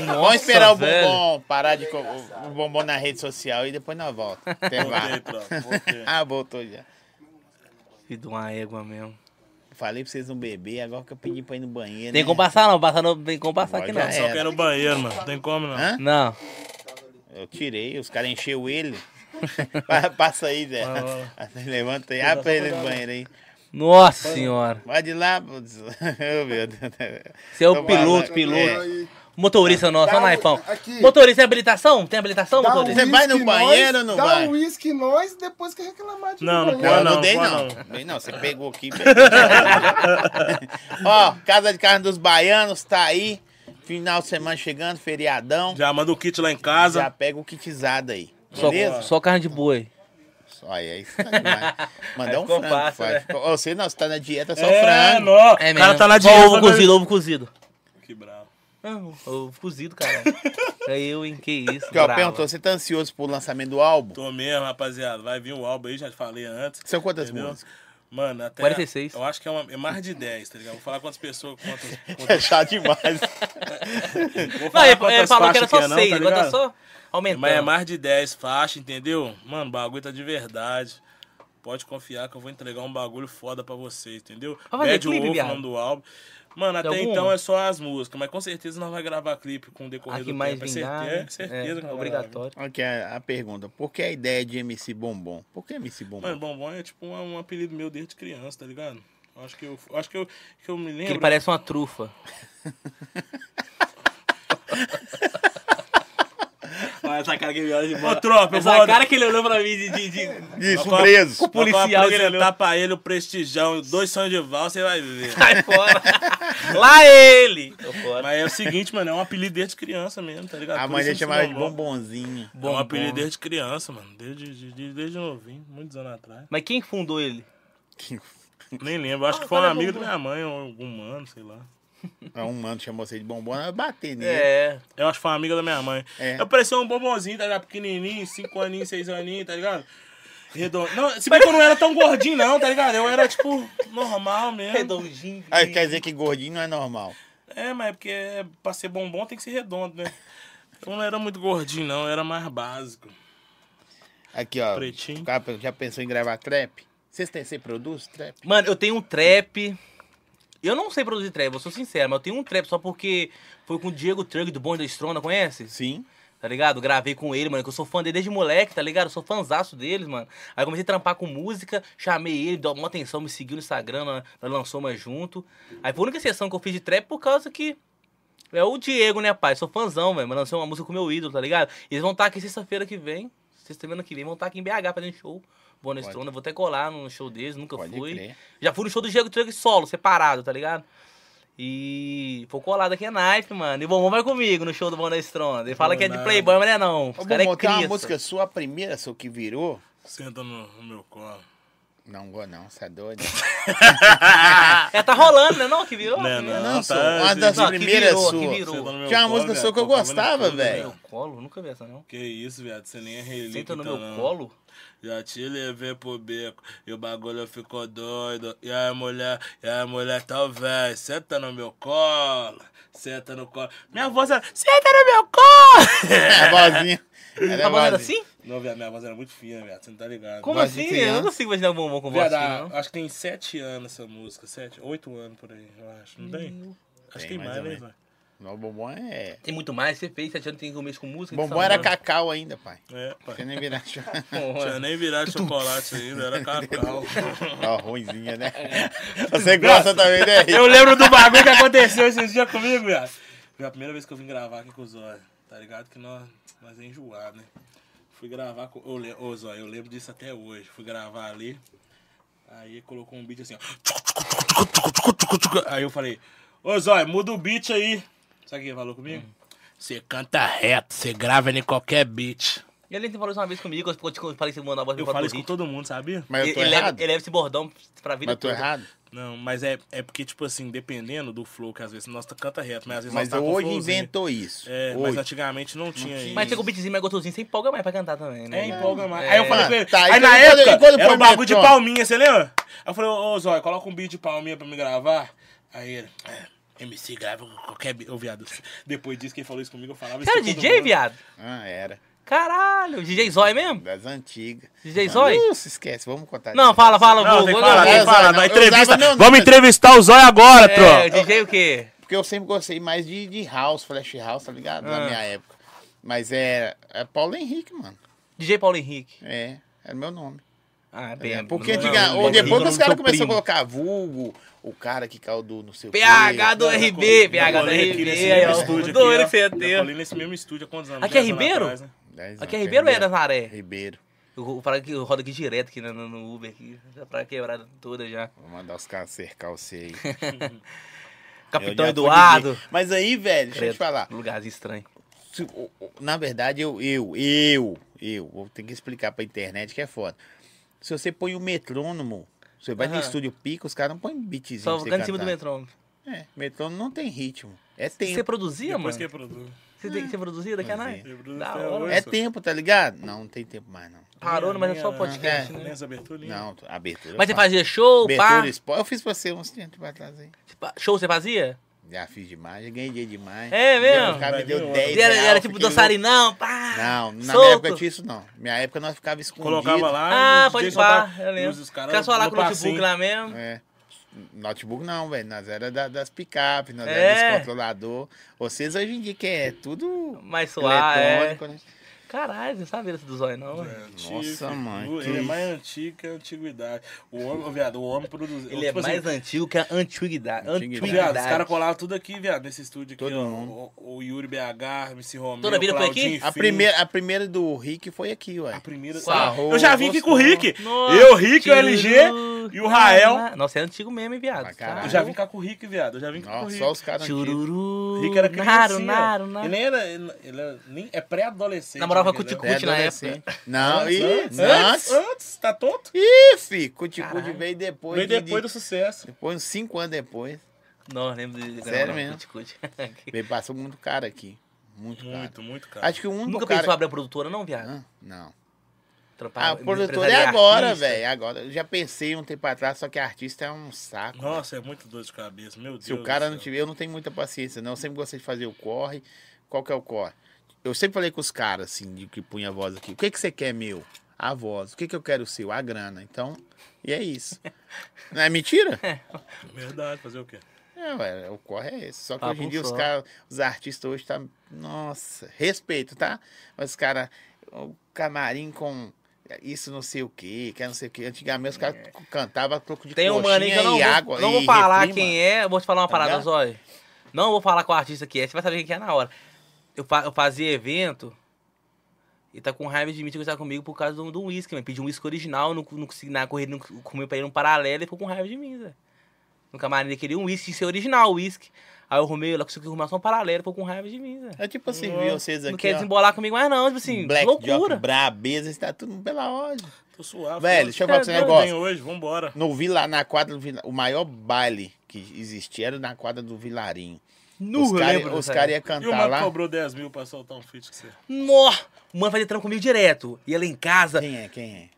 S1: Vamos esperar o
S3: velho.
S1: bombom parar de. co- O, o bombom na rede social e depois nós
S3: *laughs*
S1: volta. Até
S2: Voltei,
S1: vai.
S2: pronto. Voltei.
S1: *laughs* Ah, voltou já.
S3: Filho de uma égua mesmo.
S1: Falei pra vocês não beber, agora que eu pedi pra ir no banheiro.
S3: Tem
S1: né?
S3: como passar não, passar não, tem como passar aqui não.
S1: Já
S2: Só
S1: era.
S2: quero o banheiro, mano. Não tem como, não.
S1: É. Hã?
S3: Não.
S1: Eu tirei, os caras encheu ele. *laughs* Pa- Passa aí, Zé. Levanta aí. Abre pra ele no banheiro aí.
S3: Nossa senhora.
S1: Vai de lá, *laughs* putz. Ô, meu Deus.
S3: Você é o
S6: Então
S1: Toma
S3: piloto,
S1: lá.
S3: piloto.
S1: É.
S6: Aí,
S3: Motorista nosso,
S6: Dá
S3: só
S6: um-
S3: naipão.
S6: aqui.
S3: Motorista tem habilitação? Tem habilitação,
S6: dá um
S3: motorista?
S1: Você vai no
S6: uísque
S1: banheiro ou
S6: nós,
S1: não
S6: dá
S1: vai?
S6: Dá um uísque nós, depois que reclamar de
S2: Não, não
S6: banheiro.
S1: Não, eu
S2: Não,
S1: não dei
S2: boa
S1: não.
S2: não.
S1: Dei não, você pegou aqui. pegou. *laughs* Ó, Casa de Carne dos Baianos tá aí. Final de semana chegando, feriadão.
S2: Já manda o kit lá em
S1: Já, tá
S2: casa.
S1: pega o kitizado aí.
S3: Só,
S1: Beleza?
S3: só carne de boi.
S1: Olha, é isso tá demais. Mandar
S3: Aí
S1: um
S3: ficou
S1: frango.
S3: fácil,
S1: faz.
S3: né?
S1: Ô, Você não, você tá na dieta, só
S2: É,
S1: frango.
S2: nó.
S3: É
S2: o cara
S3: mesmo.
S2: tá lá de
S3: Ó,
S2: novo,
S3: ovo
S2: né?
S3: cozido, ovo cozido.
S2: Que bravo.
S3: Ah, ovo cozido,
S6: *laughs*
S3: cara. é eu, hein? Que
S1: Aqui,
S3: isso,
S1: ó,
S3: brava.
S6: assim,
S1: perguntou, você tá ansioso pro lançamento do álbum?
S2: Tô mesmo, rapaziada. Vai vir o álbum aí, já falei antes.
S1: São
S3: é
S1: quantas
S2: Entendeu?
S1: músicas?
S2: Mano, até.
S3: 46.
S2: Eu acho que é, uma- é mais de 10, tá ligado? Vou falar quantas pessoas.
S3: *laughs*
S2: Quantas,
S1: É *laughs*
S2: quantas,
S1: chato demais.
S2: vou
S3: Não,
S2: falar
S3: ele, ele
S2: quantas
S3: falou que era
S2: faixas
S3: só
S2: é, não,
S3: seis, agora tá
S2: ligado?
S3: só
S2: É,
S3: aumentando.
S2: Mas é mais de 10 faixas, entendeu? Mano, o bagulho tá de verdade. Pode confiar que eu vou entregar um bagulho foda pra vocês, entendeu?
S3: Vai fazer
S2: Bad
S3: clipe,
S2: Wolf, o
S3: viado?
S2: nome do álbum. Mano, até
S3: Tem algum?
S2: então é só as músicas, mas com certeza nós vamos gravar clipe com o decorrer
S3: Aqui
S2: do
S3: Ah, mais
S2: tempo. É
S3: vingar,
S2: certeza,
S3: né?
S2: certeza. que
S3: é,
S2: nós vamos
S3: obrigatório.
S1: Aqui a, a pergunta, por que a ideia de MC Bombom? Por que MC Bombom?
S2: gravar. Mano, Bombom é tipo um, um apelido meu desde criança, tá ligado? Eu Acho que eu, eu acho que eu, que eu me
S3: Que ele
S2: lembro.
S3: parece uma trufa. *laughs* Olha essa cara que ele olha de
S2: Ô, tropa, eu
S3: Essa
S2: vou-
S3: cara que ele olhou pra mim de... de, *laughs* de...
S1: Isso,
S2: Nós
S1: preso.
S2: vamos-
S3: Com o policial,
S2: nós vamos
S3: entendeu?
S2: apresentar pra ele o prestijão, dois sonhos de valsa, você vai
S3: *laughs*
S2: ver.
S3: Sai fora. Lá ele! Tô fora.
S2: Mas é o seguinte, mano, é um apelido desde criança mesmo, tá ligado?
S1: A
S2: Por
S1: mãe
S2: isso
S1: dele
S2: MC
S1: chamava de Bombonzinho.
S2: É um
S3: Bombom.
S2: apelido desde criança, mano. Desde, desde, desde novinho, muitos anos
S3: *laughs*
S2: atrás.
S3: Mas quem fundou ele?
S2: Nem lembro,
S3: Ah,
S2: acho que foi um amigo da minha mãe, ou algum mano, sei lá.
S1: Um mano chamou você de Bombom, eu bater nele.
S3: É.
S2: Eu acho que foi uma amiga da minha mãe.
S1: É.
S2: Eu parecia um bombonzinho, tá ligado? Pequenininho, cinco aninhos, seis aninhos, tá ligado? Redondo. Não, se bem que eu não era tão gordinho, não, tá ligado? Eu era, tipo, normal mesmo.
S3: Redondinho.
S1: Aí quer dizer Ah, que é- gordinho não é normal.
S2: É, mas é porque pra ser bombom tem que ser redondo, né? Eu não era muito gordinho, não, eu era mais básico.
S1: Aqui, ó.
S2: Pretinho.
S1: o cara Já pensou em gravar trap? Vocês têm, você produz trap?
S3: Mano, eu tenho um trap. Eu não sei produzir trap, vou ser sincero, mas eu tenho um trap só porque foi com o Diego Trunk do Bonde da Estrona, conhece?
S1: Sim.
S3: Tá ligado? Gravei com ele, mano, que eu sou fã dele desde moleque, tá ligado? Eu sou fãzaço deles, mano. Aí comecei a trampar com música, chamei ele, deu uma atenção, me seguiu no Instagram, nós nós lançamos mais junto. Aí foi a única sessão que eu fiz de trap por causa que. É o Diego, né, pai? Sou fãzão, velho. Mas lancei uma música com o meu ídolo, tá ligado? Eles vão estar aqui sexta-feira que vem. Sexta-feira que vem vão estar aqui em BH fazendo show. Boa na Estrona, vou até colar no show deles, nunca
S1: Pode
S3: fui.
S1: crer.
S3: Já fui no show do Diego Trunk solo, separado, tá ligado? E foi colado aqui é naipe, mano. E o Bombom vai comigo no show do Bom da Estronda. Ele fala que é de
S2: nada.
S3: Playboy, mas não é não.
S1: Ô,
S3: Os caras é
S1: Bombom, tem uma
S3: cria.
S1: música sua, a primeira sua que virou.
S2: Senta no, no meu colo.
S1: Não vou não, você é doido.
S3: É, tá rolando, né? *laughs* Não, que virou?
S2: Não,
S3: que virou.
S1: não,
S2: tá,
S1: sou. Uma
S2: gente.
S1: das
S3: Não, que
S1: primeiras
S3: virou, que
S1: suas.
S3: virou.
S2: Você tá no meu
S1: Tinha uma
S2: colo,
S1: música
S2: viado,
S1: sua que eu
S2: tocava no
S1: gostava,
S2: tudo,
S1: velho.
S2: né?
S3: Colo? Nunca vi essa, não.
S2: Que isso, viado, você nem é relíquia.
S3: Senta no meu
S2: não.
S3: colo?
S2: Já te levei pro beco e o bagulho ficou doido. E aí, mulher, e aí, mulher, talvez, senta no meu colo, senta no colo. Minha voz era, senta no meu colo!
S1: *laughs*
S2: *laughs*
S1: A vozinha.
S3: *laughs* Tá falando
S1: Era vozinha.
S3: assim?
S2: Não, viado, minha voz era muito fina, viado, você não tá ligado.
S3: Como
S1: Voz de
S3: assim? Eu
S1: criança.
S3: não consigo imaginar o bombom com voz
S2: Viado,
S3: assim, não.
S2: ah, acho que tem sete anos essa música, sete, oito anos por aí, eu acho, não tem? Acho que
S1: Tem,
S2: tem
S1: mais
S2: mais,
S1: ou
S2: né,
S1: menos.
S2: velho?
S1: O bombom é.
S3: Tem muito mais, você fez sete anos, tem começo com música. de
S1: Bombom era
S3: samba.
S1: cacau ainda, pai.
S2: É, pai.
S1: Você nem
S3: *laughs*
S1: virar
S2: Tinha nem
S1: *laughs*
S2: virado chocolate ainda, era cacau.
S1: Ó, ruimzinha, né?
S3: É.
S1: Você gosta também, né? Rick?
S2: Eu lembro do bagulho que aconteceu esses dias comigo, viado. Foi a primeira vez que eu vim gravar aqui com o Zóia. Tá ligado que nós, nós é enjoado, né? Fui gravar com. Ô, Le- ô, Zóia, eu lembro disso até hoje. Fui gravar ali. Aí colocou um beat assim, ó. Aí eu falei, ô Zóia, muda o beat aí. Sabe o que ele falou comigo? Você canta reto, você grava em qualquer beat.
S3: E ele falou isso uma vez comigo, eu eu falei que você mandou a voz
S2: Eu
S3: pra
S2: falo isso com
S3: Borrite.
S2: todo mundo, sabia?
S1: Mas eu
S3: Ele-
S1: tô
S3: ele leva-
S1: errado.
S3: Ele é leva esse bordão pra vida
S1: Mas eu tô
S3: toda.
S1: errado.
S2: Não, mas é, é porque, tipo assim, dependendo do flow, que às vezes nós canta reto, mas às vezes
S1: Mas
S2: nós tá com
S1: hoje
S2: flowzinho.
S1: inventou isso.
S2: É, mas
S1: hoje.
S2: antigamente não tinha isso.
S3: Mas chega o beatzinho mais gostosinho, você empolga mais pra cantar também, né?
S2: É, empolga mais.
S3: É.
S2: Aí eu falei com ele.
S1: Tá,
S2: aí
S1: então
S2: na
S1: ele pode-
S2: época,
S1: quando
S2: era
S1: põe
S2: um bagulho de
S1: metrônomo?
S2: palminha, você lembra? Aí eu falei, ô Zóia, coloca um beat de palminha pra me gravar. Aí ele, é, MC grava qualquer beat. Ô, viado, depois disso que ele falou isso comigo, eu falava isso
S3: Você
S1: é
S3: era
S2: com todo
S3: DJ,
S2: mundo.
S3: viado?
S1: Ah, era.
S3: Caralho, DJ Zói mesmo?
S1: Das antigas.
S3: DJ Zói?
S1: Não se esquece, vamos contar.
S3: Não, fala, fala,
S2: Não,
S3: vou,
S2: tem que
S3: vou-
S2: falar, tem que
S1: eu-
S2: falar.
S1: eu-
S2: Nós
S1: eu
S2: entrevista,
S1: usava meu
S2: vamos
S1: nome.
S2: entrevistar o Zóia agora, tro.
S3: É, DJ o quê?
S1: Porque eu sempre gostei mais de, de house, flash house, tá ligado?
S3: Ah.
S1: Na minha época. Mas é, é Paulo Henrique, mano.
S3: DJ Paulo Henrique.
S1: É, é meu nome.
S3: Ah,
S1: É,
S3: bem.
S1: porque
S3: não-
S1: antiga-
S3: não-
S1: ou
S3: não-
S1: depois que os
S2: do
S1: caras começaram
S2: seu
S1: a
S2: primo.
S1: colocar vulgo, o cara que caiu do não sei o quê.
S3: PH do RB, PH do
S2: colei aqui
S3: RB,
S2: nesse
S3: aí,
S2: mesmo
S3: ó.
S2: estúdio aqui,
S3: Doido
S2: ó.
S3: que você ia
S2: Já
S3: ter.
S2: colei nesse mesmo estúdio há quantos anos?
S3: Aqui é
S2: 10 anos
S3: Ribeiro?
S2: atrás, né?
S1: Dez
S3: Aqui é
S1: anos,
S3: Ribeiro ou é Nazaré?
S1: Ribeiro.
S3: Eu vou falar que eu rodo aqui direto aqui no, no- no Uber, aqui, já pra quebrada toda já.
S1: Vou mandar os caras cercar você
S3: *laughs*
S1: aí. Eu
S3: Capitão
S1: já fui
S3: Eduardo.
S1: de- Mas aí, velho, deixa eu te falar.
S3: Lugarzinho estranho.
S1: Se- o- o- Na verdade, eu, eu, eu, eu, vou ter que explicar pra internet que é foda. Se você põe o metrônomo, você vai no
S3: Aham.
S1: estúdio pica, os caras não põem beatzinho.
S3: Só
S1: pra você
S3: ficar em cima do
S1: cantar.
S3: metrônomo.
S1: É, metrônomo não tem ritmo. É tempo.
S3: Você produzia,
S2: Depois
S3: mano?
S2: que produz.
S3: Você, tem- você produzia daqui a
S1: Produzia.
S3: nada?
S2: Eu produzo
S3: Da
S2: até
S3: hora.
S2: hoje.
S1: É tempo, tá ligado? Não, não tem tempo mais, não.
S3: Parou, mas é só
S2: Minha-
S3: podcast,
S2: minha-
S3: né?
S2: Minhas aberturas.
S1: Não, abertura.
S3: Mas você
S1: eu
S3: fazia show, pá? Tipo,
S1: Abertura, esporte. Eu fiz pra você uns tempos pra trás aí.
S3: Show você fazia?
S1: Já fiz demais, já ganhei dinheiro demais.
S3: É mesmo?
S1: O cara me
S2: Vai ver
S1: deu
S2: o
S1: 10
S3: E era,
S1: real,
S3: era tipo
S1: fiquei
S3: dançarinão, pá!
S1: louco. Não, na
S3: solto.
S1: minha época não tinha isso, não. Minha época nós ficava escondido.
S2: Colocava lá. e
S3: Ah,
S2: o
S3: pode
S2: DJ
S3: pá,
S2: soltava-
S3: eu lembro.
S2: os- os caras
S3: Ficava só lá
S2: no
S3: com o notebook
S2: passinho.
S3: lá mesmo.
S1: É. Notebook não, velho. Nós era da- das picapes, nós
S3: É.
S1: era dos controlador. Vocês hoje em dia que é tudo
S3: Mais suave, é.
S1: eletrônico, né?
S3: Caralho, você não sabia dessa do zóio, não, mano.
S2: É,
S1: Nossa,
S2: antigo.
S1: mãe,
S2: O-
S1: que
S2: Ele é
S1: isso.
S2: mais antigo que a antiguidade. O homem, ô, viado, o homem produziu.
S3: Ele é
S2: tipo assim,
S3: mais antigo que a antiguidade.
S1: Antiguidade.
S2: Viado, os
S3: Antiguidade.
S2: caras colavam tudo aqui, viado, nesse estúdio aqui,
S1: Todo
S2: ó.
S1: mundo.
S2: O, o Yuri BH, MC Romero.
S3: Toda vida foi aqui?
S2: Claudinho
S1: A
S2: Filho.
S1: primeira, a primeira do Rick foi aqui, ué.
S2: A primeira.
S3: Qual?
S2: Eu já vim aqui com o Rick.
S3: Nossa,
S2: eu, Rick, o LG
S3: tchururu,
S2: e o Rael.
S3: na- Nossa, é antigo mesmo, hein, viado.
S1: Pra caralho.
S2: Eu já vim cá com o Rick, viado. Eu já vim cá com o
S1: Nossa,
S2: Rick.
S1: só os caras antigos.
S3: Chururu.
S2: Rick era
S3: Naro,
S2: criancinha.
S3: naro, naro.
S2: Ele nem era. Ele, ele era- nem, é pré-adolescente. né,
S3: Namorava cuti-
S2: galera?
S1: É,
S3: Curte na
S1: adolescente.
S2: Antes,
S1: Não, e
S2: Antes, antes,
S1: antes.
S2: antes, tá tonto?
S1: Ih, fi, Cuticudi
S3: Caralho.
S1: veio depois.
S2: Veio
S1: de-
S2: depois do
S1: de-
S2: sucesso.
S1: Depois, uns 5 anos depois.
S3: Não, eu lembro de...
S1: Sério
S3: não, não,
S1: mesmo?
S3: cuti-cuti.
S1: Veio, passou muito cara aqui. Muito, cara.
S2: Muito, muito, cara. Ah,
S1: Acho que o único
S3: Nunca
S1: cara...
S3: pensou em abrir a produtora, não, viado?
S1: Hã? Não.
S3: Trampar-
S1: A produtora é
S3: empresaria
S1: agora,
S3: artista.
S1: velho. Agora. Eu já pensei um tempo atrás, só que artista é um saco.
S2: Nossa, é muito dor de cabeça, meu Deus.
S1: Se o cara
S2: do
S1: não
S2: céu.
S1: tiver, eu não tenho muita paciência, não. Eu sempre gostei de fazer o corre. Qual que é o corre? Eu sempre falei com os caras, assim, de que punha a voz aqui. O que que você quer, meu? A voz. O que que eu quero seu? A grana. Então, e é
S2: *laughs*
S1: isso. Não é mentira?
S2: Verdade, fazer o quê?
S1: É, ué, o corre é esse. Só que
S3: Papo
S1: hoje em dia os
S3: só.
S1: caras, os artistas hoje tá, nossa, respeito, tá? Mas os caras, o camarim com isso não sei o quê, que é não sei o quê. Antigamente os caras cantavam troco de
S3: É. Tem um mano aí que
S1: coxinha
S3: eu não
S1: e
S3: vou,
S1: água.
S3: não
S1: e
S3: vou falar
S1: refri,
S3: quem
S1: mano. Tá
S3: é, vou te falar uma parada,
S1: ligado?
S3: Zóio. Não vou falar qual artista que é, você vai saber quem que é na hora. Eu, fa- eu fazia evento e tá com raiva de mim de conversar comigo por causa do do uísque, mano. Pedi um uísque original, não, co- não consegui na corrida, não co- comeu pra ele um paralelo e ficou com raiva de mim, Zé. No camarim ele queria um uísque, tinha que ser original o uísque. Aí eu arrumei, ela conseguiu arrumar só um paralelo, ficou com raiva de mim, Zé.
S1: É tipo assim, viu vocês
S3: Não
S1: aqui,
S3: quer
S1: ó. um
S3: desembolar comigo mais não, tipo assim,
S1: Black
S3: loucura.
S1: Jock, brabeza, está tá tudo pela ordem.
S2: Tô suave.
S1: Velho, deixa eu falar pra você um
S2: Eu
S1: negócio.
S2: tenho hoje, vambora.
S1: No Vila, na quadra do Vila, o maior baile que existia era na quadra do Vilarinho.
S3: Nu,
S1: os
S3: eu
S1: caras
S3: lembro dessa
S1: cara é- iam
S2: E o
S1: cantar
S2: Mano
S1: lá.
S2: cobrou 10 mil pra soltar um feat com você.
S3: Nó! O mano fazia trampo comigo direto. Ia lá em casa.
S1: Quem é? Quem
S3: *laughs*
S1: é?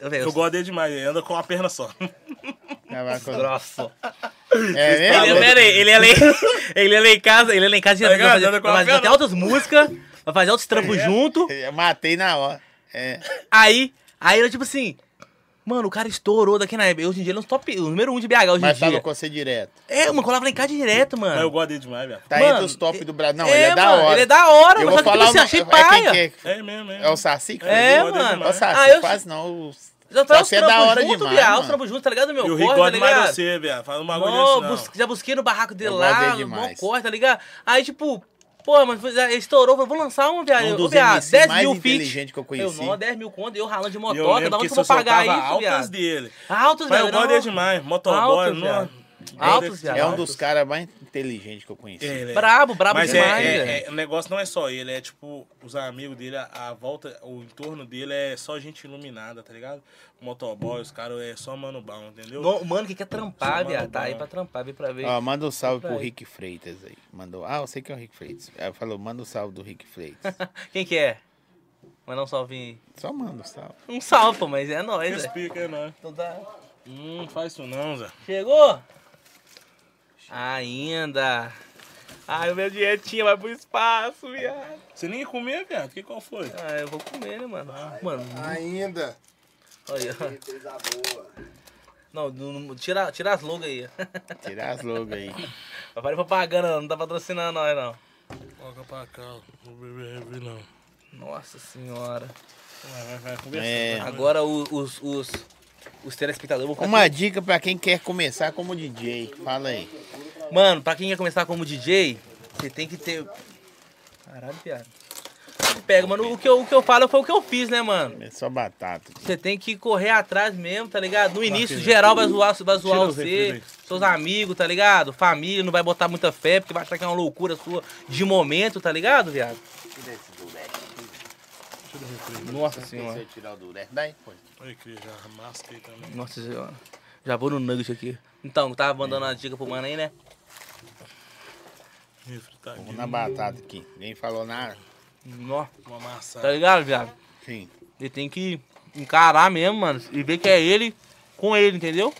S3: Eu, velho,
S2: Eu gosto dele demais, ele anda com uma
S1: *laughs*
S2: perna só.
S1: Tava com-
S3: grosso.
S1: É
S3: Ele,
S1: mesmo?
S3: pera aí, ele, ia lá em- ele ia lá em casa, ele ia lá em casa,
S2: Tá
S3: ia
S2: ligado?
S3: fazer,
S2: Anda
S3: vai
S2: com É. a
S3: fazer
S2: perna.
S3: até outras músicas, vai fazer outros trampos junto.
S1: *laughs* Eu matei na hora. É.
S3: Aí, aí era tipo assim, mano, o cara estourou daqui na época. Hoje em dia ele é um top, o número um de BH hoje em
S1: Mas tava
S3: dia.
S1: com você direto.
S3: É, mano, colava lá em casa direto,
S2: Mas eu
S3: mano.
S2: gosto dele demais, velho.
S1: Tá
S3: Mano,
S1: entre os top
S3: é-
S1: do Brasil. Não, ele é da
S3: mano,
S1: hora.
S3: Ele é da hora,
S1: Eu
S3: mano.
S1: vou
S3: Só que tipo
S1: falar o
S3: assim,
S1: nome.
S3: achei
S1: é quem
S3: paia.
S1: que é?
S2: É mesmo, é né?
S1: É o
S2: mesmo.
S1: Saci? que
S3: É,
S1: fez?
S2: gosto dele
S3: mano.
S1: É o
S2: demais.
S1: Saci,
S3: Ah, eu-
S1: faz não. O
S3: Já faz os
S1: Saci é da
S3: trampos
S1: hora
S3: junto,
S1: demais,
S3: viado. Os
S1: mano.
S3: trampos juntos, tá ligado, meu?
S2: E o Rick
S3: Corre,
S2: gosta
S3: tá
S2: demais de
S3: ligado?
S2: você, velho. Fala um bagulho
S3: Não,
S2: desse,
S3: bus- já busquei no barraco dele
S1: Eu gosto
S3: lá,
S1: dele
S3: no
S1: demais.
S3: corte, tá ligado? Aí, tipo, pô, mas foi- ele estourou, falou, vou lançar um,
S1: Um
S3: viado. Ô,
S1: dos
S3: viado,
S1: MCs
S3: 10
S1: mais
S3: mil feet.
S1: inteligentes que eu
S3: Eu
S1: conheci.
S3: não, 10 mil conto, eu ralando de
S2: não. E eu
S3: motoca, da
S2: lembro
S3: onde
S2: que
S3: que eu
S2: você
S3: vou
S2: soltava
S3: pagar isso,
S2: altas
S3: viado?
S2: dele.
S3: Altos,
S2: Mas
S3: velho.
S2: eu gosto dele
S3: não.
S2: demais. Motoboy,
S3: Altos,
S2: não.
S3: viado. Altos,
S1: É
S3: viado.
S1: um dos caras mais inteligentes que eu conheci.
S2: Ele é-
S3: Brabo, brabo
S2: Mas é-
S3: demais,
S2: é-
S3: velho.
S2: é- o negócio não é só ele, é tipo, os amigos dele, a, a volta, o entorno dele é só gente iluminada, tá ligado? Motoboy, os caras é só mano bom, entendeu?
S3: Não, mano, que quer trampar,
S2: Mano,
S3: viado. Tá aí
S2: mano.
S3: pra trampar, vem pra ver.
S1: Ó, manda um salve pro
S3: Vai.
S1: Rick Freitas aí. Mandou. Ah, eu sei que é o Rick Freitas. Ela falou, manda um salve do Rick
S3: *laughs*
S1: Freitas.
S3: *laughs* Quem que é? Mandar um salve aí.
S1: Só manda um salve.
S3: Um salve, pô, mas é nóis, velho.
S2: Explica, né?
S3: Então tá.
S2: Hum, faz isso não, Zé.
S3: Chegou? Ainda. Ai, o meu dietinha vai pro espaço, viado.
S2: Você nem ia comer, viado. Que qual foi?
S3: Ah, eu vou comer, né, mano? Mano,
S6: Ainda.
S3: olha. ó.
S4: Coisa boa.
S3: Não, não- não- tira, tira as logas aí. *laughs*
S1: Tirar as logo aí.
S3: Vai fazer propaganda, não tá patrocinando nós, não.
S2: Coloca pra cá, não bebe review não.
S3: Nossa senhora.
S2: Vai, vai, vai, conversa.
S1: É.
S3: Agora o- os, os, os telespectadores vão ficar
S1: Uma dica pra quem quer começar como DJ. Fala aí.
S3: Mano, pra quem quer começar como DJ, você tem que ter. Caralho, viado. Pega, mano, o que, eu, o que eu falo foi o que eu fiz, né, mano?
S1: É só batata.
S3: Você tem que correr atrás mesmo, tá ligado? No início, geral vai zoar, vai zoar
S2: Tira os
S3: você,
S2: refri
S3: seus amigos, tá ligado? Família, não vai botar muita fé, porque vai achar que é uma loucura sua de momento, tá ligado, viado?
S1: Nossa senhora. tirar o durex daí, pô.
S2: Olha que já masca aí também.
S3: Nossa senhora. Já vou no nugget aqui. Então, eu tava mandando uma dica pro mano aí, né?
S2: Refri tá aqui.
S1: Vou na batata aqui. Nem falou nada.
S3: Nó,
S2: Uma maçã.
S3: tá ligado, viado?
S1: Sim.
S3: Ele tem que encarar mesmo, mano, e ver que é ele com ele, entendeu?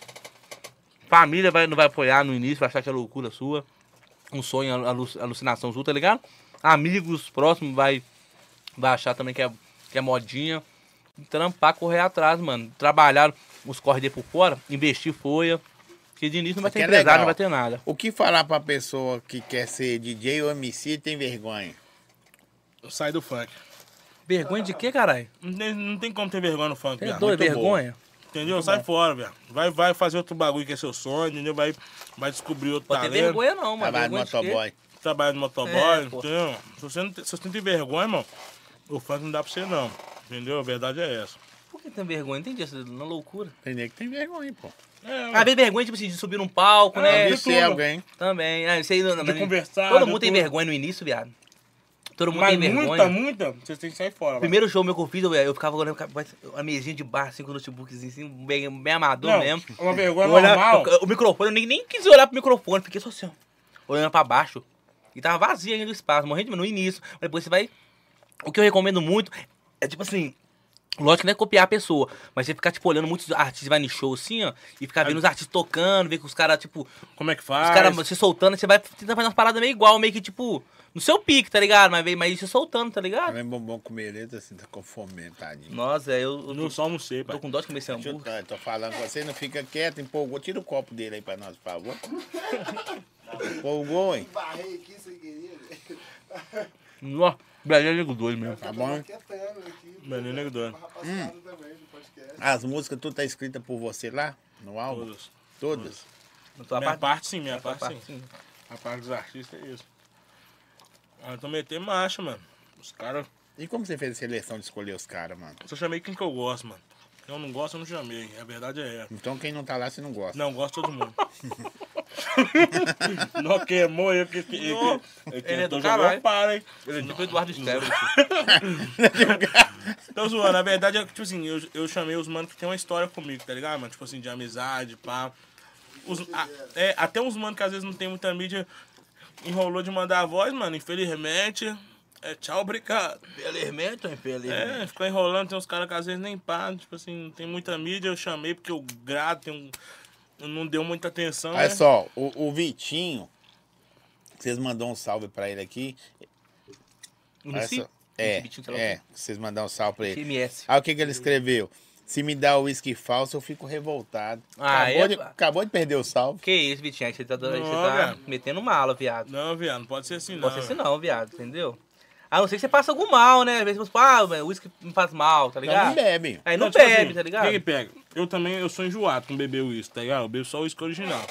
S3: Família vai, não vai apoiar no início, vai achar que é loucura sua, um sonho, alu- alucinação sua, tá ligado? Amigos próximos vai, vai achar também que é, que é modinha. Trampar, correr atrás, mano. Trabalhar os corre dele por fora, investir folha. Porque de início não vai
S1: Isso
S3: ter
S1: aqui é
S3: empresário,
S1: legal.
S3: não vai ter nada.
S1: O que falar pra pessoa que quer ser DJ ou MC e tem vergonha?
S2: Sai do funk.
S3: Vergonha de quê, caralho?
S2: Não tem, não tem como ter vergonha no funk,
S3: Tem
S2: viado.
S3: doido,
S2: Muito boa.
S3: vergonha?
S2: Entendeu? Sai fora, velho. Vai, vai fazer outro bagulho que é seu sonho, entendeu? Vai, vai descobrir outro
S3: Pode ter
S1: Tá
S2: talento.
S3: vergonha não, mano.
S1: Trabalho no
S3: vergonha de quê?
S1: motoboy.
S2: Trabalho de motoboy,
S3: É, pô.
S2: entendeu? Se você, não tem, se você não tem vergonha, irmão, o funk não dá pra você não. Entendeu? A verdade é essa.
S3: Por que tem vergonha? Entendi isso, na loucura.
S1: Tem nego que tem vergonha, pô.
S2: É,
S3: Às vezes vergonha, tipo assim, de subir num palco,
S1: É,
S3: né?
S1: Deve ser alguém.
S3: Também. Ah, isso aí, não, mas-
S2: conversar,
S3: Todo
S2: de
S3: mundo tem
S2: tudo.
S3: vergonha no início, viado. Todo mundo
S2: mas
S3: tem vergonha.
S2: muita, muita, você tem que sair fora. velho.
S3: Primeiro show meu que eu fiz, eu, eu ficava olhando a mesinha de bar, assim, com o notebookzinho, assim, bem, bem amador
S2: não,
S3: mesmo.
S2: Uma vergonha
S3: Eu olhava-
S2: normal.
S3: eu- eu- o microfone, eu nem, nem quis olhar pro microfone, fiquei só assim, ó, olhando pra baixo. E tava vazio ainda o espaço, morrendo no início. Mas depois você vai. O que eu recomendo muito é tipo assim. Lógico que não é copiar a pessoa, mas você ficar, tipo, olhando muitos artistas, vai no show assim, ó, e ficar vendo os artistas tocando, ver que os caras, tipo,
S2: Como é que
S3: os
S2: faz?
S3: caras se soltando, você vai tentando fazer umas paradas meio igual, meio que tipo, no seu pique, tá ligado? Mas, mas se soltando, tá ligado?
S1: Também bombom com merenda, assim, tá com fome, tadinho.
S3: Nossa, é, eu, eu
S2: Não
S3: tô,
S2: só almocei, pai.
S3: tô com dó de comer esse
S1: Deixa eu-
S3: hambúrguer.
S1: eu tô falando com você, não fica quieto, empolgou. Tira o copo dele aí pra nós, por
S3: *laughs*
S1: favor. empolgou, hein?
S4: Barrei aqui sem querer. velho.
S3: Nossa, Brasil é nego doido mesmo.
S1: Tá bom?
S4: Quietando aqui.
S2: Menino é nego doido.
S4: Rapaziada também do podcast.
S1: As músicas, tudo tá escrita por você lá? No álbum?
S2: Todos.
S1: Todas?
S3: Eu tô a
S2: minha
S3: parte-
S2: parte
S3: assim,
S2: sim, minha
S3: a
S2: parte,
S3: parte-
S2: sim. A parte dos artistas é isso. Aí eu tô metendo marcha, mano. Os caras.
S1: E como você fez a seleção de escolher os caras, mano?
S2: Só chamei quem que eu gosto, mano. Quem eu não gosto, eu não chamei. A verdade é essa.
S1: Então quem não tá lá, você não gosta.
S2: Não, gosto de todo mundo. *laughs* não queimou eu que. que, que,
S3: Não,
S2: que
S3: ele é do é
S2: eu tô jogando
S3: caralho.
S2: para, hein?
S3: Ele é tipo Eduardo Estero.
S2: Tô zoando. Na verdade, é que, tipo assim, eu, eu chamei os manos que tem uma história comigo, tá ligado, mano? Tipo assim, de amizade, pá. Os- a- é, até uns manos que às vezes não tem muita mídia enrolou de mandar a voz, mano. Infelizmente. É tchau, obrigado.
S3: Infelizmente, ou infelizmente.
S2: É, ficou enrolando, tem uns caras que às vezes nem pagam, tipo assim, não tem muita mídia, eu chamei porque eu grato, tem um- eu não deu muita atenção.
S1: Olha
S2: né?
S1: só, o, o Vitinho, que vocês mandaram um salve pra ele aqui.
S3: Não sei.
S1: Essa- é,
S3: Vitinho, sei lá o
S1: é, que vocês mandaram um salve pra ele.
S3: FMS.
S1: Aí o que, que ele escreveu? Se me dá o uísque falso, eu fico revoltado.
S3: Ah,
S1: acabou,
S3: é?
S1: de, acabou de perder o salve.
S3: Que isso, Vitinho? Aí Você tá, dando- aí você
S2: Não,
S3: tá
S2: cara.
S3: metendo mala, viado.
S2: Não, viado, não pode ser assim, não.
S3: Não pode ser assim não, viado, entendeu? A não ser que você faça algum mal, né? Às vezes você fala, ah, velho, o uísque me faz mal, tá
S1: Então não
S3: ligado?
S1: bebe.
S3: Aí não,
S2: tipo
S3: bebe,
S2: assim,
S3: tá
S2: O
S3: ligado?
S2: que, que pega? Eu também eu sou enjoado com beber uísque, tá ligado? Eu bebo só o uísque original.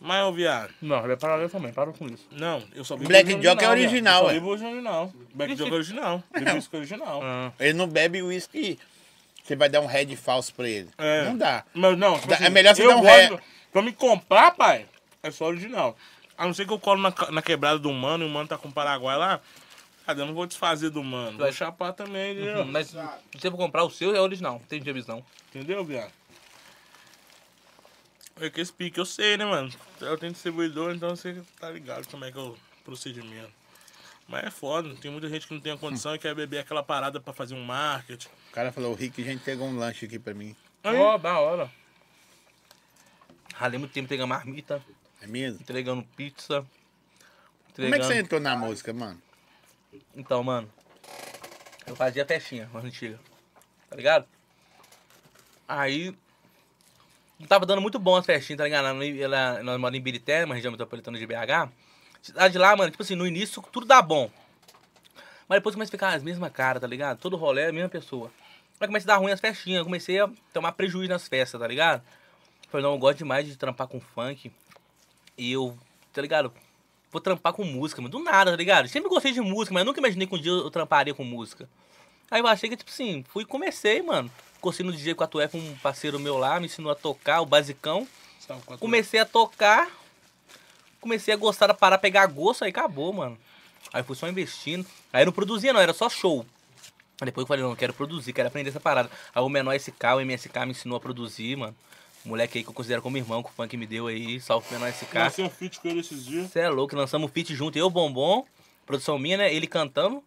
S2: Mas, ô viado,
S3: Não, vai parar eu também, parou com isso.
S2: não, eu só bebo
S1: Black
S2: uísque
S1: Jock é
S2: viado.
S1: original,
S2: Eu só
S1: ué.
S2: bebo original. Black Jock é original. Bebo uísque original.
S1: Ele não bebe uísque. Você vai dar um red falso pra ele.
S2: É.
S1: Não dá.
S2: Mas não, tipo
S1: Dá- é melhor você
S2: eu
S1: dar um
S2: gosto-
S1: ré.
S2: Pra me comprar, pai, é só original. A não ser que eu colo na, ca- na quebrada do mano e o mano tá com o Paraguai lá. Cara, eu não vou desfazer do mano. Vou
S3: Vai. Uhum,
S2: chapar também, entendeu?
S3: Hum, Mas se você for comprar o seu, é original, não tem de não.
S2: Entendeu, viado? É que esse pique eu sei, né, mano? Eu tenho distribuidor, então você tá ligado como é que é o procedimento. Mas é foda, tem muita gente que não tem a condição e quer beber aquela parada pra fazer um marketing.
S1: O cara falou, o Rick, gente, pegou um lanche aqui pra mim.
S2: Aí,
S3: Ó, da hora. Ralei muito tempo entregando marmita,
S1: É mesmo?
S3: entregando pizza.
S1: Como é que
S3: Entregando...
S1: você entrou na música, mano?
S3: Então, mano, eu fazia festinha, mas antiga. Tá ligado? Aí. Não tava dando muito bom as festinhas, tá ligado? Lá no- Ela, nós moramos em Birité, uma região metropolitana de BH. Cidade de lá, mano, tipo assim, no início tudo dá bom. Mas depois começa a ficar as mesmas caras, tá ligado? Todo rolê é a mesma pessoa. Aí começa a dar ruim as festinhas, eu comecei a tomar prejuízo nas festas, tá ligado? Falei, não, eu gosto demais de trampar com funk. E eu, tá ligado? Vou trampar com música, mano. Do nada, tá ligado? Sempre gostei de música, mas nunca imaginei que um dia eu tramparia com música. Aí eu achei que, tipo assim, fui e comecei, mano. Comecei no DJ 4F, um parceiro meu lá, me ensinou a tocar, o basicão.
S2: você tava com a tua-
S3: Comecei a tocar, comecei a gostar da parar, pegar gosto, aí acabou, mano. Aí fui só investindo. Aí não produzia, não, era só show. Aí depois eu falei, não, eu quero produzir, quero aprender essa parada. Aí o menor SK, o MSK me ensinou a produzir, mano. Moleque aí que eu considero como irmão, que o funk me deu aí, salve menor SK.
S2: Lancei um feat com ele esses dias.
S3: Você é louco, lançamos o feat junto, eu, Bombom, produção minha, né? Ele cantando,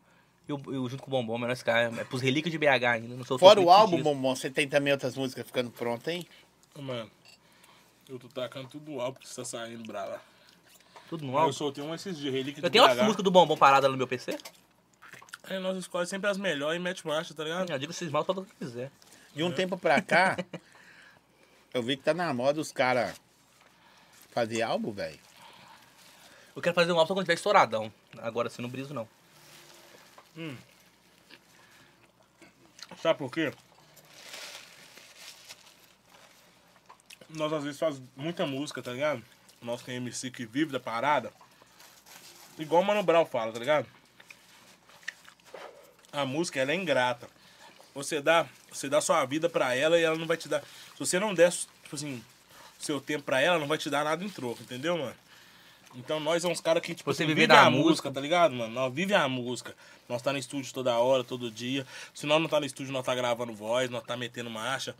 S3: eu, eu junto com o Bombom, menor SK, é pros relíquias de BH ainda. Não sou
S1: Fora o
S3: feito
S1: álbum,
S3: disso.
S1: Bombom, você tem também outras músicas ficando pronta, hein?
S2: Mano, eu tô tacando tudo alto porque você tá saindo brava.
S3: Tudo no
S2: Mas Eu
S3: álbum.
S2: soltei um esses dias, relíquia
S3: Eu
S2: de
S3: tenho umas
S2: BH.
S3: músicas do Bombom parada no meu PC?
S2: Aí nós escolhemos sempre as melhores e mete marcha, tá
S1: Ah.
S2: ligado?
S3: Eu digo vocês mal todo o que quiser.
S1: De um tempo pra cá, eu vi que tá na moda os caras fazer álbum, velho.
S3: Eu quero fazer um álbum só quando tiver estouradão. Agora assim, não briso, não.
S2: Sabe por quê? Nós às vezes fazemos muita música, tá ligado? Nós tem MC que vive da parada. Igual o Mano Brown fala, tá ligado? A música, ela é ingrata. Você dá, você dá sua vida pra ela e ela não vai te dar... Se você não der, tipo assim, seu tempo pra ela, ela não vai te dar nada em troco, entendeu, mano? Então nós é uns caras que, tipo,
S3: Você
S2: assim, vive
S3: viver da
S2: a
S3: música.
S2: música, tá ligado, mano? Nós vive a música. Nós tá no estúdio toda hora, todo dia. Se nós não tá no estúdio, nós tá gravando voz, nós tá metendo marcha.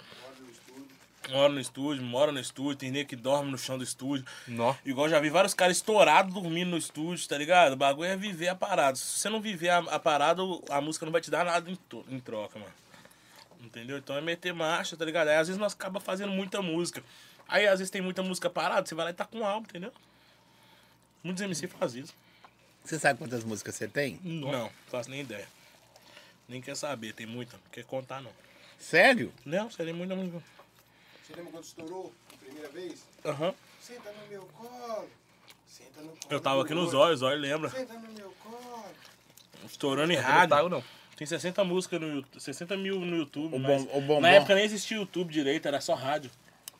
S2: Mora no estúdio, mora no estúdio, tem nego que dorme no chão do estúdio.
S3: Nó.
S2: Igual já vi vários caras estourados dormindo no estúdio, tá ligado? O bagulho é viver a parada. Se você não viver a, a parada, o- a música não vai te dar nada em, to- em troca, mano. Entendeu? Então é meter marcha, tá ligado? Aí às vezes nós acaba fazendo muita música. Aí às vezes tem muita música parada, você vai lá e tá com um álbum, entendeu? Muitos MC fazem isso.
S1: Você sabe quantas músicas você tem?
S2: Não, não faço nem ideia. Nem quer saber, tem muita. Não quer contar, não.
S1: Sério?
S2: Não, seria muita música.
S6: Você lembra quando estourou a primeira vez?
S2: Aham.
S6: Senta no meu colo. Senta no colo.
S2: Eu tava
S6: do
S2: aqui nos
S6: outro.
S2: olhos, olha, lembra?
S6: Senta no meu colo.
S2: Estourando em
S3: Não
S2: rádio.
S3: pago, não.
S2: Tem 60 músicas no YouTube, 60 mil no YouTube.
S1: O
S2: mas
S1: bom- o bombom.
S2: Na época nem existia YouTube direito, era só rádio.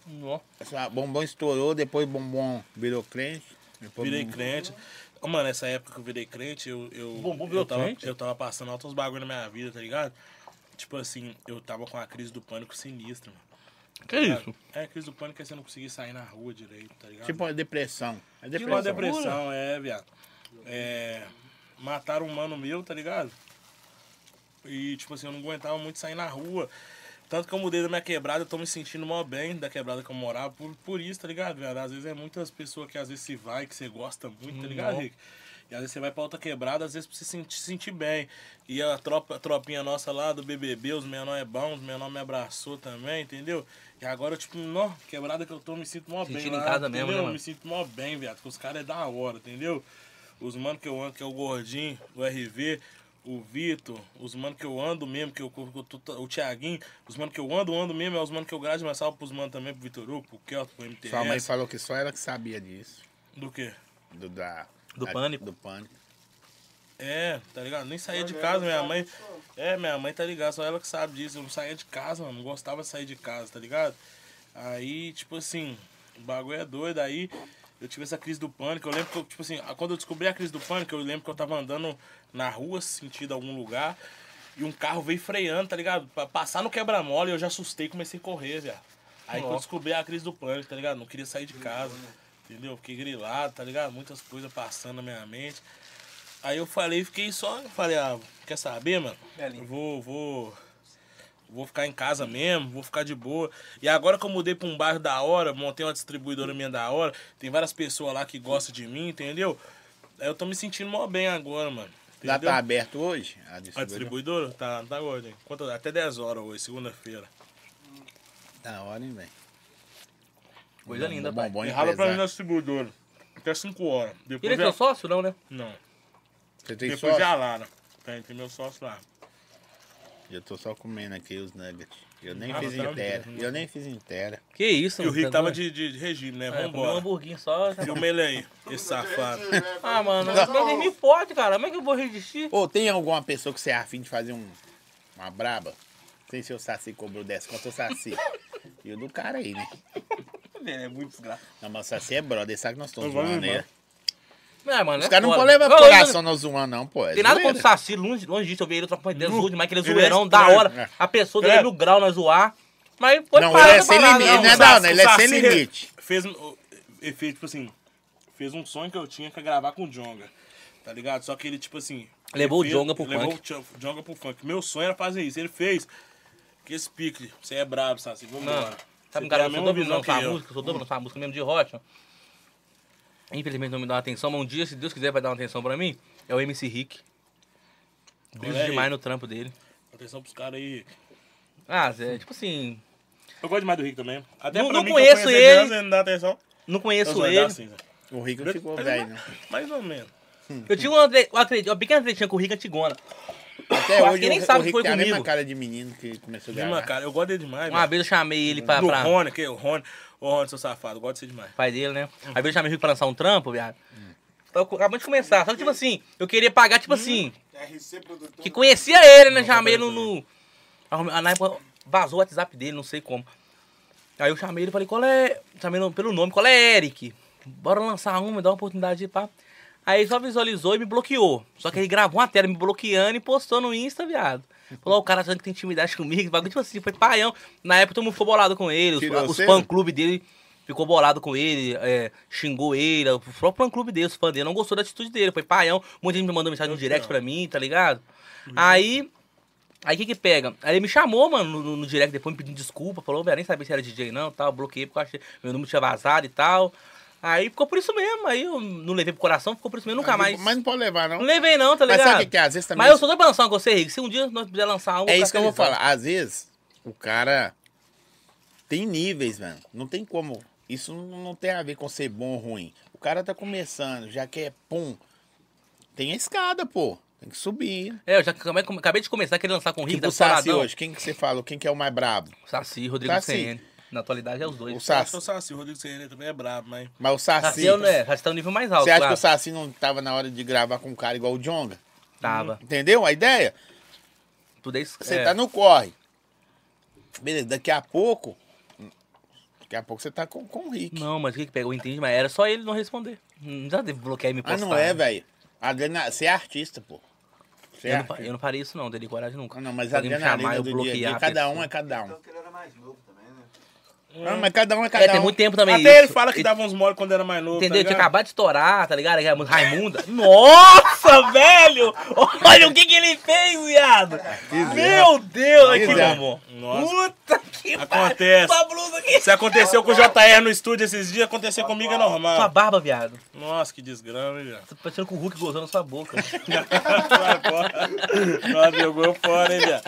S3: Nó.
S1: Ah, Bombom estourou, depois Bombom virou crente. Depois
S2: Virei
S1: Bombom-
S2: crente. Ô, Mano, essa época que eu virei crente, eu, eu,
S3: Bombom virou
S2: eu, tava,
S3: crente?
S2: eu tava passando altos bagulho na minha vida, tá ligado? Tipo assim, eu tava com a crise do pânico sinistra, mano. tá
S3: Que isso?
S2: É, a crise do pânico é você não conseguir sair na rua direito, tá ligado?
S1: Tipo uma depressão. É
S2: Tipo uma
S1: depressão.
S2: depressão, é, viado. É, mataram um mano meu, tá ligado? E, tipo assim, eu não aguentava muito sair na rua. Tanto que eu mudei da minha quebrada, eu tô me sentindo mó bem da quebrada que eu morava. Por, por isso, tá ligado, velho? Às vezes é muitas pessoas que às vezes se vai, que você gosta muito, tá ligado, Rick? E às vezes você vai pra outra quebrada, às vezes pra você se sentir, se sentir bem. E a, tropa, a tropinha nossa lá do BBB, os menor é bom, os menor me abraçou também, entendeu? E agora, tipo, nó, quebrada que eu tô, me sinto mó bem.
S3: Sentindo em
S2: lá,
S3: casa mesmo,
S2: entendeu?
S3: né, mano?
S2: Me sinto mó bem, viado, porque os caras é da hora, entendeu? Os mano que eu ando, que é o Gordinho, o RV, o Vitor, os mano que eu ando mesmo, que eu, que eu tô- o Thiaguinho, os mano que eu ando, ando mesmo, é os mano que eu grade, mas salve pros mano também, pro Vitor Hugo, pro Kelto, pro MTS.
S1: Sua mãe falou que só ela que sabia disso.
S2: Do quê?
S1: Do, da,
S3: Do
S1: da-
S3: pânico.
S1: Do pânico.
S2: É, tá ligado? Nem saía de casa, minha mãe. É, minha mãe tá ligada, só ela que sabe disso. Eu não saía de casa, mano. Não gostava de sair de casa, tá ligado? Aí, tipo assim, o bagulho é doido. Aí eu tive essa crise do pânico. Eu lembro que, eu, tipo assim, a- quando eu descobri a crise do pânico, eu lembro que eu tava andando na rua, sentido algum lugar, e um carro veio freando, tá ligado? Pra passar no quebra-mola, eu já assustei e comecei a correr, velho. Aí quando eu descobri a crise do pânico, tá ligado? Não queria sair de casa, entendeu? Fiquei grilado, tá ligado? Muitas coisas passando na minha mente. Aí eu falei, fiquei só, eu falei, ah, quer saber, mano? Eu vou, vou, vou ficar em casa mesmo, vou ficar de boa. E agora que eu mudei pra um bairro da hora, montei uma distribuidora minha da hora, tem várias pessoas lá que gostam de mim, entendeu? Aí eu tô me sentindo mó bem agora, mano.
S1: Lá
S2: entendeu?
S1: tá aberto hoje? A
S2: A
S1: distribuidora.
S2: distribuidora? Tá, tá agora, hein? Quanto- até 10 horas hoje, segunda-feira.
S1: Da Tá hora, hein, velho?
S3: Coisa
S1: Bom-
S3: linda,
S1: bom,
S3: pai.
S1: bom
S2: Rala pra mim né? na
S1: empresário.
S2: distribuidora. Até 5 horas.
S3: Ele é
S2: Depois
S3: seu
S2: já...
S3: sócio, não, né?
S2: Não.
S1: Você tem
S2: Depois já
S1: sócio?
S2: Lara. Tem, tem meu sócio lá.
S1: Eu tô só comendo aqui os nuggets. Eu nem
S2: Ah,
S1: fiz
S2: tá.
S1: inteira. Eu nem fiz inteira.
S3: Que isso,
S2: E o
S3: mano,
S2: Rick
S3: tá
S2: tava
S3: doido?
S2: de, de, de regime, né?
S3: É, comeu um
S2: Vambora.
S1: *laughs*
S3: hamburguinho só.
S2: Filma ele aí, esse safado.
S3: Ah, mano, mas eu me forte, cara. Como é que eu vou resistir?
S1: Ô, tem alguma pessoa que você é afim de fazer um, uma braba? Sem se o Saci cobrou 10 conto, o Saci. e o do cara aí, né?
S3: É muito desgraçado.
S1: Não, mas o Saci é brother, sabe que nós estamos
S2: Eu vou
S1: zoando, né?
S2: lembrar.
S3: É, mano,
S1: Os
S3: é
S1: caras não
S3: foda.
S1: podem levar
S3: Não,
S1: pro
S3: eu-
S1: coração nós zoando, não, pô. É
S3: Tem nada
S1: zoeira.
S3: contra o Saci, longe, longe disso, eu vi ele trocando ideia azul demais, que ele é
S2: ele é
S3: zoeirão,
S2: esse-
S3: da
S2: é,
S3: hora.
S1: é.
S3: A pessoa
S2: É.
S3: dele no grau, nós zoar. Mas foi
S1: Não,
S3: parada,
S1: ele é sem
S3: parada,
S1: limite,
S3: não,
S1: né,
S3: mano.
S1: da-
S2: Saci-
S1: não, ele é
S2: Saci
S1: sem
S2: re-
S1: limite.
S2: Fez, um- ele fez, tipo assim, fez um sonho que eu tinha que é gravar com o Jonga, tá ligado? Só que ele, tipo assim... ele
S3: Levou o
S2: fez-
S3: Djonga pro
S2: levou
S3: funk.
S2: o Djo- Djonga pro funk. Meu sonho era fazer isso, ele fez. Que esse pique, você é brabo, Saci,
S3: Não.
S2: vambora.
S3: Sabe um
S2: Você tem a
S3: cara, eu sou
S2: mesma
S3: doido pra
S2: visão
S3: lançar
S2: é que eu.
S3: música, eu sou doido pra lançar música mesmo de rocha. Infelizmente não me dá uma atenção, mas um dia, se Deus quiser, vai dar uma atenção pra mim. É o MC Rick. Brilho
S2: Olha aí.
S3: demais no trampo dele.
S2: Atenção pros caras aí.
S3: Ah, Zé, tipo assim,
S2: Eu gosto demais do Rick também. Até
S3: Não-
S2: pra
S3: não
S2: mim, que
S3: conheço
S2: eu conheço ele,
S3: ele.
S2: você não dá atenção.
S3: não
S2: Eu
S3: conheço
S2: sou
S3: ele.
S2: assim, né?
S1: O Rico não ficou
S2: Mas
S1: velho, né?
S2: não-
S1: não.
S2: Mais ou menos.
S3: Eu tinha uma, tre- uma, tre- uma pequena tretinha com o Rick Antigona.
S1: Até
S3: Eu acho
S1: hoje
S3: que nem
S1: o,
S3: sabe
S1: o
S3: que
S1: Rico
S3: foi
S1: tem a mesma
S3: comigo.
S1: cara de menino que começou a
S2: Mesma
S1: gravar.
S2: cara, eu gosto dele demais.
S3: Uma
S2: velho.
S3: vez eu chamei ele pra.
S2: do
S3: Tá pra-
S2: Rony, que é o Rony. Ô, Rony, seu safado, eu gosto de você demais.
S3: pai dele, né? Aí veio chamar o Rico pra lançar um trampo, viado. Tava co- Acabando de começar. Só que, tipo assim, eu queria pagar, tipo assim,
S6: RC produtor.
S3: que conhecia ele, né?
S2: Não,
S3: Chamei ele
S2: não, não.
S3: no. arrume- Na época vazou o WhatsApp dele, não sei como. Aí eu chamei ele e falei, qual é. Chamei ele pelo nome, qual é Eric? Bora lançar uma, me dá uma oportunidade de pá. Aí ele só visualizou e me bloqueou. Só que ele gravou uma tela me bloqueando e postou no Insta, viado. Falou, ó, o cara achando que tem intimidade comigo, esse bagulho tipo assim, foi paião. Na época todo mundo ficou bolado com ele,
S1: Tirou
S3: os, os
S1: você?
S3: fã-clube dele ficou bolado com ele, é, xingou ele, o próprio fã-clube dele, os fãs dele, não gostou da atitude dele, foi paião. Muita gente me mandou mensagem no direct pra mim, tá ligado?
S1: Uhum.
S3: Aí Aí o que que pega? Aí ele me chamou, mano, no- no, no direct depois, me pedindo desculpa, falou, velho, nem sabia se era DJ não, tal, bloqueei porque eu achei, meu número tinha vazado e tal. Aí ficou por isso mesmo, aí eu não levei pro coração, ficou por isso mesmo, nunca mais.
S1: Ah, Mas não pode levar, não.
S3: Não levei não, tá
S1: Mas
S3: ligado?
S1: sabe o que que é? Às vezes também-
S3: Mas eu sou doido pra lançar uma com você, Rick, se um dia nós quiser lançar uma...
S1: É isso que eu vou
S3: caracterizar.
S1: falar. Às vezes, o cara tem níveis, mano. Não tem como. Isso não não tem a ver com ser bom ou ruim. O cara tá começando, já que é pum. Tem a escada, pô. Tem que subir.
S3: É, eu já acabei, acabei de começar, queria lançar com o Rick,
S1: Tipo
S3: tá
S1: o Saci
S3: paradão.
S1: hoje. Quem que você falou? Quem que é o mais brabo?
S3: Saci, Rodrigo
S1: Saci.
S3: CN. Na atualidade é os
S1: O
S3: dois.
S2: Eu acho que
S1: Saci.
S2: o Saci, o Rodrigo Serena também é brabo, mas.
S1: Mas o Saci.
S3: Saci, eu, né, Saci tá no nível mais alto,
S1: Você acha que
S3: claro.
S1: o Saci não tava na hora de gravar com um cara igual o Jonga?
S3: Tava.
S1: Entendeu a ideia?
S3: Tudo isso.
S1: Você
S3: é.
S1: tá no corre. Beleza, daqui a pouco. Daqui a pouco você tá com, com o Rick.
S3: Não, mas o que que pegou? Eu entendi, mas era só ele não responder. Não já deve bloquear e me
S1: Ah,
S3: postar.
S1: não é,
S3: né?
S1: velho. Adrenalina. Você é artista, pô. Você é
S3: Eu não, fa-
S1: artista.
S3: eu não farei isso não, dele coragem nunca.
S1: Ah, não, mas
S3: Se
S1: a
S3: alguém me
S1: adrenalina do
S3: eu
S1: dia a dia,
S3: bloquear a
S1: cada um
S3: pessoa. É,
S1: é cada um.
S6: Tanto que ele era mais novo também, né?
S1: Não, mas cada um é cada
S3: É,
S1: um.
S3: tem muito tempo também
S2: Até
S3: isso.
S2: ele fala que dava uns mole quando era mais novo. tá
S3: Entendeu? Tinha
S2: ligado?
S3: acabado de estourar, tá ligado? Aquela
S1: *laughs*
S3: música Raimunda. Nossa, velho! Olha o que, que ele fez, viado!
S1: Ah,
S3: Meu Deus, olha que
S1: Quiser.
S3: bombom.
S2: Nossa.
S3: Puta que
S2: Acontece.
S3: Sua blusa aqui.
S2: Se aconteceu com o JR no estúdio esses dias, acontecer comigo é
S3: Sua
S2: normal.
S3: barba, viado.
S2: Nossa, que desgrama, hein, viado.
S3: Tá parecendo com o Hulk gozando na
S1: *laughs*
S3: sua boca.
S1: É,
S2: Vai fora. Nossa, jogou fora, hein, viado.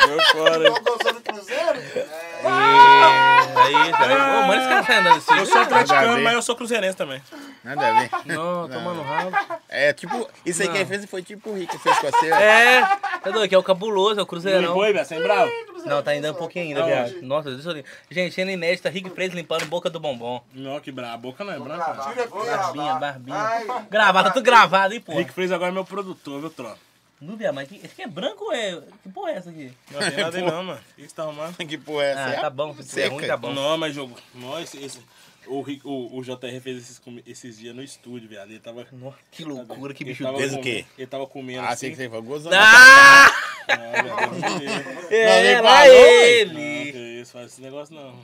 S2: Jogou fora. hein.
S6: Gostou do Cruzeiro? É,
S1: é
S3: Aí, tá ligado? Ô, mano, esse cara sai andando assim.
S2: Eu sou
S1: Nada a
S2: atleticano,
S1: ver.
S2: mas eu sou cruzeirense também.
S1: Nada a ver.
S3: Não, tomando rabo.
S1: É tipo, isso aí que ele fez foi tipo o Rick fez com você. ó.
S3: É, tá doido? Que é o cabuloso, é o Cruzeirão.
S2: viado, sem bravo?
S3: Não, tá ainda um pouquinho ainda,
S2: Aonde?
S3: viado. Nossa, deixa eu ver. Gente, cena inédita, Rick Freire limpando boca do bombom.
S2: Não, que brabo. A boca não é branca.
S6: tira a
S3: Barbinha, barbinha.
S6: Ai.
S3: Gravado, tudo gravado, hein, pô.
S2: Rick Freitas agora é meu produtor, viu, Tron?
S3: Não, viado, mas que- esse aqui é branco ou é. Que porra é essa aqui?
S2: Não tem nada aí não, mano. O que você tá
S1: *laughs*
S2: arrumando?
S1: Que porra é essa?
S3: Ah,
S1: É
S3: tá
S1: a
S3: bom. Se é
S1: seca.
S3: ruim, tá bom.
S2: Não, mas jogo. Nossa, esse. O, Rick- o, o JR fez esses, comi- esses dias no estúdio, viado. Ele tava.
S3: Nossa, que loucura, que
S2: ele
S3: bicho
S2: tava
S1: Fez o
S2: comendo-
S1: quê?
S2: Ele tava comendo.
S1: Ah,
S2: assim.
S1: sei que você foi gozando.
S3: Ah!
S2: Não,
S1: nem
S3: É, lá
S1: falou,
S2: que
S3: ele!
S2: isso, faz esse negócio não.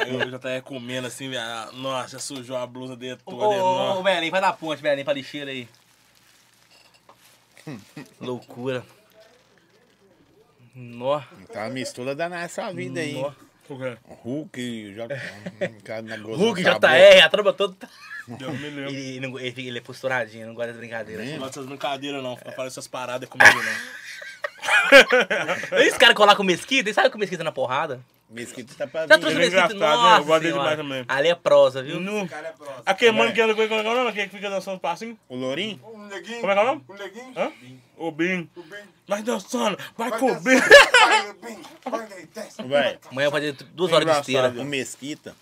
S2: Aí eu já tava comendo assim, viado. Nossa, já sujou a blusa dele
S3: Ô,
S2: toda.
S3: ô, ô,
S2: não.
S3: Belém, vai dar ponte, Belém, pra lixeira aí. Loucura. Nó.
S1: Tá uma mistura danada essa vida aí.
S3: Nó.
S1: Hulk e o J. *laughs* um cara na gozação
S3: Hulk,
S1: tá
S3: JR, a trama toda. tá-
S2: Deus me livre.
S3: Ele, não- ele- ele é posturadinho, não gosta de brincadeira.
S2: Não gosto dessas brincadeiras não, fica falando essas paradas comigo não.
S3: Esse cara colar com mesquita, ele sabe que o mesquita é na porrada?
S1: boa. Mesquita tá pra
S3: Tá
S1: vir.
S3: tudo
S2: Ele é
S3: mesquita,
S2: engraçado, né?
S3: nossa
S2: Eu gosto dele
S3: senhora.
S2: demais também.
S3: Ali é prosa, viu?
S2: Nu.
S6: Cara, é próximo.
S2: Aquele mano que anda com ele, como é que é o nome? Aquele que fica dançando passinho?
S1: O Lourinho?
S6: Um neguinho.
S2: Como é que é o nome?
S6: Um neguinho.
S2: Hã? O Bim.
S6: O Bim.
S2: Vai dançando, vai,
S6: Vai
S2: com o
S6: dançando,
S2: Bim.
S6: Vai, o Bim. Vai, ele
S2: *laughs*
S6: desce.
S1: Vai.
S3: Amanhã eu vou fazer
S1: É
S3: duas horas de esteira.
S1: O Mesquita.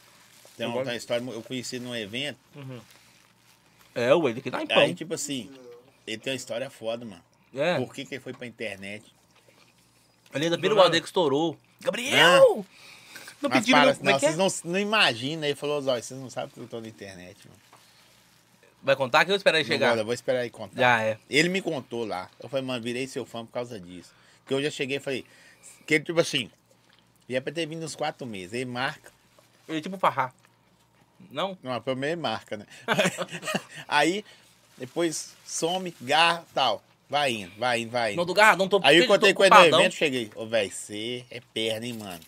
S1: Tem uma, uma história, eu conheci num evento.
S3: É, ué, ele que dá em pão.
S1: Aí, tipo assim, ele tem uma história foda, mano.
S3: É.
S1: Por que, que ele foi pra internet?
S3: Eu lembro da primeira Aldeia que estourou. Gabriel! Não
S1: Mas
S3: pedi
S1: para,
S3: meu.
S1: não,
S3: Como é que é?
S1: vocês não, não imaginam. Ele falou, Zói, vocês não sabem que eu tô na internet, mano.
S3: Vai contar que eu espero ele
S1: Não
S3: chegar.
S1: gosta, vou esperar ele contar.
S3: Já é.
S1: Ele me contou lá. Eu falei, mano, virei seu fã por causa disso. Que eu já cheguei e falei, que ele, tipo assim, ia pra ter vindo uns quatro meses. Ele marca.
S3: Ele é tipo farrar. Não?
S1: Não, pelo menos ele marca,
S3: *laughs*
S1: né? Aí, depois some, garra, tal. Vai indo, vai indo, vai indo.
S3: Não do garra, não tô
S1: Aí eu
S3: tô
S1: contei com ele no
S3: ocupadão.
S1: evento, cheguei. Ô, velho, você é perna, hein, mano?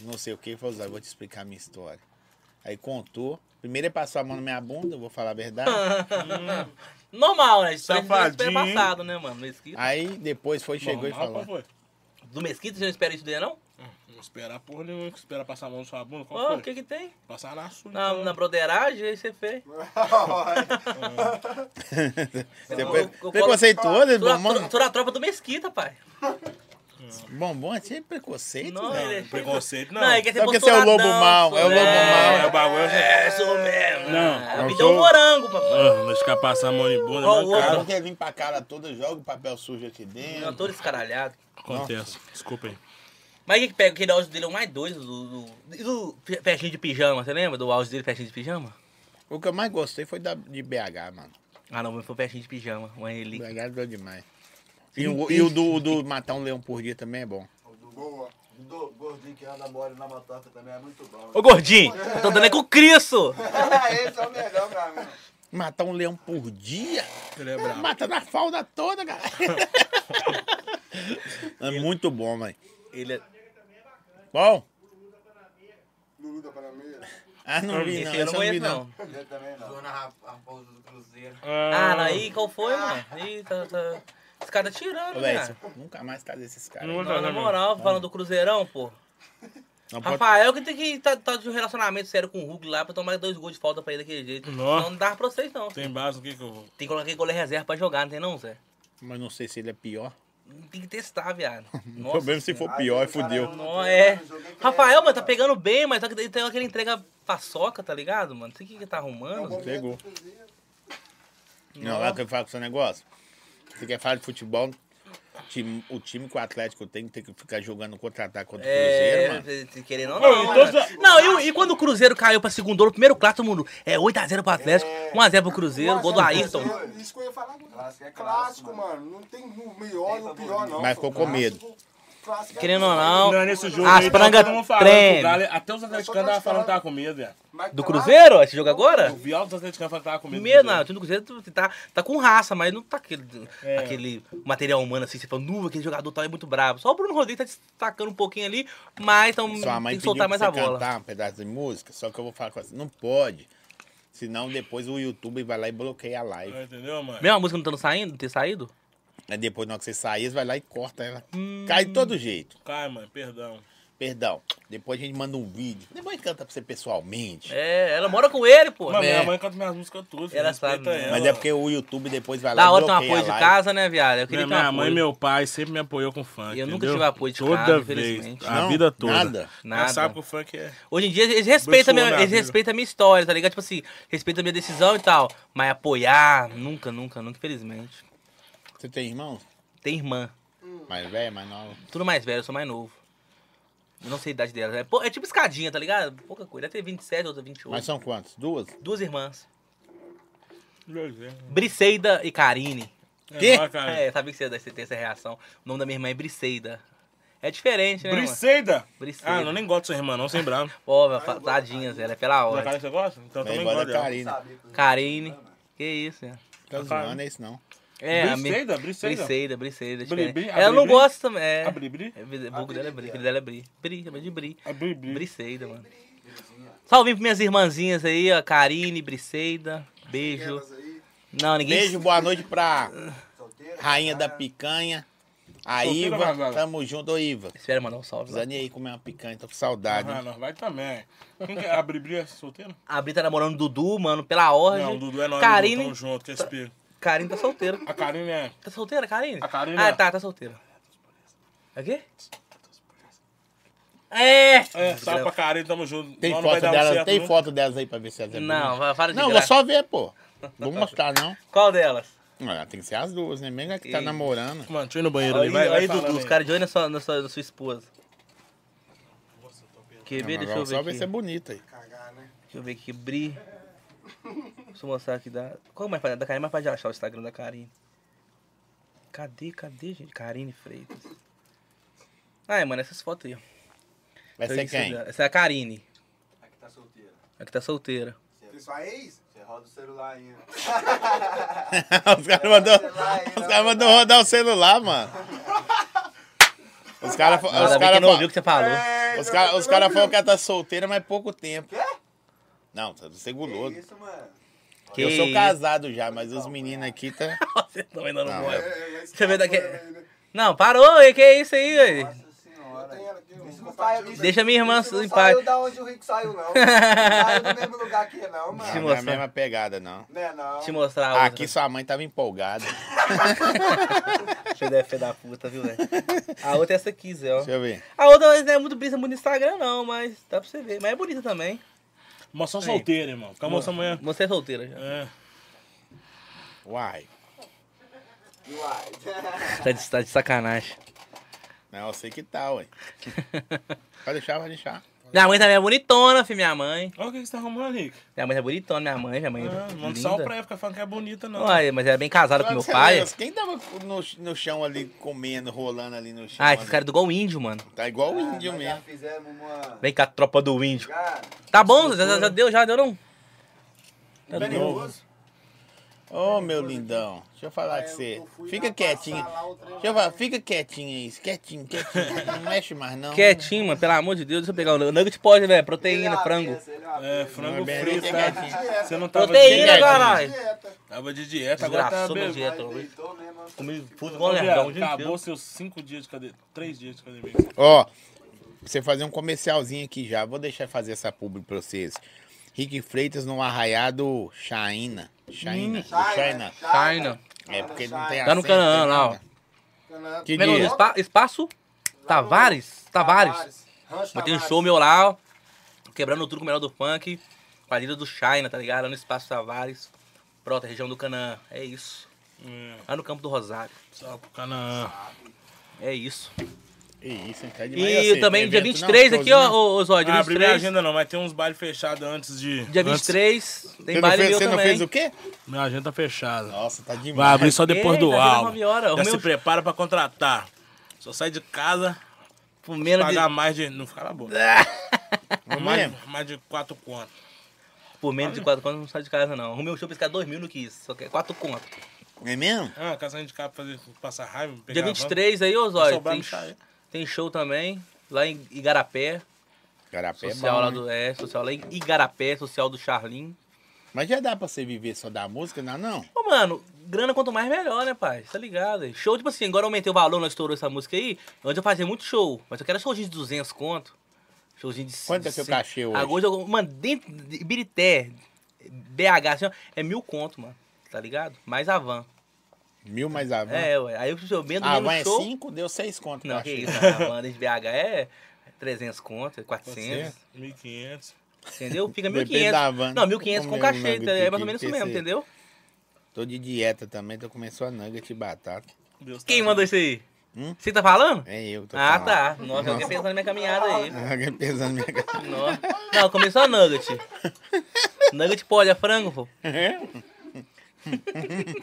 S1: Não sei o que, falou, Zóio, vou te explicar a minha história. Aí contou. Primeiro ele passou a mão na minha bunda, eu vou falar a
S3: *laughs*
S1: verdade.
S3: Normal, né? Isso
S2: Safadinho,
S3: é passado, né, mano? Mesquita.
S1: Aí depois foi, chegou e
S2: Normal,
S1: falou. *laughs*
S2: qual foi?
S3: Do Mesquita você não espera isso dele, não?
S2: Não esperar porra nenhuma, que espera passar a mão na sua bunda, qual
S3: Ó, o
S2: foi?
S3: que que tem?
S2: Passar na sua.
S3: Na,
S2: então.
S3: na broderagem, aí você fez.
S1: Depois,
S3: Eu- eu
S1: preconceituoso,
S3: Toda,
S1: bombom.
S3: toda, toda a tropa do Mesquita, pai.
S1: Bombom é sempre preconceito,
S3: Não,
S1: né?
S3: ele é-
S2: Preconceito não.
S3: Não, ele quer ser
S1: Sabe que você é o lobo
S3: postuladão,
S1: mau, é o lobo
S2: É,
S1: mau.
S2: o bagulho é.
S3: É, sou mesmo.
S2: Não,
S3: Ah,
S1: não
S3: Me deu
S1: sou.
S3: um morango, papai.
S2: Ah, Deixa ficar passar a mão né? em bunda,
S3: Qual
S2: não,
S3: o outro?
S2: cara.
S1: Cara, quer vir pra cara toda, joga o papel sujo aqui
S3: Eu
S1: dentro.
S3: tô descaralhado.
S2: Acontece. Desculpa aí.
S3: Mas o que que pega? Aquele áudio dele é o mais doido do, do, e do fe- festinho de pijama, você lembra do áudio dele, festinho de pijama?
S1: O que eu mais gostei foi da, de BH, mano.
S3: Ah não, mas foi festinho de pijama, uma relíquia.
S1: BH deu demais. E o, e o do, do matar um leão por dia também é bom.
S4: Do boa. Do gordinho que anda mole na batata também é muito
S6: *laughs*
S4: bom.
S3: Ô gordinho, eu tô dando é com o Cristo!
S4: Esse é o melhor pra mim.
S1: Matar um leão por dia?
S2: Ele é brabo.
S1: Matando a falda toda, cara. é muito bom, mãe.
S3: Ele é...
S1: Bom?
S6: Lulu da Panameira.
S1: Ah, não vi não,
S3: Esse eu não
S1: esse eu não vi
S3: conheço não.
S1: não.
S4: Eu também não.
S7: Dona Ra- Raposa do Cruzeiro.
S3: Ah, não, aí qual foi, mano? Ih, tá, tá... Esse cara tá tirando,
S1: Ô,
S3: né?
S1: velho, você nunca mais tá desses caras.
S2: Não,
S1: aí.
S3: Não, na moral, falando do Cruzeirão, pô.
S1: Não pode-
S3: Rafael que tem que tá, tá de um relacionamento sério com o Hulk lá pra tomar dois gols de falta pra ele daquele jeito.
S2: Nó.
S3: Não, não dá pra vocês não. Tem
S2: Tem base no que que eu vou.
S3: que colocar aquele goleiro reserva pra jogar, não tem não, Zé?
S1: Mas não sei se ele é pior.
S3: Tem que testar, viado.
S1: *laughs* O problema é se for pior, é fudeu.
S3: Não, é. Rafael, mano, tá pegando bem, mas só que ele tem aquele entrega paçoca, tá ligado, mano? Não sei o que que tá arrumando.
S1: Pegou. Não, lá que eu falo com seu negócio. Você quer falar de futebol? time- o time que o Atlético tem tem que ficar jogando contra-ataque contra o Cruzeiro,
S3: É,
S1: mano.
S3: se querer não,
S2: Não,
S3: não.
S2: e
S3: mano.
S2: todos a-
S3: Não, e, o- e quando o Cruzeiro caiu pra segundo no primeiro clássico, todo mundo é 8x0 pro Atlético, 1x0 pro Cruzeiro, gol do Ayrton.
S6: é Isso que eu ia falar.
S4: Clássico é
S6: Clássico,
S4: clássico,
S6: mano. Não tem o melhor e o pior, não.
S1: Mas ficou com medo.
S6: Clássico- clássico. é
S3: Querendo ou não,
S2: Não, é nesse jogo
S3: as
S2: aí, tava
S3: frangas
S2: todo mundo falando
S3: treme.
S2: que o Galo- Até os atleticanos estavam falando que tava com medo, velho.
S3: Do Cruzeiro, esse jogo agora?
S2: Eu vi altos atleticanos falando que tava com medo.
S3: Primeiro,
S2: do
S3: não, o
S2: jogo.
S3: time do Cruzeiro tu- tu tá, tá com raça, mas não tá aquele,
S2: É.
S3: aquele material humano assim, você fala, nu, aquele jogador tal é muito bravo. Só o Bruno Rodrigues tá destacando um pouquinho ali, mas então,
S1: Sua mãe
S3: tem
S1: pediu pra
S3: que soltar mais
S1: você
S3: a bola.
S1: cantar um pedaço de música, só que eu vou falar com você, não pode. Senão depois o YouTube vai lá e bloqueia a
S3: É.
S1: live.
S2: Entendeu, mano?
S3: Mesmo a música não tá saindo, ter saído?
S1: Aí depois, na hora que você sair, você vai lá e corta ela.
S3: Hum.
S1: Cai de todo jeito.
S2: Cai, mano, perdão.
S1: Perdão. Depois a gente manda um vídeo. Depois canta pra você pessoalmente.
S3: É, ela mora com ele, pô. né?
S2: Mano, minha
S1: É.
S2: mãe canta minhas músicas todas.
S3: Ela
S2: respeita
S3: sabe, né?
S1: Mas é porque o YouTube depois vai lá
S3: da
S1: e
S3: hora tem um
S1: bloqueia
S3: apoio de
S1: a live.
S3: casa, né, viado? Eu queria
S2: Minha,
S3: ter um
S2: minha mãe
S3: apoio.
S2: e meu pai sempre me apoiou com funk.
S3: Eu nunca
S2: entendeu?
S3: tive apoio de
S2: Toda
S3: casa,
S2: vez.
S3: infelizmente.
S2: A
S1: Não,
S2: vida toda.
S1: nada.
S3: Nada.
S2: Ela sabe que o funk é.
S3: Hoje em dia eles respeitam, a minha,
S2: Abençoa
S3: eles
S2: minha
S3: respeitam a minha história, tá ligado? Tipo assim, respeitam a minha decisão e tal. Mas apoiar, nunca, nunca, nunca, infelizmente.
S1: Você tem irmão?
S3: Tem irmã.
S1: Mais velho, mais novo.
S3: Tudo mais velho, eu sou mais novo. Eu não sei a idade dela. É, pou- é tipo escadinha, tá ligado? Pouca coisa. Deve ter 27, outra 28.
S1: Mas são quantos? Duas?
S3: Duas irmãs.
S2: Deus é.
S3: Briceida e Karine.
S2: É
S1: Quê?
S2: nóis, cara.
S3: É, sabia que você deve ter essa reação. O nome da minha irmã é Briceida. É diferente, né, mano?
S2: Briseida?
S3: Briseida.
S2: Ah, não nem gosto de sua irmã, não, sem bravo.
S3: Pô, meu, fa- tadinhas, ela é pela
S2: Da Karine
S3: hora.
S2: você gosta? Então eu
S1: Vai
S2: também
S1: embora
S2: gosto
S1: da
S2: dela.
S1: é
S6: é
S1: Karina.
S3: Karine. Que isso, né?
S1: Tá zoando, é isso não.
S3: É, a minha-
S2: Briseida, Briseida.
S3: Briseida, Briseida. é
S2: Bri-
S3: diferente.
S2: Bri- a
S3: Ela
S2: Bri-
S3: não
S2: Bri?
S3: gosta também. É.
S2: A Bribri?
S3: É, O vulgo dela é Bri. O filho dela é Bri. Bri, chama de Bri.
S2: A Bribri.
S3: Briceida, mano. Salve pra minhas irmãzinhas aí, ó. Karine, Briceida. Beijo.
S6: Elas aí,
S3: Não, ninguém.
S1: Beijo, boa noite pra
S6: solteira.
S1: Rainha da Picanha. A
S2: Solteira ou
S1: Iva.
S2: casada?
S1: Tamo junto, ô Iva.
S3: Espera mandar um salve. lá.
S1: Zanei aí comer uma picanha, tô com saudade.
S2: Ah,
S1: hein?
S2: não, vai também. Quem que é? A Bribri é solteira?
S3: A Bri tá namorando o Dudu, mano, pela ordem.
S2: Não, o Dudu é nóis.
S3: Karine.
S2: Tamo junto, que é espelho.
S3: Karine tá solteira.
S2: A Karine é.
S3: Tá solteira, Karine?
S2: A Karine
S3: Ah,
S2: é.
S3: tá, tá solteira. É o quê? É!
S2: É, sabe pra Karine, tamo junto.
S1: Tem
S2: Nós não vai
S1: foto
S2: dar
S1: delas,
S2: certo
S1: tem
S2: nunca.
S1: foto delas aí pra ver se elas é
S3: um Não,
S1: bonita.
S3: vai, para de
S1: Não, vou
S3: graça.
S1: só ver, pô. Vou mostrar,
S3: *laughs*
S1: não.
S3: Qual delas?
S1: Não, ela tem que ser as duas, né? Mesmo é que tá
S3: Isso.
S1: namorando.
S2: Mano, deixa eu ir no banheiro
S3: Aí,
S2: ali. Vai, vai
S3: aí Dudu,
S2: falando
S3: os caras de olho na sua, na sua, na sua esposa. Quer ver?
S1: Não,
S3: Deixa eu
S1: mas
S3: ver
S1: só ver
S3: aqui.
S1: se é bonita aí.
S6: Cagar, né?
S3: Deixa eu ver aqui. Bri. Deixa eu mostrar aqui da. Qual é mais pra- da Karine? Mas pode achar o Instagram da Karine. Cadê, cadê, gente? Karine Freitas. Ai, mano, essas fotos aí. ó.
S1: Vai
S3: Eu
S1: ser
S3: disse
S1: quem?
S3: dela. Essa é a Karine.
S7: Aqui tá solteira.
S3: A que tá solteira.
S6: Tem sua é ex?
S7: Você roda o celular
S4: né?
S7: ainda.
S1: *laughs* os caras mandou, os cara mandou rodar o celular, mano. Os caras Ah, É. os
S3: Nada bem
S1: cara
S3: que não
S1: fa-
S3: ouviu o que você falou.
S1: os cara, os cara falaram que ela tá solteira, mas pouco tempo.
S6: Quê?
S1: Não, tá você guloso.
S6: Que isso, mano?
S3: Que
S1: eu sou
S3: isso? *laughs*
S1: casado já, mas os meninos aqui tá.
S3: Você não ainda não
S1: Não,
S3: morre.
S1: é-
S3: Deixa eu ver daqui.
S6: né?
S3: Não, parou, e que é isso aí, velho?
S7: Nossa senhora.
S6: Isso não saiu- isso-
S3: Deixa minha irmã
S6: isso não
S3: em paz.
S6: saiu da onde o Rico saiu,
S3: *laughs*
S6: não. Não saiu do mesmo lugar que eu, não,
S1: Não,
S6: mano.
S1: não é a
S3: mostrar.
S1: mesma pegada, não.
S6: Né, não.
S3: Te mostrar a
S1: Aqui
S3: outra.
S1: sua mãe tava empolgada.
S3: Você deve ser da
S1: *laughs*
S3: puta, viu, velho? A outra é essa aqui, Zé, ó.
S1: Deixa eu ver.
S3: A outra não é muito bonita muito no Instagram, não, mas dá pra você ver. Mas é bonita também.
S2: Moção solteira, irmão. Fica a moça amanhã.
S3: Você é solteira já.
S2: É.
S1: Uai.
S6: Uai.
S3: Tá de, tá de sacanagem. *laughs*
S1: Não, eu sei que tá, ué. Vai deixar, vai deixar.
S3: Minha mãe também é bonitona, filho, minha mãe.
S2: Olha o que que você tá arrumando, Rick.
S3: Minha mãe é bonitona, minha mãe, minha mãe.
S2: Ah,
S3: É,
S2: manda
S3: linda.
S2: só pra ela, fica falando que é bonita, não.
S3: Ué, mas era bem casada com meu
S1: Você
S3: pai.
S1: lembra, Quem tava no, no chão ali comendo, rolando ali no chão?
S3: Ah,
S1: ali?
S3: esses caras é do igual o índio, mano.
S1: Tá igual o
S6: Ah,
S1: índio
S6: nós
S1: mesmo.
S6: Já fizemos uma.
S3: Vem cá, tropa do índio.
S6: Cara,
S3: Tá bom, já, já- já deu, já deu, não? Tá
S6: tá
S3: bom.
S6: nervoso?
S1: Ô, meu lindão, deixa eu falar
S6: É,
S1: com você. Fica quietinho. Deixa eu falar, fica quietinho aí. Quietinho, quietinho. Não mexe mais, não.
S3: Quietinho, mano, pelo amor de Deus, deixa eu pegar o nugget. Nugget pode, velho,
S6: Ele é
S3: proteína,
S6: uma
S3: frango.
S6: peça, ele é uma
S2: É,
S6: peça.
S1: Não é
S2: frango
S1: bem
S2: frito,
S1: assim,
S2: tá?
S1: quietinho.
S2: Você não tava de
S3: Proteína,
S2: dieta.
S3: caralho.
S2: né?
S6: Dieta.
S2: Tava de dieta, agora tá
S3: Desgraçou minha
S2: bebendo.
S3: dieta
S6: Mas
S3: hoje.
S6: deitou mesmo. ó.
S3: Comi fundo
S2: Ô,
S3: igual
S2: viado,
S3: lerdão, gente.
S2: Acabou
S3: Deus.
S2: seus cinco dias de cadeia. Três dias de academia.
S1: Ó, você fazer um comercialzinho aqui já. Vou deixar fazer essa publi pra vocês. Rick Freitas no arraiado Chaina. Chaina. Chaina.
S3: China.
S1: É porque não tem
S3: Tá no
S1: acento, né?
S3: Canaã
S1: tem
S3: lá, ó.
S1: nada.
S6: Canaã.
S1: Que
S3: Como é que é o nome?
S1: dia?
S3: Espa- Espaço Tavares? Tavares.
S6: Rancho
S3: Mas tem um
S6: Tavares.
S3: show meu lá, ó, quebrando tudo com o melhor do funk, com a líder do China, tá ligado? Lá no Espaço Tavares, pronto, região do Canaã, é isso.
S2: É,
S3: Lá no Campo do Rosário,
S2: salve pro Canaã.
S3: é isso.
S1: Ih, Isso, tá demais.
S3: E
S1: Assim,
S3: também dia
S1: evento não,
S3: 23 aqui, ó,
S1: showzinho.
S3: ô, ô Zóio, dia
S2: Ah, abri minha
S3: 23,
S2: agenda não, mas tem uns bailes fechados antes de...
S3: dia
S2: antes-
S3: 23, tem
S1: Você não
S3: baile
S1: fez-
S3: meu
S1: você não fez o
S3: também.
S1: quê?
S2: Minha agenda tá fechada.
S1: Nossa, tá demais.
S3: é, tá
S2: Vai abrir só depois
S3: Eita,
S2: do
S3: agenda
S2: álbum.
S3: nove horas. O
S2: Já
S3: meu-
S2: se prepara pra contratar. Só sai de casa
S3: Por menos um de, É
S2: Pagar mais de. Não cala a boca. mais,
S1: mesmo?
S2: de- mais de quatro conto.
S3: *laughs* por menos de quatro contas não sai de casa, não. Arrumei um show pra esse cara dois mil no quis. Só que é quatro contas.
S1: É mesmo?
S2: Ah, casamento de capa fazer passar raiva. Pegar
S3: Dia
S2: a van.
S3: 23 aí, ô
S1: Tá
S3: Zóio.
S2: sobrar,
S3: Tem,
S2: não
S1: é?
S2: sai.
S3: tem show também. Lá em Igarapé.
S1: Garapé é
S3: Social
S1: bom,
S3: lá
S1: né?
S3: do. É, social lá em Igarapé, social do Charlim.
S1: Mas já dá pra você viver só da música, não, não?
S3: Ô, mano, grana quanto mais melhor, né, pai? Tá ligado? aí. Show, tipo assim, agora eu aumentei o valor, nós estourou essa música aí. Antes eu fazia muito show, mas eu quero showzinho de 200 conto. Showzinho de
S1: Quanto é
S3: de
S1: seu
S3: cem.
S1: cachê hoje?
S3: Agora eu, mano, dentro de Birité, BH, assim, ó, é mil conto, mano. Tá ligado? Mais a van.
S1: Mil mais a van.
S3: É, ué. Aí eu eu vendo
S1: a
S3: ah,
S1: van
S3: no
S1: é
S3: show.
S1: cinco, deu seis conto.
S3: Não,
S1: Não,
S3: que isso, a van dentro de BH é 300 conto, é 400.
S2: 1.500.
S3: Entendeu? Fica
S1: Depende
S3: 1.500.
S1: da van. né,
S3: Não, 1.500 com
S1: Como
S3: cachê,
S1: meu nugget
S3: é mais ou menos
S1: aqui,
S3: isso mesmo,
S1: esse-
S3: entendeu?
S1: Tô de dieta também, tô comendo só nugget e batata.
S2: Deus tá
S3: Quem
S2: vendo.
S3: mandou isso aí?
S1: Hum?
S3: Você tá falando?
S1: É eu, tô
S3: Ah,
S1: falando.
S3: tá. Nossa, alguém pensando na minha
S1: *laughs*
S3: caminhada aí.
S1: Alguém é pesando minha cara.
S3: Nossa. Não, começou a nugget. Nugget pode, é frango, pô.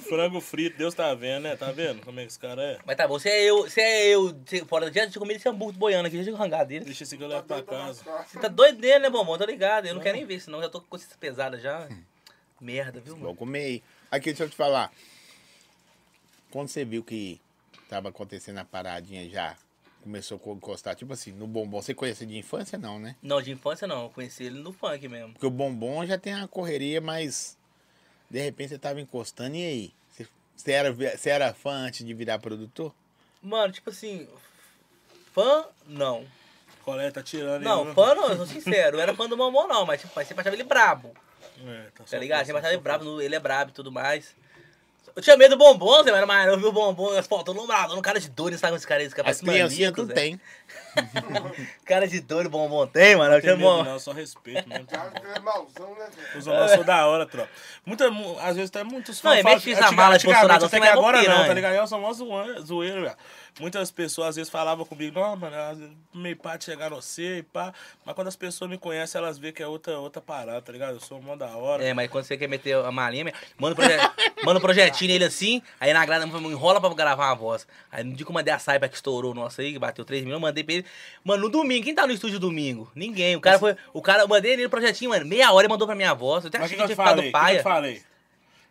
S2: Frango frito, Deus tá vendo, né? Tá vendo como é que esse cara é?
S3: Mas tá bom, se é eu, se é eu, se- fora do dia, deixa eu comer esse hambúrguer boiando aqui, deixa eu arrancar dele.
S2: Deixa esse que eu levo pra casa.
S3: Você tá doido dele, né, bombom? Tá ligado? Eu não quero nem ver, senão eu já tô com consciência pesada já. Merda, viu, mano?
S1: *laughs* Vou comer aí. Aqui, deixa eu te falar. Quando você viu que tava acontecendo a paradinha já, começou a encostar, tipo assim, no bombom, você conhece de infância, não, né?
S3: Não, de infância não, eu conheci ele no funk mesmo.
S1: Porque o bombom já tem uma correria, mas de repente você tava encostando, e aí? Você, você era, você era fã antes de virar produtor?
S3: Mano, tipo assim, fã, não.
S2: Colé, tá tirando
S3: Não,
S2: aí,
S3: fã não, eu sou sincero, eu era fã do bombom não, mas tipo, mas sempre achava ele brabo.
S2: É, tá,
S3: Tá ligado? Sempre achava ele brabo, no- ele é brabo e tudo mais. Eu tinha medo do bombom, Zé, mano, mas eu vi o bombom asfaltando um brado, um cara de dor, sabe com esse cara, esse cara
S1: As
S3: parece
S1: criancinhas
S3: maníaco,
S1: tudo
S3: Zé.
S1: tem.
S3: Cara de dor, o bombom tem, mano, eu tinha
S2: Tem medo,
S3: bom.
S2: não, só respeito
S3: *laughs*
S2: mesmo.
S6: Cara, tu é mauzão, né, velho?
S2: Os homens são da hora, tropa. Muita, mu- às vezes até muitos
S3: Não, é
S2: falam-
S3: meio que fiz a mala de é
S2: antigamente,
S3: posturado,
S2: até
S3: você
S2: que
S3: vai
S2: agora
S3: piranha.
S2: não, tá ligado? Eu sou mó zoan- zoeiro, velho. Muitas pessoas às vezes falavam comigo, não, mano, às vezes meio pá de chegar no você, e pá. Mas quando as pessoas me conhecem, elas veem que é outra, outra parada, tá ligado? Eu sou mó da hora.
S3: É, mas quando você quer meter a malinha, mesmo, manda um, proje- *laughs* manda um projetinho nele assim, aí na grada enrola pra gravar uma voz. Aí no dia que eu mandei a saiba que estourou nossa aí, que bateu 3 milhões, eu mandei pra ele. Mano, no domingo, quem tá no estúdio domingo? Ninguém. O cara foi. O cara, eu mandei nele o projetinho, mano, meia hora ele mandou pra minha voz. Eu até
S2: Mas o
S3: achei
S2: que,
S3: que
S2: que eu
S3: eu
S2: te falei?
S3: tinha ficado
S2: O que, que eu te
S3: é paia.
S2: falei?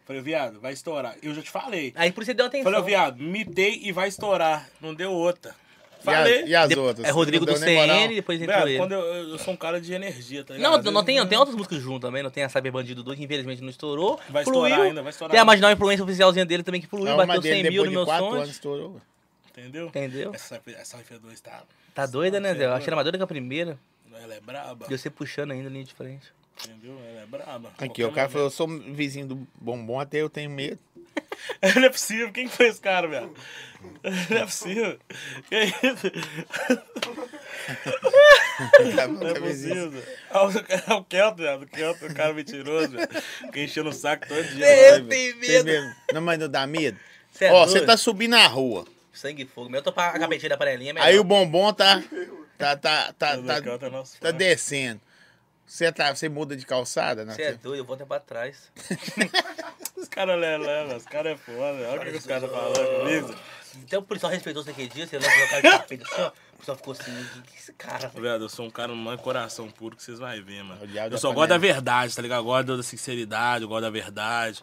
S2: Falei, viado, vai estourar. Eu já te falei.
S3: Aí por isso ele deu atenção.
S2: Falei, ô, viado, mitei e vai estourar. Não deu outra.
S1: E as,
S2: Falei.
S1: e as
S3: De-
S1: outras?
S3: É Rodrigo
S1: Não
S3: do
S1: deu nem moral.
S3: CN, depois entrou
S2: Viado,
S3: ele.
S2: quando eu, eu sou um cara de energia, tá ligado?
S3: Não,
S2: Às
S3: não,
S2: vezes-
S3: tem, tem outras músicas junto também, não tem a Saber Bandido 2, que infelizmente não estourou.
S2: Vai
S3: fluiu.
S2: estourar ainda, vai estourar
S3: Tem a
S2: ainda.
S3: Marginal Influência Oficialzinha dele também, que fluiu,
S1: É uma
S3: bateu
S1: dele,
S3: 100 mil
S1: depois
S3: no
S1: de
S3: meu
S1: quatro anos
S3: sonho.
S1: estourou.
S2: Entendeu?
S3: Entendeu?
S2: Essa, essa F2 tá.
S3: Tá doida, né, Zé? Eu achei ela mais doida que a primeira.
S2: Ela é braba.
S3: E você puxando ainda a linha de frente.
S2: Entendeu? Ela é braba.
S1: Aqui,
S2: Qualquer
S1: o cara
S2: momento.
S3: é.
S1: falou, eu sou vizinho do bombom, até eu tenho medo.
S2: *laughs* Não é possível. Quem que foi esse cara, velho? Não é possível. Que é isso?
S3: Tá
S2: Não é possível. É o Kelto, velho. O Kelto, o cara mentiroso, velho. Fica enchendo o saco todo dia.
S1: É,
S2: né?
S3: Eu tenho
S1: Você
S3: medo.
S1: mesmo. Não, mas não dá medo?
S3: Cê é
S1: Ó,
S3: doido?
S1: você tá subindo na rua.
S3: Sangue e fogo. Meu, eu tô pra a capetinha da panelinha, é melhor.
S1: Aí o bombom tá. Tá, tá, tá,
S2: Mas o
S1: tá,
S2: Kelto é nosso
S1: tá
S2: fã.
S1: descendo. Você tá, você muda de calçada, né?
S3: Você é doido, eu vou até pra trás.
S2: Os caras lelé, velho. Os caras é foda, velho. Olha o que que os caras estão falando comigo.
S3: Então o policial respeitou você aquele dia, você lançou o cara de capeta assim, ó. O pessoal ficou assim, "Que- que esse cara? velho?"
S2: Viado, eu sou um cara humano, coração puro, que vocês vão ver, mano.
S1: O diabo
S2: Eu
S1: da
S2: só
S1: panela.
S2: gosto da verdade, tá ligado? Eu gosto da sinceridade, eu gosto da verdade.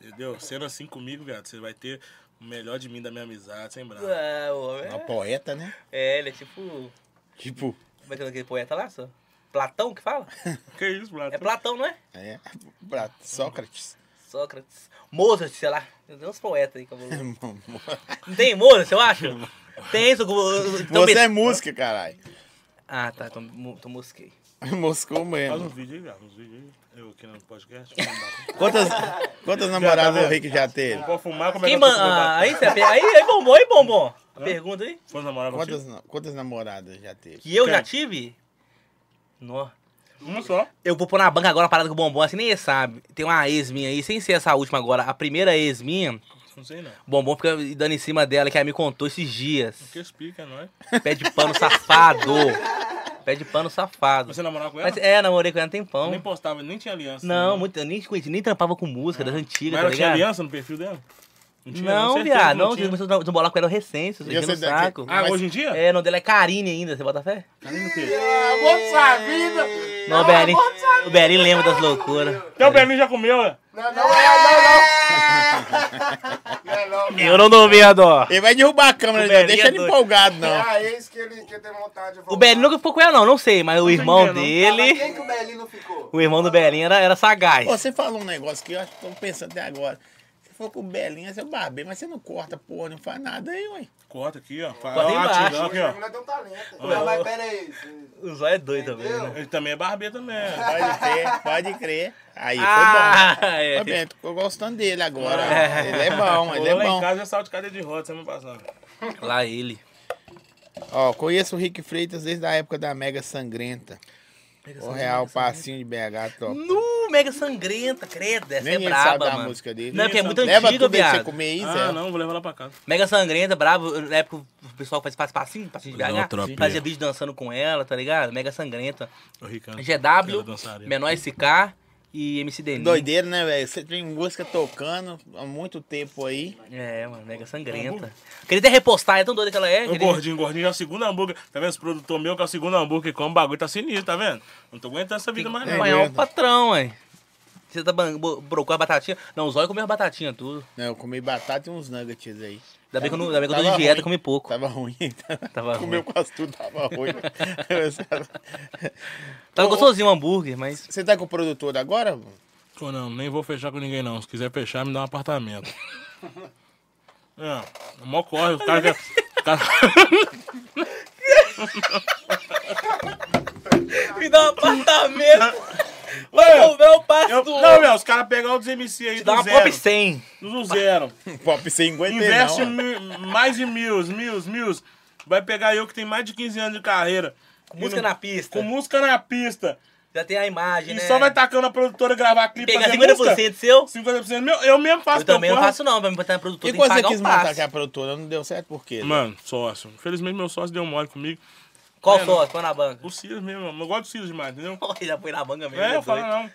S2: Entendeu? Sendo assim comigo, viado, você vai ter o melhor de mim, da minha amizade, sem bravo.
S3: Ah, o
S1: É
S3: homem
S1: uma
S3: é-
S1: poeta, né?
S3: É, ele é tipo. Como
S1: Tipo,
S3: é que é aquele poeta lá, só? Platão que fala?
S2: Que isso, Blato?
S3: É Platão, não é?
S1: é, pra Sócrates.
S3: Sócrates. Mozart, sei lá. Tem uns poetas aí, cabuloso. Não tem Mozart,
S2: *laughs*
S3: eu acho? Tem isso. Então,
S1: Você é música, caralho.
S3: Ah, tá, então, mo- então mosquei.
S1: Moscou
S2: Faz um
S1: mesmo.
S2: vídeo aí, viado, uns vídeos aí. Eu aqui no podcast. vou mandar.
S1: Quantas, quantas namoradas
S2: tá vendo?
S1: o Rick já teve?
S2: Não pode fumar, como é que
S3: Quem
S2: eu tô
S3: manda.
S2: fumando?
S3: Ah, aí, você- aí, aí, bombom, aí, bombom. Pergunta aí.
S2: Foi namorar
S1: Quantas,
S2: contigo?
S1: na- quantas namoradas já teve?
S3: Que eu
S2: Quem?
S3: já tive? Nó.
S2: Uma só.
S3: Eu vou pôr na banca agora uma parada com o bombom, assim, nem ele sabe. Tem uma ex minha aí, sem ser essa última agora. A primeira ex minha,
S2: Não sei não.
S3: o bombom fica dando em cima dela, que ela me contou esses dias.
S2: Que explica, não é?
S3: Pé de
S2: *laughs*
S3: pano safado. Pé de pano safado.
S2: Mas Você namorava com ela?
S3: Mas é, namorei com ela há um tempão.
S2: Nem postava, nem tinha aliança.
S3: Não,
S2: né?
S1: Ah.
S3: muito, eu nem te conheci, nem trampava com música das
S2: Mas
S3: antigas, tá
S2: ela tinha
S3: ligado?
S2: aliança no perfil dela? tinha,
S3: não,
S2: certeza,
S3: viado, não. Você
S2: tinha.
S3: começou a desembolar com ela recente,
S1: E
S3: você
S1: você
S3: no
S1: daqui-
S3: saco.
S2: Ah,
S1: Mas-
S2: hoje em dia?
S3: É, o nome dela é Karine ainda, você bota fé?
S2: Carina o quê?
S5: É, Nossa vida!
S3: Não, o Berin, o Berin lembra das loucuras.
S2: Então o Berlim já comeu, né?
S5: Não, não é, não, não. Não é, não.
S3: Eu não dou medo, ó.
S1: Ele vai derrubar a câmera,
S3: O
S1: não
S3: Belinha
S1: deixa ele
S3: é doido.
S1: empolgado,
S5: É
S1: não.
S5: a ex que ele que tem vontade de voltar.
S3: O Berin nunca ficou com ela, não, não sei, mas o
S2: tô
S3: irmão
S2: entendendo.
S3: dele.
S6: Quem que o Belinho não ficou?
S3: O irmão do Berin era, era sagaz.
S1: Pô, você falou um negócio que eu acho que tô pensando até agora. Se for com o Belinha, você é barbeiro, mas você não corta, porra, não faz nada aí, ué.
S2: Corta aqui, ó. Fala,
S3: Corta
S2: ó,
S3: embaixo.
S2: tirou aqui,
S5: Hoje a
S2: ó.
S5: mulher tem um talento.
S6: Não, mas pera aí.
S3: O zóio é doido também, né?
S2: Ele também é barbeiro também.
S1: Pode crer, pode crer. Aí,
S3: Ah,
S1: foi bom.
S3: é.
S1: Foi bem, tô gostando dele agora.
S3: É.
S1: Ele é bom, ele
S2: Ele
S1: é
S2: lá em
S1: bom.
S2: casa já saiu de cadeia de roda semana passada.
S3: Lá ele.
S1: Ó, conheço o Rick Freitas desde a época da Mega Sangrenta. O real passinho de BH,
S3: Hum,
S1: top.
S3: Nu, mega sangrenta, credo, essa é
S1: Nem ele sabe
S3: braba,
S1: da
S3: mano.
S1: música dele.
S3: Não, é porque é muito
S1: Leva
S3: antiga,
S1: tudo aí pra você
S3: viado.
S1: comer aí,
S2: Ah,
S1: Zé.
S2: não, vou levar lá pra casa.
S3: Mega sangrenta, brabo. Na época o pessoal assim, faz faz passinho, passinho de
S2: Zootropia.
S3: BH. Fazia vídeo dançando com ela, tá ligado? Mega sangrenta.
S2: Ô, Ricardo. Ela
S3: GW,
S2: dançaria.
S3: menor SK e MC Demi.
S1: Doideira, né, velho? Você tem música tocando há muito tempo aí.
S3: É, mano, mega sangrenta. Queria até repostar, é tão doida que ela é.
S2: O
S3: queria-
S2: gordinho, o gordinho já é o segundo hambúrguer. Tá vendo? Os produtores meus que é o segundo hambúrguer que come o bagulho, tá sinistro, tá vendo? Não tô aguentando essa vida mais não.
S3: Mas é um patrão, hein? Você tá ban- bo- brocou a batatinha? Não, o Zóio comeu a batatinha, tudo.
S1: Não, eu comi batata e uns nuggets aí.
S3: Ainda bem que eu, não, ainda bem que eu tô
S1: Tava
S3: de dieta,
S1: ruim.
S3: comi pouco.
S1: Tava ruim. *laughs* então.
S3: Tava ruim.
S1: Comeu quase tudo, tava ruim. *laughs*
S3: Tava
S1: Ô, ô.
S3: gostosinho o hambúrguer, mas.
S1: Você tá com o produtor agora? mano?
S2: Pô, não, nem vou fechar com ninguém, não. Se quiser fechar, me dá um apartamento. é, mó corre, os caras já... os caras-
S3: *laughs* Me dá
S1: *laughs*
S3: um apartamento! Vai comer o
S2: Eu-
S3: pasto!
S2: não, meu, os caras pegam os MC aí
S3: Dá
S2: do
S3: uma pop
S2: zero.
S3: 100.
S2: Do zero.
S1: Pop sem aguentar,
S2: Investe
S1: não. é? ó.
S3: é.
S2: mi- mais de mil, mil, mil. Vai pegar eu que tem mais de 15 anos de carreira.
S3: Com música
S2: E
S3: na pista.
S2: Com música na pista.
S3: Já tem a imagem,
S2: E
S3: né?
S2: só vai tacando a produtora gravar clipe
S3: Pegar
S2: fazer
S3: 50%
S2: música.
S3: seu?
S2: 50% meu, eu mesmo faço.
S3: Eu também não
S2: porra.
S3: faço, não. Pra me botar na produtora,
S1: E tá,
S3: tem
S1: quando você
S3: que pagar
S1: quis
S3: um
S1: montar aqui
S3: passo.
S1: a produtora, não deu certo por quê? né?
S2: Mano, sócio. Infelizmente meu sócio deu mole comigo.
S3: Qual
S2: É,
S3: sócio? Põe na banca. *laughs*
S2: O Silas mesmo, eu gosto do Silas demais, entendeu?
S3: Já foi na banca mesmo.
S2: É, eu
S3: doido.
S2: falo não.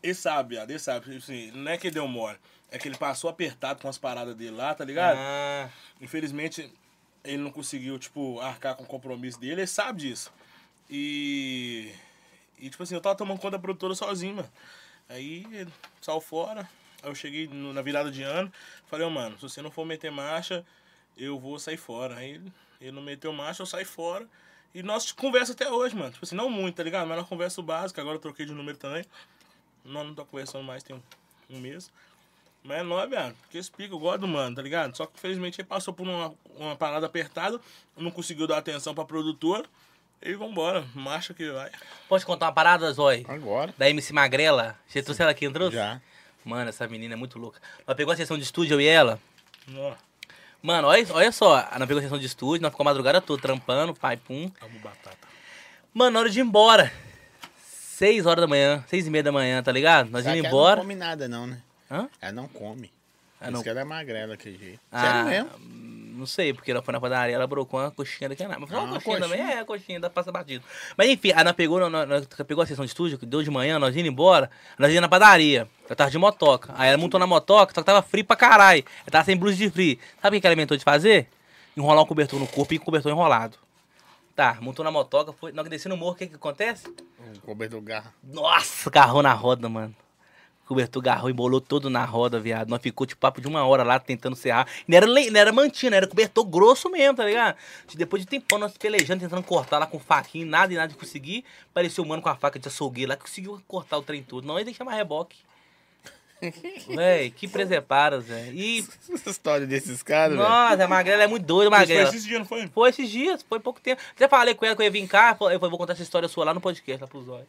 S2: Ele sabe, viado, ele sabe. Assim, não é que ele deu mole. É que ele passou apertado com as paradas dele lá, tá ligado?
S3: Ah,
S2: Infelizmente, ele não conseguiu, tipo, arcar com o compromisso dele, ele sabe disso. E. E, tipo assim, eu tava tomando conta da produtora sozinho, mano. Aí, saiu fora. Aí eu cheguei no- na virada de ano, falei, ô, mano, se você não for meter marcha, eu vou sair fora. Aí ele, ele não meteu marcha, eu saí fora. E nós conversa até hoje, mano. Tipo assim, não muito, tá ligado? Mas nós conversa o básico, agora eu troquei de número também. Nós não tá conversando mais tem um, um mês. Mas é nóis, velho. Porque esse pico eu gosto do mano, tá ligado? Só que infelizmente ele passou por uma, uma parada apertada, não conseguiu dar atenção pra produtor. E vambora, marcha que vai.
S3: posso te contar uma parada, Zói?
S1: Agora.
S3: Da MC Magrela. Você trouxe ela aqui, não trouxe?
S1: Já.
S3: Mano, essa menina é muito louca. Ela pegou a sessão de estúdio, eu e ela.
S2: Ó,
S3: Mano, olha, olha só. Ela pegou a sessão de estúdio, nós ficamos a madrugada toda trampando, pai, pum.
S2: amo batata.
S3: Mano, na hora de ir embora. Seis horas da manhã, seis e meia da manhã, tá ligado? Nós
S1: Só
S3: indo
S1: que Ela
S3: ela
S1: não come nada, não, né?
S3: Hã?
S1: Ela não come.
S3: Ela
S1: Por
S3: não-
S1: isso que ela é magrela, que jeito.
S3: Ah,
S1: Sério mesmo?
S3: Não sei, porque ela foi na padaria, ela brocou uma coxinha daqui a nada. Mas
S1: Ah,
S3: falou, uma coxinha,
S1: coxinha.
S3: também? É, coxinha, dá passa batido. Mas enfim, aí nós pegou, nós, nós pegou a sessão de estúdio, que deu de manhã, nós indo embora, nós ia na padaria. Eu tava de motoca. Aí ela montou na motoca, só que tava frio pra caralho. Ela tava sem blusa de frio. Sabe o que que ela inventou de fazer? Enrolar um cobertor no corpo e um cobertor enrolado. Tá, montou na motoca, foi. Nós descendo no morro, o que que acontece?
S1: O cobertor garra.
S3: Nossa, garrou na roda, mano. O cobertor garrou, embolou todo na roda, viado. Nós ficou tipo papo de uma hora lá tentando serrar. E não era, le- não era mantina, era cobertor grosso mesmo, tá ligado? Depois de um tempão nós pelejando, tentando cortar lá com faquinha, nada e nada de conseguir. Apareceu o mano com a faca de açougueiro lá que conseguiu cortar o trem todo. Não, ele tem que chamar *laughs* reboque. Véi, que preseparas, velho. E.
S1: *laughs* Essa história desses caras, velho.
S3: Nossa, a Magrela é muito doida,
S2: Mas foi
S3: Magrela.
S2: esses dias, não foi?
S3: Foi esses dias, foi pouco tempo. Até falei com ela que eu ia vir cá, eu vou contar essa história sua lá no podcast, lá pros olhos.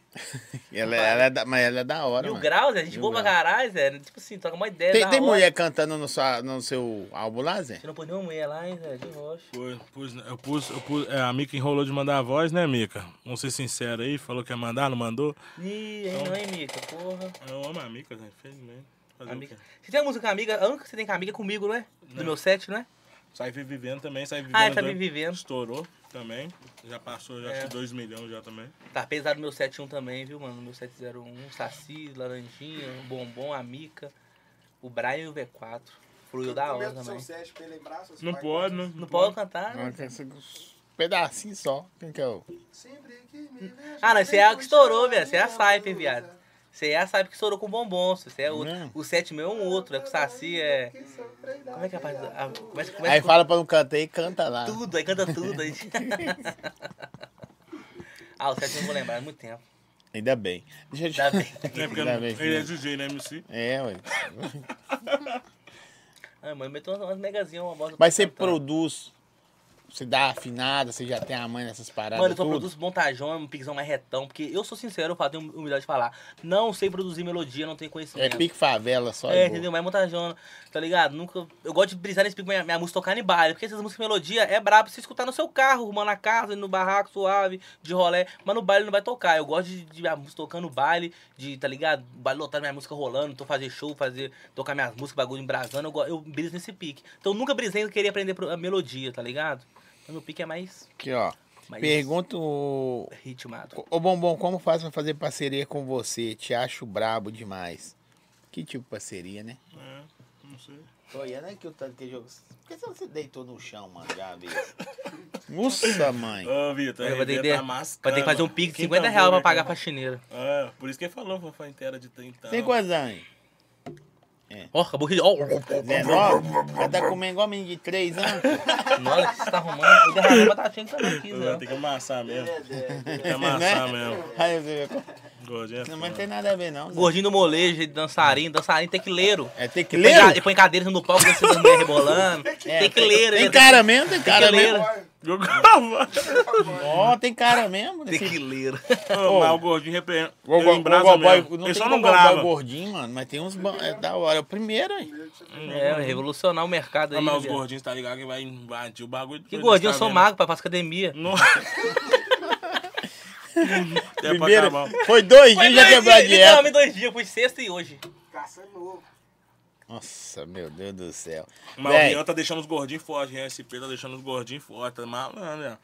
S1: Ela, ela é da, mas ela é da hora,
S3: Mil
S1: mano.
S3: graus, a gente boa pra caralho, Zé. Tipo assim, toca uma ideia.
S1: Tem,
S3: da
S1: tem
S3: hora.
S1: mulher cantando no, sua- no seu álbum lá, Zé?
S3: Você não pôs nenhuma mulher lá, hein, Zé? De rocha.
S2: Foi, pus- eu pus, eu pus, é, a Mica enrolou de mandar a voz, né, Mica? Vamos ser sinceros aí, falou que ia mandar, não mandou.
S3: Ih, hein, não, hein, Mica? Porra.
S2: Eu amo a Mica, né? infelizmente. Fazer
S3: Amiga.
S2: o quê?
S3: Você tem uma música com a amiga? A única que você tem com a amiga é comigo, não é? Do meu set, não é?
S2: Sai vivendo também, sai vivendo.
S3: Ah, ele tá
S2: dois-
S3: vivendo.
S2: Estourou também. Já passou, já
S3: É.
S2: acho que 2 milhões já também.
S3: Tá pesado o meu 71 também, viu, mano? Meu 701, Saci, Laranjinha, o Bombom, a Mica, o Brian e o V4. fluiu da hora
S6: Comenta pro seu
S3: também.
S6: Sérgio pra ele lembrar, seus
S2: Não
S6: pais.
S2: pode, né?
S3: Não pode cantar? né?
S1: Agora tem esse pedacinho só. Quem que é o.
S6: Sempre que me vejo,
S3: Ah, não, você é a que estourou, viado. Você é a
S6: minha
S3: Saipe,
S6: blusa.
S3: viado. Você é a Saipe que estourou com o bombom. Você é outro.
S1: Não.
S3: O 7 meu é um outro. É que o Saci é.
S6: Que sofri da
S3: Como é que é a parte. do- a- Começa, começa
S1: Aí
S3: com
S1: fala pra não cantar e canta lá.
S3: tudo, aí canta
S1: *laughs*
S3: tudo. Aí... ah, o 7 eu não vou lembrar, é muito tempo.
S1: Ainda bem. Deixa eu te...
S3: Tá bem.
S2: É porque
S1: *laughs* Ainda
S2: não-
S1: bem que
S2: ele é
S1: não.
S2: DJ, né, MC?
S1: É, ué.
S3: Ai, Ah, mano, meteu umas, umas megazinhas, uma bosta.
S1: Mas você
S3: Tá.
S1: produz, você dá afinada, você já tem a mãe nessas paradas.
S3: Mano, eu só
S1: tudo?
S3: produzo montajão, um piquezão mais retão, porque eu sou sincero, eu falo, tenho humildade de falar. Não sei produzir melodia, não tenho
S1: É
S3: conhecimento.
S1: pique favela
S2: Tá
S1: só.
S3: É,
S1: e boa.
S3: entendeu? Mais montajona, tá ligado? Nunca. Eu gosto de brisar nesse pico minha, minha música tocar em baile, porque essas músicas de melodia é brabo pra você escutar no seu carro, arrumando a casa, no barraco, suave, de rolé, mas no baile não vai tocar. Eu gosto de, de minha música tocando no baile, de, tá ligado? Baile lotado, minha música rolando, tô fazer show, fazer, tocar minhas músicas, bagulho embrasando, eu, go- eu briso nesse pique. Então eu nunca brisei em querer aprender pro- a melodia, tá ligado? Então meu pique é mais.
S1: Aqui, ó.
S3: mais
S1: Pergunta o.
S3: Ritmado.
S1: Ô Bombom, como faz pra fazer parceria com você? Te acho brabo demais. Que tipo de parceria, né?
S2: É, não sei.
S1: Tô olhando aqui o tanto é que jogo. Por que você deitou no chão, mano? Já, bicho? Nossa, mãe.
S2: Ô, Vitor,
S3: Eu
S2: aí
S3: vou ter,
S2: Vitor
S3: que,
S2: tá mascando.
S3: vai ter que fazer um pique de
S2: Quem
S3: 50
S2: tá
S3: reais pra
S2: vendo,
S3: pagar a
S2: cara?
S3: faxineira.
S2: É, por isso que ele falou, fofa inteira de então. 30 anos.
S1: Tem quantos anos?
S3: Ó, acabou que. Ó, *laughs* ó,
S1: 19? Já tá comendo igual menino de 3 anos?
S3: Nossa, você tá arrumando. Eu derramei uma batatinha que também quis,
S2: Não,
S3: né?
S2: Tem que amassar mesmo. Tem que
S1: né?
S2: amassar mesmo.
S1: Aí você vê.
S2: Gordinho é
S1: Não, mas não
S2: foda.
S1: tem nada a ver, não.
S3: Gordinho do molejo, dançarino, dançarino, tequileiro.
S1: É
S3: Ele põe ca- ele
S1: tequileiro?
S3: põe cadeira no palco, dança das mulheres rebolando.
S1: *laughs* É,
S3: Tequileiro,
S1: Tem
S3: ele é
S1: cara mesmo, tem né? cara
S3: tequileiro.
S1: mesmo.
S2: é Jogava.
S1: Ó, tem cara mesmo. assim. Esse- *laughs*
S3: Tequileiro.
S2: Ô, Mas o gordinho repreende.
S1: Go- go-
S2: Ele embrasa
S1: Gogoboy-
S2: mesmo.
S1: não
S2: Ele
S1: tem
S2: só não
S1: Gogoboy
S2: grava.
S1: gordinho, mano, mas tem uns bons. É da hora. É o primeiro aí.
S3: É, revolucionar o mercado aí.
S2: Ah, mas os
S3: né, viado?
S2: gordinhos, tá ligado? Que vai invadir o bagulho.
S3: Que gordinho, eu sou
S2: Tá
S3: magro, pai, faço academia.
S1: Hum,
S2: vendo? Não. *laughs* é pra
S1: Primeiro.
S2: acabar.
S1: Foi dois dias já quebrou a dieta.
S3: Literalmente dois dias, fui sexta e hoje.
S6: Caça novo.
S1: Nossa, meu Deus do céu.
S2: Mas
S1: Véi,
S2: o Rian tá deixando os gordinhos fortes, o SP tá deixando os gordinhos fortes, tá malandro, né?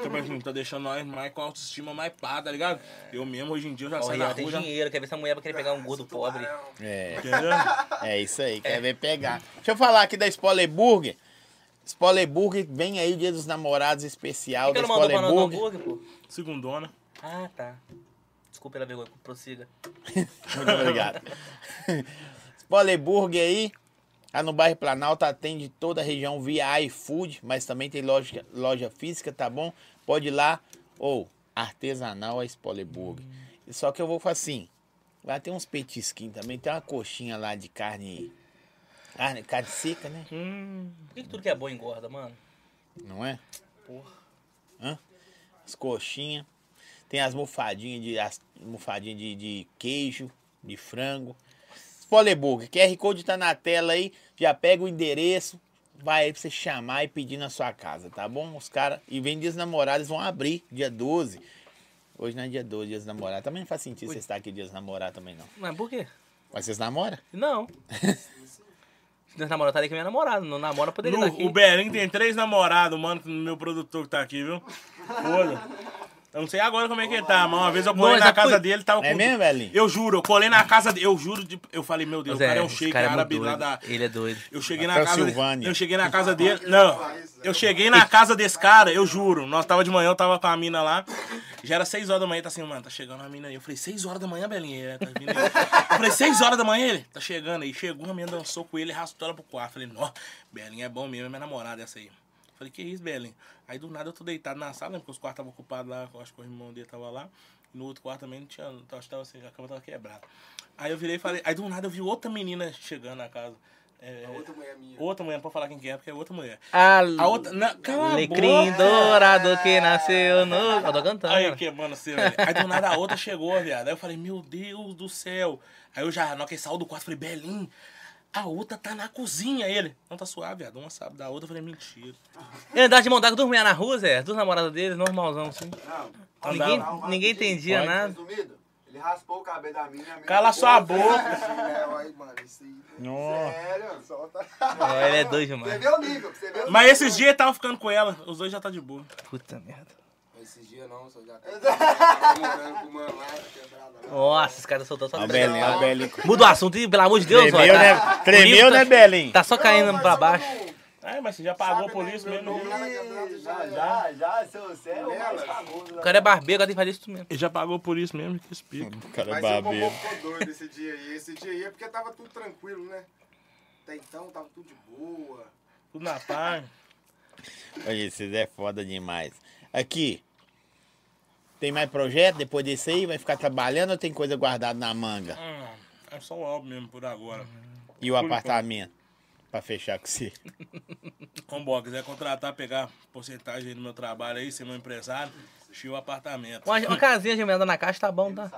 S2: Tipo assim, tá deixando nós mais com a autoestima mais pá, tá ligado? Eu mesmo hoje em dia eu já
S3: Ó,
S2: saio na
S3: Rian, tem
S2: rua, já...
S3: dinheiro, quer ver se a mulher vai querer pegar um gordo pobre.
S1: é,
S2: Entendeu?
S1: é isso aí, quer ver pegar. Deixa eu falar aqui da Spoiler Burger. Spoiler Burger, vem aí o dia dos namorados especial
S3: Por
S1: da
S3: que ele mandou pra
S1: é Spoiler
S3: nós um
S1: Burger.
S3: hambúrguer, pô?
S2: Segundona.
S3: Ah, tá. Desculpa pela vergonha, prossiga.
S1: Muito obrigado. Spoiler Burger aí. Lá no bairro Planalto atende toda a região via iFood, mas também tem loja, loja física, tá bom? Pode ir lá. Ou artesanal a Spoiler Burger. Só que eu vou falar assim. Lá tem uns petisquinhos também, tem uma coxinha lá de carne. Carne, carne seca, né?
S3: Por que, que tudo que é bom engorda, mano?
S1: Não é?
S3: Porra.
S1: Hã? As coxinhas. Tem as mofadinhas de, as mofadinhas de, de queijo, de frango. Spoiler Burger. QR Code tá na tela aí. Já pega o endereço. Vai aí pra você chamar e pedir na sua casa, tá bom? Os caras. E vem dias namorados, vão abrir dia 12. Hoje não é dia 12, dias namorados. Também não faz sentido você estar aqui dias namorados também, não.
S3: Mas por quê?
S1: Mas vocês namoram? *laughs*
S3: Não. Se nós namoramos, estaria com minha namorada. Não namora, eu poderia estar tá aqui.
S2: Lu, o Beren tem três namorados, mano, que meu produtor que tá aqui, viu? Foda. Eu não sei agora como é que ele tá, mas uma vez eu colei
S3: Não,
S2: na
S3: já
S2: casa
S3: foi.
S2: dele, tava
S1: É mesmo, velhinho?
S2: Eu juro, eu colei na casa dele, eu juro, de- eu falei, meu Deus,
S3: Mas
S2: o cara é um
S3: esse
S2: shake
S3: cara é muito
S2: árabe lá
S3: doido.
S2: da...
S3: Ele é doido.
S2: Eu cheguei
S1: Na
S2: na casa
S1: Transilvânia.
S2: dele. Eu cheguei na casa dele. Não. Eu cheguei na casa desse cara, eu juro. Nós tava de manhã, eu tava com a mina lá. Já era 6 horas da manhã, ele tá assim, mano, tá chegando a mina aí. Eu falei, 6 horas da manhã, Belinha? É, tá vindo aí. Eu falei, 6 horas da manhã ele? Tá chegando aí. Chegou, a mina dançou com ele, arrastou ela pro quarto. Falei, nó, Belinha é bom mesmo, é minha namorada essa aí. Falei, que isso, Belinha? Aí do nada eu tô deitado na sala, né, porque os quartos estavam ocupados lá, eu acho que o irmão dele tava lá. No outro quarto também não tinha, eu acho que tava assim, a cama tava quebrada. Aí eu virei e falei, aí do nada eu vi outra menina chegando na casa. É,
S6: Outra mulher minha.
S2: Outra mulher, não pode falar quem que é, porque é outra mulher.
S3: A,
S2: A outra. é Não, cala a
S3: Hum. Alecrim tá.
S2: boca.
S3: dourado que nasceu no... Eu tô cantando,
S2: Aí
S3: cara.
S2: queimando assim, velho. Aí do nada a outra chegou, viado. Aí eu falei, meu Deus do céu. Aí eu já, na hora que ele saiu do quarto, falei, Belim, a outra tá na cozinha. Ele, não tá suave, viado. Uma sabe da outra. Eu falei, mentira.
S3: Ele andava de mão d'água, dormia na rua, Zé. Dos namorados dele, normalzão, assim.
S6: Não.
S3: Ninguém,
S6: não, não,
S3: ninguém
S6: não,
S3: entendia
S1: Pode.
S3: nada.
S6: Resumido, ele raspou o cabelo da minha. a mina
S2: Cala
S6: ficou-
S2: sua boca.
S6: *laughs* É, olha, mano, isso aí. é
S1: Nossa.
S6: Sério, solta.
S3: É, ele é doido
S6: Você
S3: demais.
S6: vê o nível, você vê o nível.
S2: Mas esses dias ele tava ficando com ela. Os dois já tá de boa.
S3: Puta merda.
S6: Esses dias não, só *laughs* já tá namorando com o mano lá, tá quebrado lá.
S3: Nossa, os caras soltando só
S1: Ó o
S3: treta.
S1: Belém, ó o Belém.
S3: Muda o assunto, e, pelo amor de Tá Deus,
S1: Tremeu,
S3: olha.
S1: né? Tremeu, né, Belém?
S3: Tá só caindo pra baixo.
S2: É, mas você já
S6: né,
S2: pagou por isso mesmo.
S6: Não, cara, quebrado já,
S7: Já,
S6: já.
S7: já, já, seu Zé é o mais famoso.
S3: O cara é barbeiro, agora tem que fazer isso tudo mesmo.
S2: Ele já pagou por isso mesmo, que explica.
S1: O cara é
S6: Mas o bombom
S1: babeiro.
S6: ficou doido esse dia aí. Esse dia aí é porque tava tudo tranquilo, né? Até então tava tudo de boa.
S2: Tudo na paz.
S1: Olha, esses é foda demais. Aqui. Tem mais projeto depois desse aí? Vai ficar trabalhando ou tem coisa guardada na manga?
S2: Hum, É só o álbum mesmo por agora.
S1: E o apartamento? Pra fechar com você.
S2: Como bom, quiser contratar, pegar porcentagem aí do meu trabalho aí, ser meu empresário, encher o apartamento.
S3: Uma, uma casinha gemada na caixa tá bom, tá?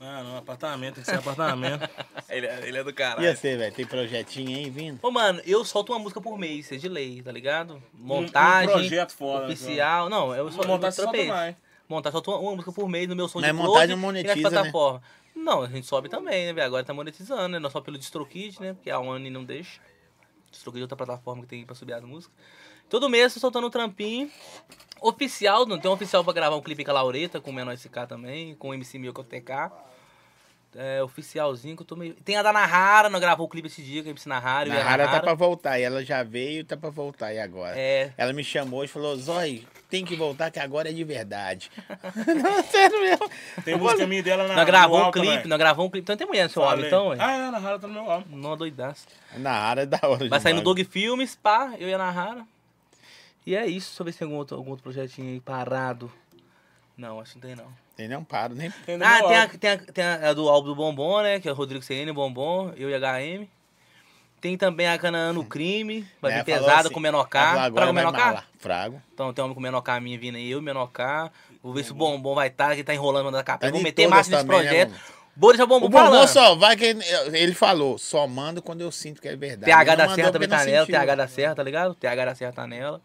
S2: Ah, não, apartamento, tem que ser
S3: *laughs*
S2: apartamento.
S3: Ele, é- ele é do
S1: E
S3: caralho.
S1: você, velho? Tem projetinho aí vindo?
S3: Ô, mano, eu solto uma música por mês, isso é de lei, tá ligado?
S2: Um-
S3: Montagem.
S2: Um projeto foda.
S3: Oficial. Não, eu só
S2: Montar
S3: montar
S2: você solta
S3: trapez.
S2: mais.
S3: Montar só uma música por mês no meu som
S1: Mas
S3: de
S1: montagem
S3: closet
S1: não
S3: e nas
S1: monetiza, né?
S3: plataformas. Não, a gente sobe também, né, velho? Agora tá monetizando, né? Não só pelo DistroKid, né? Porque a One não deixa. DistroKid é outra plataforma que tem pra subir as músicas. Todo mês tô soltando um trampinho. Oficial, não tem um oficial pra gravar um clipe com a Laureta, com o Menor SK também, com o MC Mil que eu TK. É, oficialzinho que eu tô meio. Tem a da Nahara, não gravou o clipe esse dia, que é MC Nahara. eu e a
S1: Nahara tá
S3: Nahara.
S1: pra voltar. E ela já veio, tá pra voltar. E agora?
S3: É.
S1: Ela me chamou e falou, Zói, tem que voltar que agora é de verdade. *laughs* não, sério mesmo.
S2: Tem música minha dela
S1: Ah,
S2: na
S3: Nós
S2: no
S3: gravamos um
S2: álbum
S3: clipe,
S2: também.
S3: nós gravamos um clipe. Então tem mulher no seu álbum,
S2: Falei.
S3: então, ué?
S2: Ah, é, na rara tá no meu álbum.
S3: Não doidaço.
S1: Nahara é da hora
S3: Vai sair no
S1: demais.
S3: Dog Filmes, pá, eu ia narrar. E é isso, deixa eu ver se tem algum outro, algum outro projetinho aí parado. Não, acho que não tem não.
S1: Tem não paro, nem...
S2: Tem no
S3: Ah,
S2: meu
S3: tem a,
S2: álbum.
S3: tem, a, tem a- a do álbum do Bombom, né? Que é o Rodrigo CN, Bombom, eu e HM. Tem também a Canaã no Crime, vai
S1: Né,
S3: vir
S1: falou
S3: pesada
S1: assim,
S3: com o Menor
S1: ela falou,
S3: K.
S1: Agora
S3: Traga o
S1: vai
S3: Menor K?
S1: malar. Frago.
S3: Então tem homem com o Menor K minha vindo aí, eu e o Menor K. Vou ver se o Bombom vai estar, que ele tá enrolando
S1: Uhum.
S3: na
S1: Tá
S3: capela. Vou
S1: em
S3: meter
S1: todas
S3: marcha nesse
S1: também, né,
S3: projeto.
S1: mano?
S3: Vou deixar o
S1: O
S3: Bombom
S1: Bombom
S3: falando.
S1: só vai que... Ele falou, só mando quando eu sinto que é verdade.
S3: TH
S1: Ele não
S3: da
S1: mandou porque
S3: Serra também
S1: não
S3: tá nela,
S1: sentiu.
S3: TH da Serra, tá ligado? TH da Serra tá nela.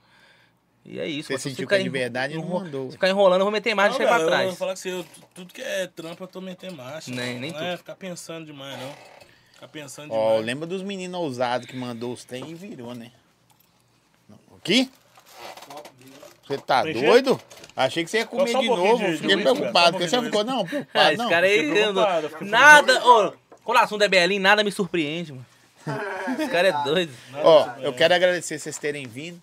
S3: E é isso.
S1: Você
S3: mas se
S1: sentiu
S3: ficar
S1: que é de
S3: enro-
S1: verdade e não
S3: enro-
S1: mandou.
S3: Se ficar enrolando, eu vou meter mais e
S2: Não,
S3: chegar pra
S2: velho, Eu vou
S3: trás.
S2: falar que você, tudo que é trampa, eu tô metendo marcha.
S3: Nem- nem
S2: não
S3: tudo.
S2: é ficar pensando demais, não. Ficar pensando
S1: Ó,
S2: demais.
S1: lembra dos meninos ousados que mandou os trem e virou, né? Não, O quê? Você tá
S2: Preencher?
S1: doido? Achei que você ia comer
S2: Só um
S1: de
S2: pouquinho
S1: novo.
S2: de- de
S1: Fiquei
S2: uísque,
S1: preocupado.
S2: velho,
S1: Porque
S2: só
S1: você
S2: um pouquinho de
S1: ficou, não, preocupado,
S3: Ah,
S1: não.
S3: esse cara aí.
S2: fiquei preocupado,
S3: andou-
S2: eu fiquei
S3: Nada. Ô, quando o assunto é Belém, nada me surpreende, mano. Esse cara é doido.
S1: Ó, eu quero agradecer vocês terem vindo.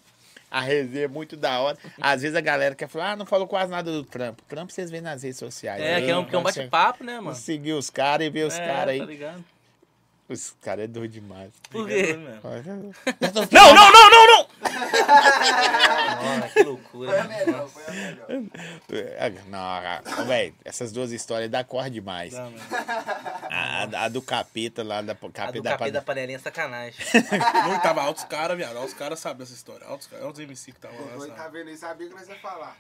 S1: A resenha é muito da hora. Às vezes a galera quer falar, ah, não falou quase nada do Trump. Trump vocês veem nas redes sociais.
S3: É, que é um, que é um bate-papo, né, mano?
S1: Seguir os caras e ver os
S3: É,
S1: caras
S3: Tá
S1: aí.
S3: ligado?
S1: Os caras é doido demais.
S3: Por
S2: Fica
S3: quê?
S2: doido
S1: *laughs*
S2: mesmo.
S1: Não, não, não, não, não!
S3: Nossa, que loucura. né?
S7: Não, foi a melhor.
S1: É, Não, ah, velho, essas duas histórias dá cor demais.
S2: Dá, mano.
S1: A, a- a do capeta lá, da capeta,
S3: A do
S1: da
S3: capeta da
S1: pan-
S3: panelinha é sacanagem.
S2: Não, tava altos caras, viado. Altos caras sabem essa história. Altos é caras, altos MC que tava lá.
S6: Doido tá
S2: sabe?
S6: vendo aí, sabia que nós ia falar.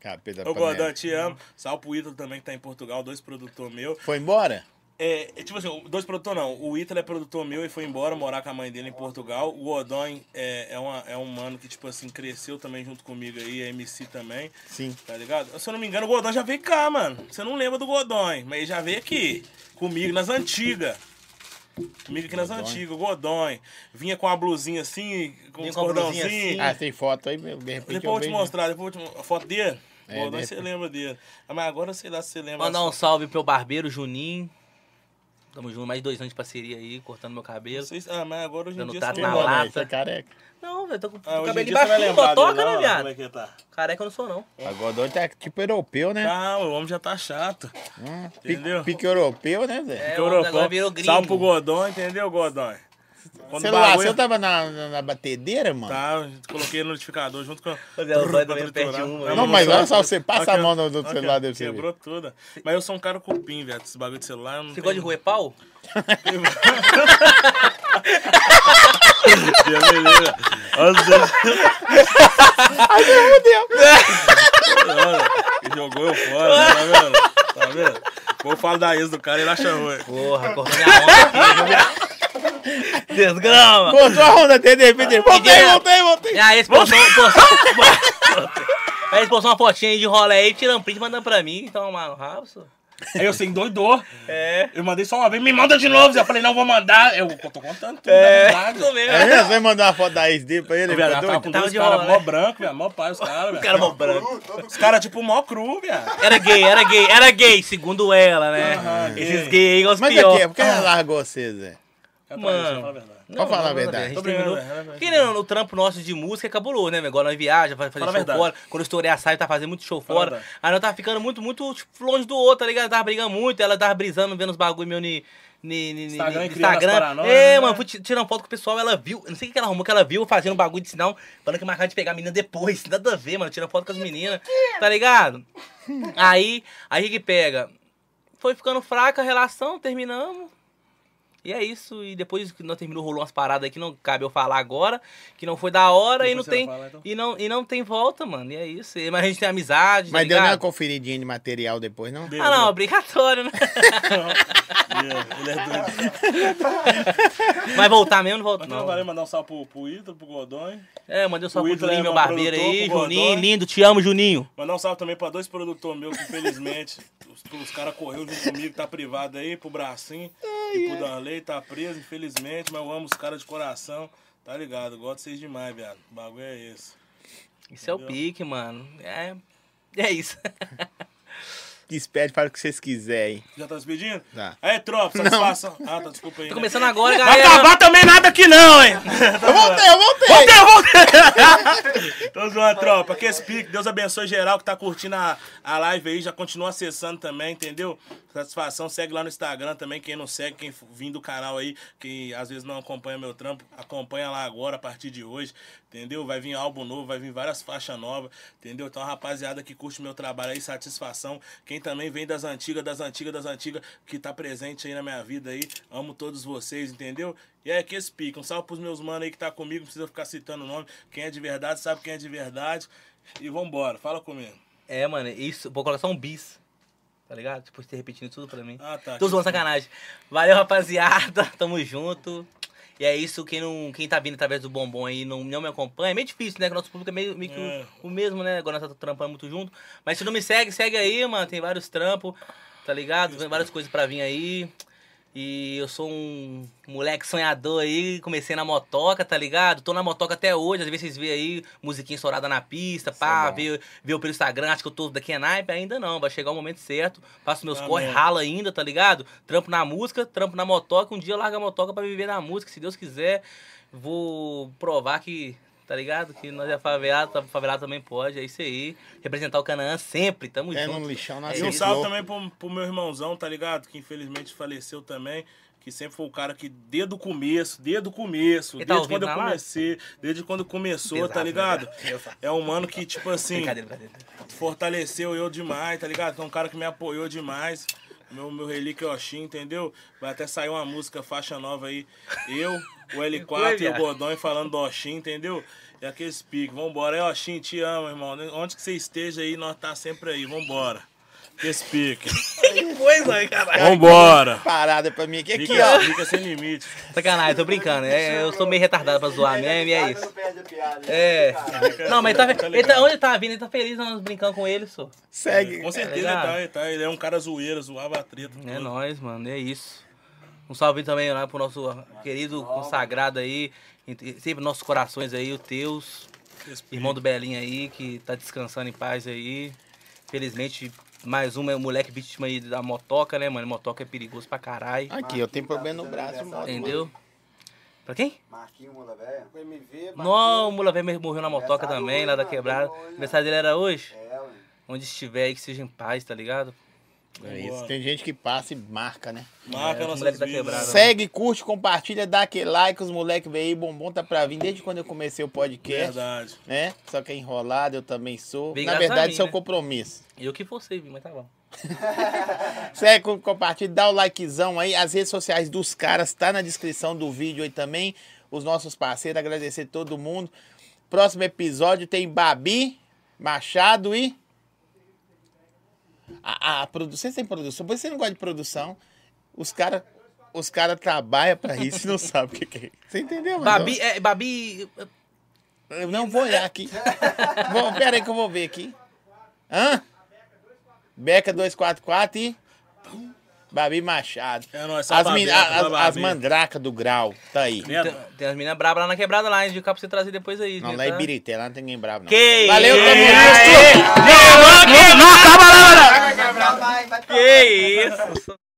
S1: capeta da
S2: Ô, Gordão,
S1: panela.
S2: te amo. Salve pro Ítalo também, que tá em Portugal. Dois produtor meu.
S1: Foi embora?
S2: É, é, tipo assim, o- dois produtor não. O Ítalo é produtor meu e foi embora morar com a mãe dele em Portugal. O Odon é, é, uma- é um mano que, tipo assim, cresceu também junto comigo aí, é MC também.
S1: Sim.
S2: Tá ligado? Se eu não me engano, o Godói já veio cá, mano. Você não lembra do Godói, mas ele já veio aqui. Comigo nas antigas. Comigo aqui nas antigas, o Godói. Vinha com a blusinha assim, com
S3: Vinha
S2: os
S3: com a
S2: cordãozinhos.
S3: blusinha assim. é
S1: Ah, tem foto aí, meu, de repente eu
S2: Depois eu vou te
S1: vejo.
S2: mostrar, depois eu vou te mostrar. A foto dele?
S1: É,
S2: O
S3: né?
S2: Godói
S1: deve-
S2: você lembra dele. Ah, Mas agora sei lá se você lembra. assim.
S3: Mandar um salve pro barbeiro Juninho. Tamo junto, mais de dois anos de parceria aí, cortando meu cabelo.
S2: Não sei se- Ah, mas agora hoje em
S3: Dando
S2: dia
S3: tapa
S2: você
S3: na
S2: não vai.
S3: lata.
S1: Você é careca.
S3: Não, velho, tô com
S2: Ah,
S3: o
S2: hoje em dia
S3: cabelo
S2: você vai
S3: baixinho,
S2: lembrar dele,
S3: botoca, né,
S2: não,
S3: viado?
S2: Como é que tá?
S3: Careca eu não sou, não.
S1: A Godoy tá tipo europeu, né?
S2: Ah, o homem já tá chato.
S1: Hum, pique-
S2: Entendeu?
S1: Pique europeu, né, Zé?
S3: É,
S2: Que
S3: o
S2: europeu.
S3: agora virou gringo.
S2: Salve pro Godói, entendeu, Godói? Quando
S1: Celular,
S2: bagulho-
S1: seu tava na, na, na batedeira, mano?
S2: Tá, coloquei no notificador junto com.
S3: Ô, Del,
S2: Brrr,
S3: vai
S2: pra
S3: também
S2: triturar.
S3: perde uma,
S2: Não,
S3: né?
S1: Não, mas
S2: vou-
S1: olha só, você passa a
S2: Aqui, ó.
S1: mão no, no
S2: Aqui, ó.
S1: celular dele. pra você ver.
S2: Quebrou tudo. Mas eu sou um cara cupim, velho. Esse bagulho de celular. eu Não
S3: Você gosta de
S2: tenho-
S3: roer pau?
S2: Beleza. Olha os dois. Olha, Jogou eu fora, tá vendo? Tá vendo? Quando eu falo da ex do cara, ele acha ruim.
S3: Porra, cortou minha onda aqui. viu? Desgrama.
S1: Cortou a onda dele, de repente. ele, Voltei, voltei, voltei.
S3: Minha ex postou, postou, É postou, Minha ex postou uma fotinha aí de rolê aí, tirando um print e mandando pra mim. Então, mano, rabo, só.
S2: Aí eu sei, endoidou.
S3: É.
S2: Eu mandei só uma vez, me manda de novo. Eu falei, não, vou mandar. Eu tô contando tudo, na
S3: Isso
S2: verdade.
S3: mesmo. né?
S1: É mesmo? Você mandou uma foto da ex dele pra ele?
S2: Ô,
S1: ele
S2: viado, tá
S1: ficou
S2: ela tava
S1: doido?
S2: com
S3: Tava
S2: dois
S3: de
S2: caras
S3: rola,
S2: mó
S3: né?
S2: branco, viado, mó pai, os caras,
S3: O É,
S2: velho.
S3: cara mó branco.
S6: Todo- todo-
S2: Os caras, tipo, mó cru, viado.
S3: Era gay, era gay, era gay, segundo ela, né?
S2: Aham, gay.
S3: Esses gays aí, os
S1: Mas
S3: pior.
S1: aqui, é por que
S2: Ah.
S1: ela largou você, Zé?
S2: É pra
S3: Mano.
S2: isso, eu falo a verdade.
S3: Não,
S1: Vamos falar
S3: não,
S1: a verdade.
S3: A gente
S2: Tô
S3: terminou.
S2: brincando, é, é, é.
S3: Que nem no trampo nosso de música é cabuloso, né? velho? Agora nós viaja, vai fazer
S2: Fala a
S3: show
S2: verdade.
S3: fora. Quando eu estourei a saia, tá fazendo muito show
S2: Fala a
S3: fora.
S2: verdade.
S3: Aí nós tava ficando muito, muito tipo, longe do outro, tá ligado? Tava brigando muito, ela tava brisando, vendo os bagulho meu ni, ni, ni, ni,
S2: Instagram
S3: ni-
S2: e criando as paranóias,
S3: É,
S2: né?
S3: mano, fui ti- tirando foto com o pessoal, ela viu. Não sei o que ela arrumou, que ela viu eu fazendo bagulho de sinal, falando que marcava de pegar a menina depois. *laughs* Nada a ver, mano. Tirando foto com as meninas, tá ligado? Aí, aí que pega. Foi ficando fraca a relação, terminamos. E é isso, e depois que nós terminou, rolou umas paradas aí que não cabe eu falar agora, que não foi da hora e não
S2: Depois você
S3: tem.
S2: vai falar, então?
S3: e, não, e não tem volta, mano. E é isso. E- Mas a gente tem amizade.
S1: Mas
S3: tá
S1: deu nem uma
S3: ligado?
S1: conferidinha de material depois, não?
S3: Ah, não, obrigatório, né? *laughs*
S2: Yeah, Ele é doido.
S3: Vai voltar mesmo, não volta.
S2: Mas não valeu
S3: Não.
S2: mandar um salve pro, pro Ítalo, pro Godói.
S3: É, mandei um salve
S2: O
S3: pro
S2: Ítalo
S3: Juninho,
S2: é meu
S3: meu barbeiro
S2: produtor,
S3: aí,
S2: pro Godoy.
S3: Juninho, lindo, te amo, Juninho.
S2: Mandar um salve também pra dois produtores meus que, infelizmente, *laughs* os, os caras correu junto comigo, tá privado aí, pro Bracinho e pro Darley, tá preso, infelizmente, mas eu amo os caras de coração, tá ligado? Gosto de vocês demais, viado. O bagulho é esse.
S3: Isso é o pique, mano. É. É isso. *laughs*
S1: Despede, fala o que vocês quiserem.
S2: Já tá despedindo?
S1: Tá.
S2: Aí, tropa, satisfação. Ah, tá, desculpa aí.
S3: Tô
S2: né?
S3: começando agora,
S2: Vai
S3: galera.
S2: acabar também nada aqui não, hein?
S1: Eu voltei, eu voltei!
S2: *laughs* Tô zoando, tropa. Que esse pique. Deus abençoe geral que tá curtindo a, a live aí. Já continua acessando também, entendeu? Satisfação. Segue lá no Instagram também. Quem não segue, quem f- vim do canal aí, que às vezes não acompanha meu trampo, acompanha lá agora, a partir de hoje, entendeu? Vai vir álbum novo, vai vir várias faixas novas, entendeu? Então, a rapaziada que curte meu trabalho aí, satisfação. Quem também vem das antigas, das antigas, das antigas, que tá presente aí na minha vida aí. Amo todos vocês, entendeu? E é que esse pique. Um salve pros meus manos aí que tá comigo, não precisa ficar citando o nome. Quem é de verdade sabe quem é de verdade. E vambora, fala comigo.
S3: É, mano, isso. Vou colocar só um bis. Tá ligado? Tipo, você repetindo tudo pra mim.
S2: Ah, tá.
S3: Tô zoando sacanagem. Valeu, rapaziada. *laughs* Tamo junto. E é isso, quem, não, quem tá vindo através do bombom aí não, não me acompanha. É meio difícil, né? Que o nosso público é meio, meio que o-
S2: É.
S3: o, mesmo, né? Agora nós tá trampando muito junto. Mas se não me segue, segue aí, mano. Tem vários trampos, tá ligado? Tem várias coisas pra vir aí. E eu sou um moleque sonhador aí, comecei na motoca, tá ligado? Tô na motoca até hoje, às vezes vocês veem aí musiquinha estourada na pista, pá, vê, vê eu pelo Instagram, acho que eu tô daqui a naipe, ainda não, vai chegar o momento certo, faço meus
S2: Amém.
S3: corre, ralo ainda, tá ligado? Trampo na música, trampo na motoca, um dia eu largo a motoca pra viver na música, se Deus quiser, vou provar que, tá ligado? Que nós é favelado, tá- favelado também pode, é isso aí, representar o Canaã sempre, tamo
S1: É
S3: junto.
S1: no lixão na
S3: É
S2: E um
S3: isso.
S2: salve também pro, pro meu irmãozão, tá ligado? Que infelizmente faleceu também. Que sempre foi o cara que, desde o começo, desde o começo,
S3: Ele tá
S2: desde quando
S3: ouvindo
S2: eu
S3: na live?
S2: comecei, desde quando começou,
S3: Pesado,
S2: tá
S3: né,
S2: ligado? É um mano que, tipo assim,
S3: Brincadeira, brincadeira.
S2: fortaleceu eu demais, tá ligado? É um cara que me apoiou demais. Meu, meu relíquio é Oxi, entendeu? Vai até sair uma música, faixa nova aí. Eu, o
S3: Foi,
S2: L4 e o
S3: viado.
S2: Godói falando do Oxi, entendeu? E aqueles piques. Vambora. É Oxi, te amo, irmão. Onde que você esteja aí, nós tá sempre aí. Vambora. Esse
S3: *laughs*
S2: pique.
S3: Que coisa, aí, caralho.
S2: Vambora.
S1: Parada pra mim aqui, aqui,
S2: Fica, assim.
S1: ó.
S2: fica sem limite.
S3: Sacanagem, tô brincando. É, eu sou meio retardado pra zoar mesmo e é
S7: Não
S3: isso.
S7: perde a piada.
S3: É. Não, mas ele tá,
S2: Tá
S3: ele tá,
S2: ligado.
S3: onde ele tá vindo? Ele tá feliz nós brincando com ele, só.
S1: Segue.
S2: Com certeza
S3: ligado?
S2: tá, ele tá. Ele é um cara zoeiro, zoava a treta.
S3: É
S2: tudo.
S3: nóis, mano, é isso. Um salve também lá pro nosso querido consagrado aí. ent- Sempre nossos corações aí, o teus.
S2: Esse pique.
S3: Irmão do Belinho aí, que tá descansando em paz aí. Felizmente, mais um é um moleque vítima aí da motoca, né, mano? Motoca é perigoso pra caralho.
S1: Aqui, eu tenho problema no braço, mano.
S3: Entendeu? Pra quem?
S7: Marquinho, mula velha.
S6: O MV,
S3: Não, o Mula Velho morreu na motoca
S7: Aniversário
S3: também,
S7: hoje,
S3: lá da
S7: mano,
S3: quebrada.
S7: hoje,
S3: Aniversário dele era hoje?
S7: É, ué.
S3: Onde estiver aí, que seja em paz, tá ligado?
S1: É isso. Tem gente que passa e marca, né?
S2: Marca
S3: É, os
S2: nossas
S3: moleque tá
S2: vidas.
S3: quebrado.
S1: Segue, curte, compartilha, dá aquele like, os moleque veio, bombom tá pra vir desde quando eu comecei o podcast,
S2: Verdade.
S1: né? Só que é enrolado, eu também sou.
S3: Vem
S1: Na
S3: graças a
S1: verdade,
S3: mim,
S1: isso é um
S3: né?
S1: compromisso.
S3: Eu que forcei, mas tá bom.
S1: Segue, curte, é compartilha, dá o likezão aí. As redes sociais dos caras tá na descrição do vídeo aí também. Os nossos parceiros, agradecer todo mundo. Próximo episódio tem Babi, Machado e. A, a, produ- Vocês têm produção? Por que Você não gosta de produção? Os caras. Os caras trabalham pra isso e não *laughs* sabem o que que é. Você entendeu, mano?
S3: Babi, é, Babi.
S1: Eu não vou olhar aqui. vou, pera aí que eu vou ver aqui. Hã? Beca 244 e. Babi Machado.
S2: É nóis, só
S1: as
S2: Babi,
S1: min-
S2: é,
S1: a- as,
S2: Babi.
S1: as mandraca do grau, tá aí.
S2: Merda.
S3: Tem, tem as meninas brabas lá na quebrada lá, indicar pra você trazer depois aí.
S1: Não,
S3: viu,
S1: lá é
S3: tá?
S1: Birité, lá não tem ninguém bravo, não.
S3: Que
S1: Valeu,
S3: isso?
S1: comunista!
S3: Não, não, não, acaba lá,
S7: Vai, vai, vai.
S3: Que isso?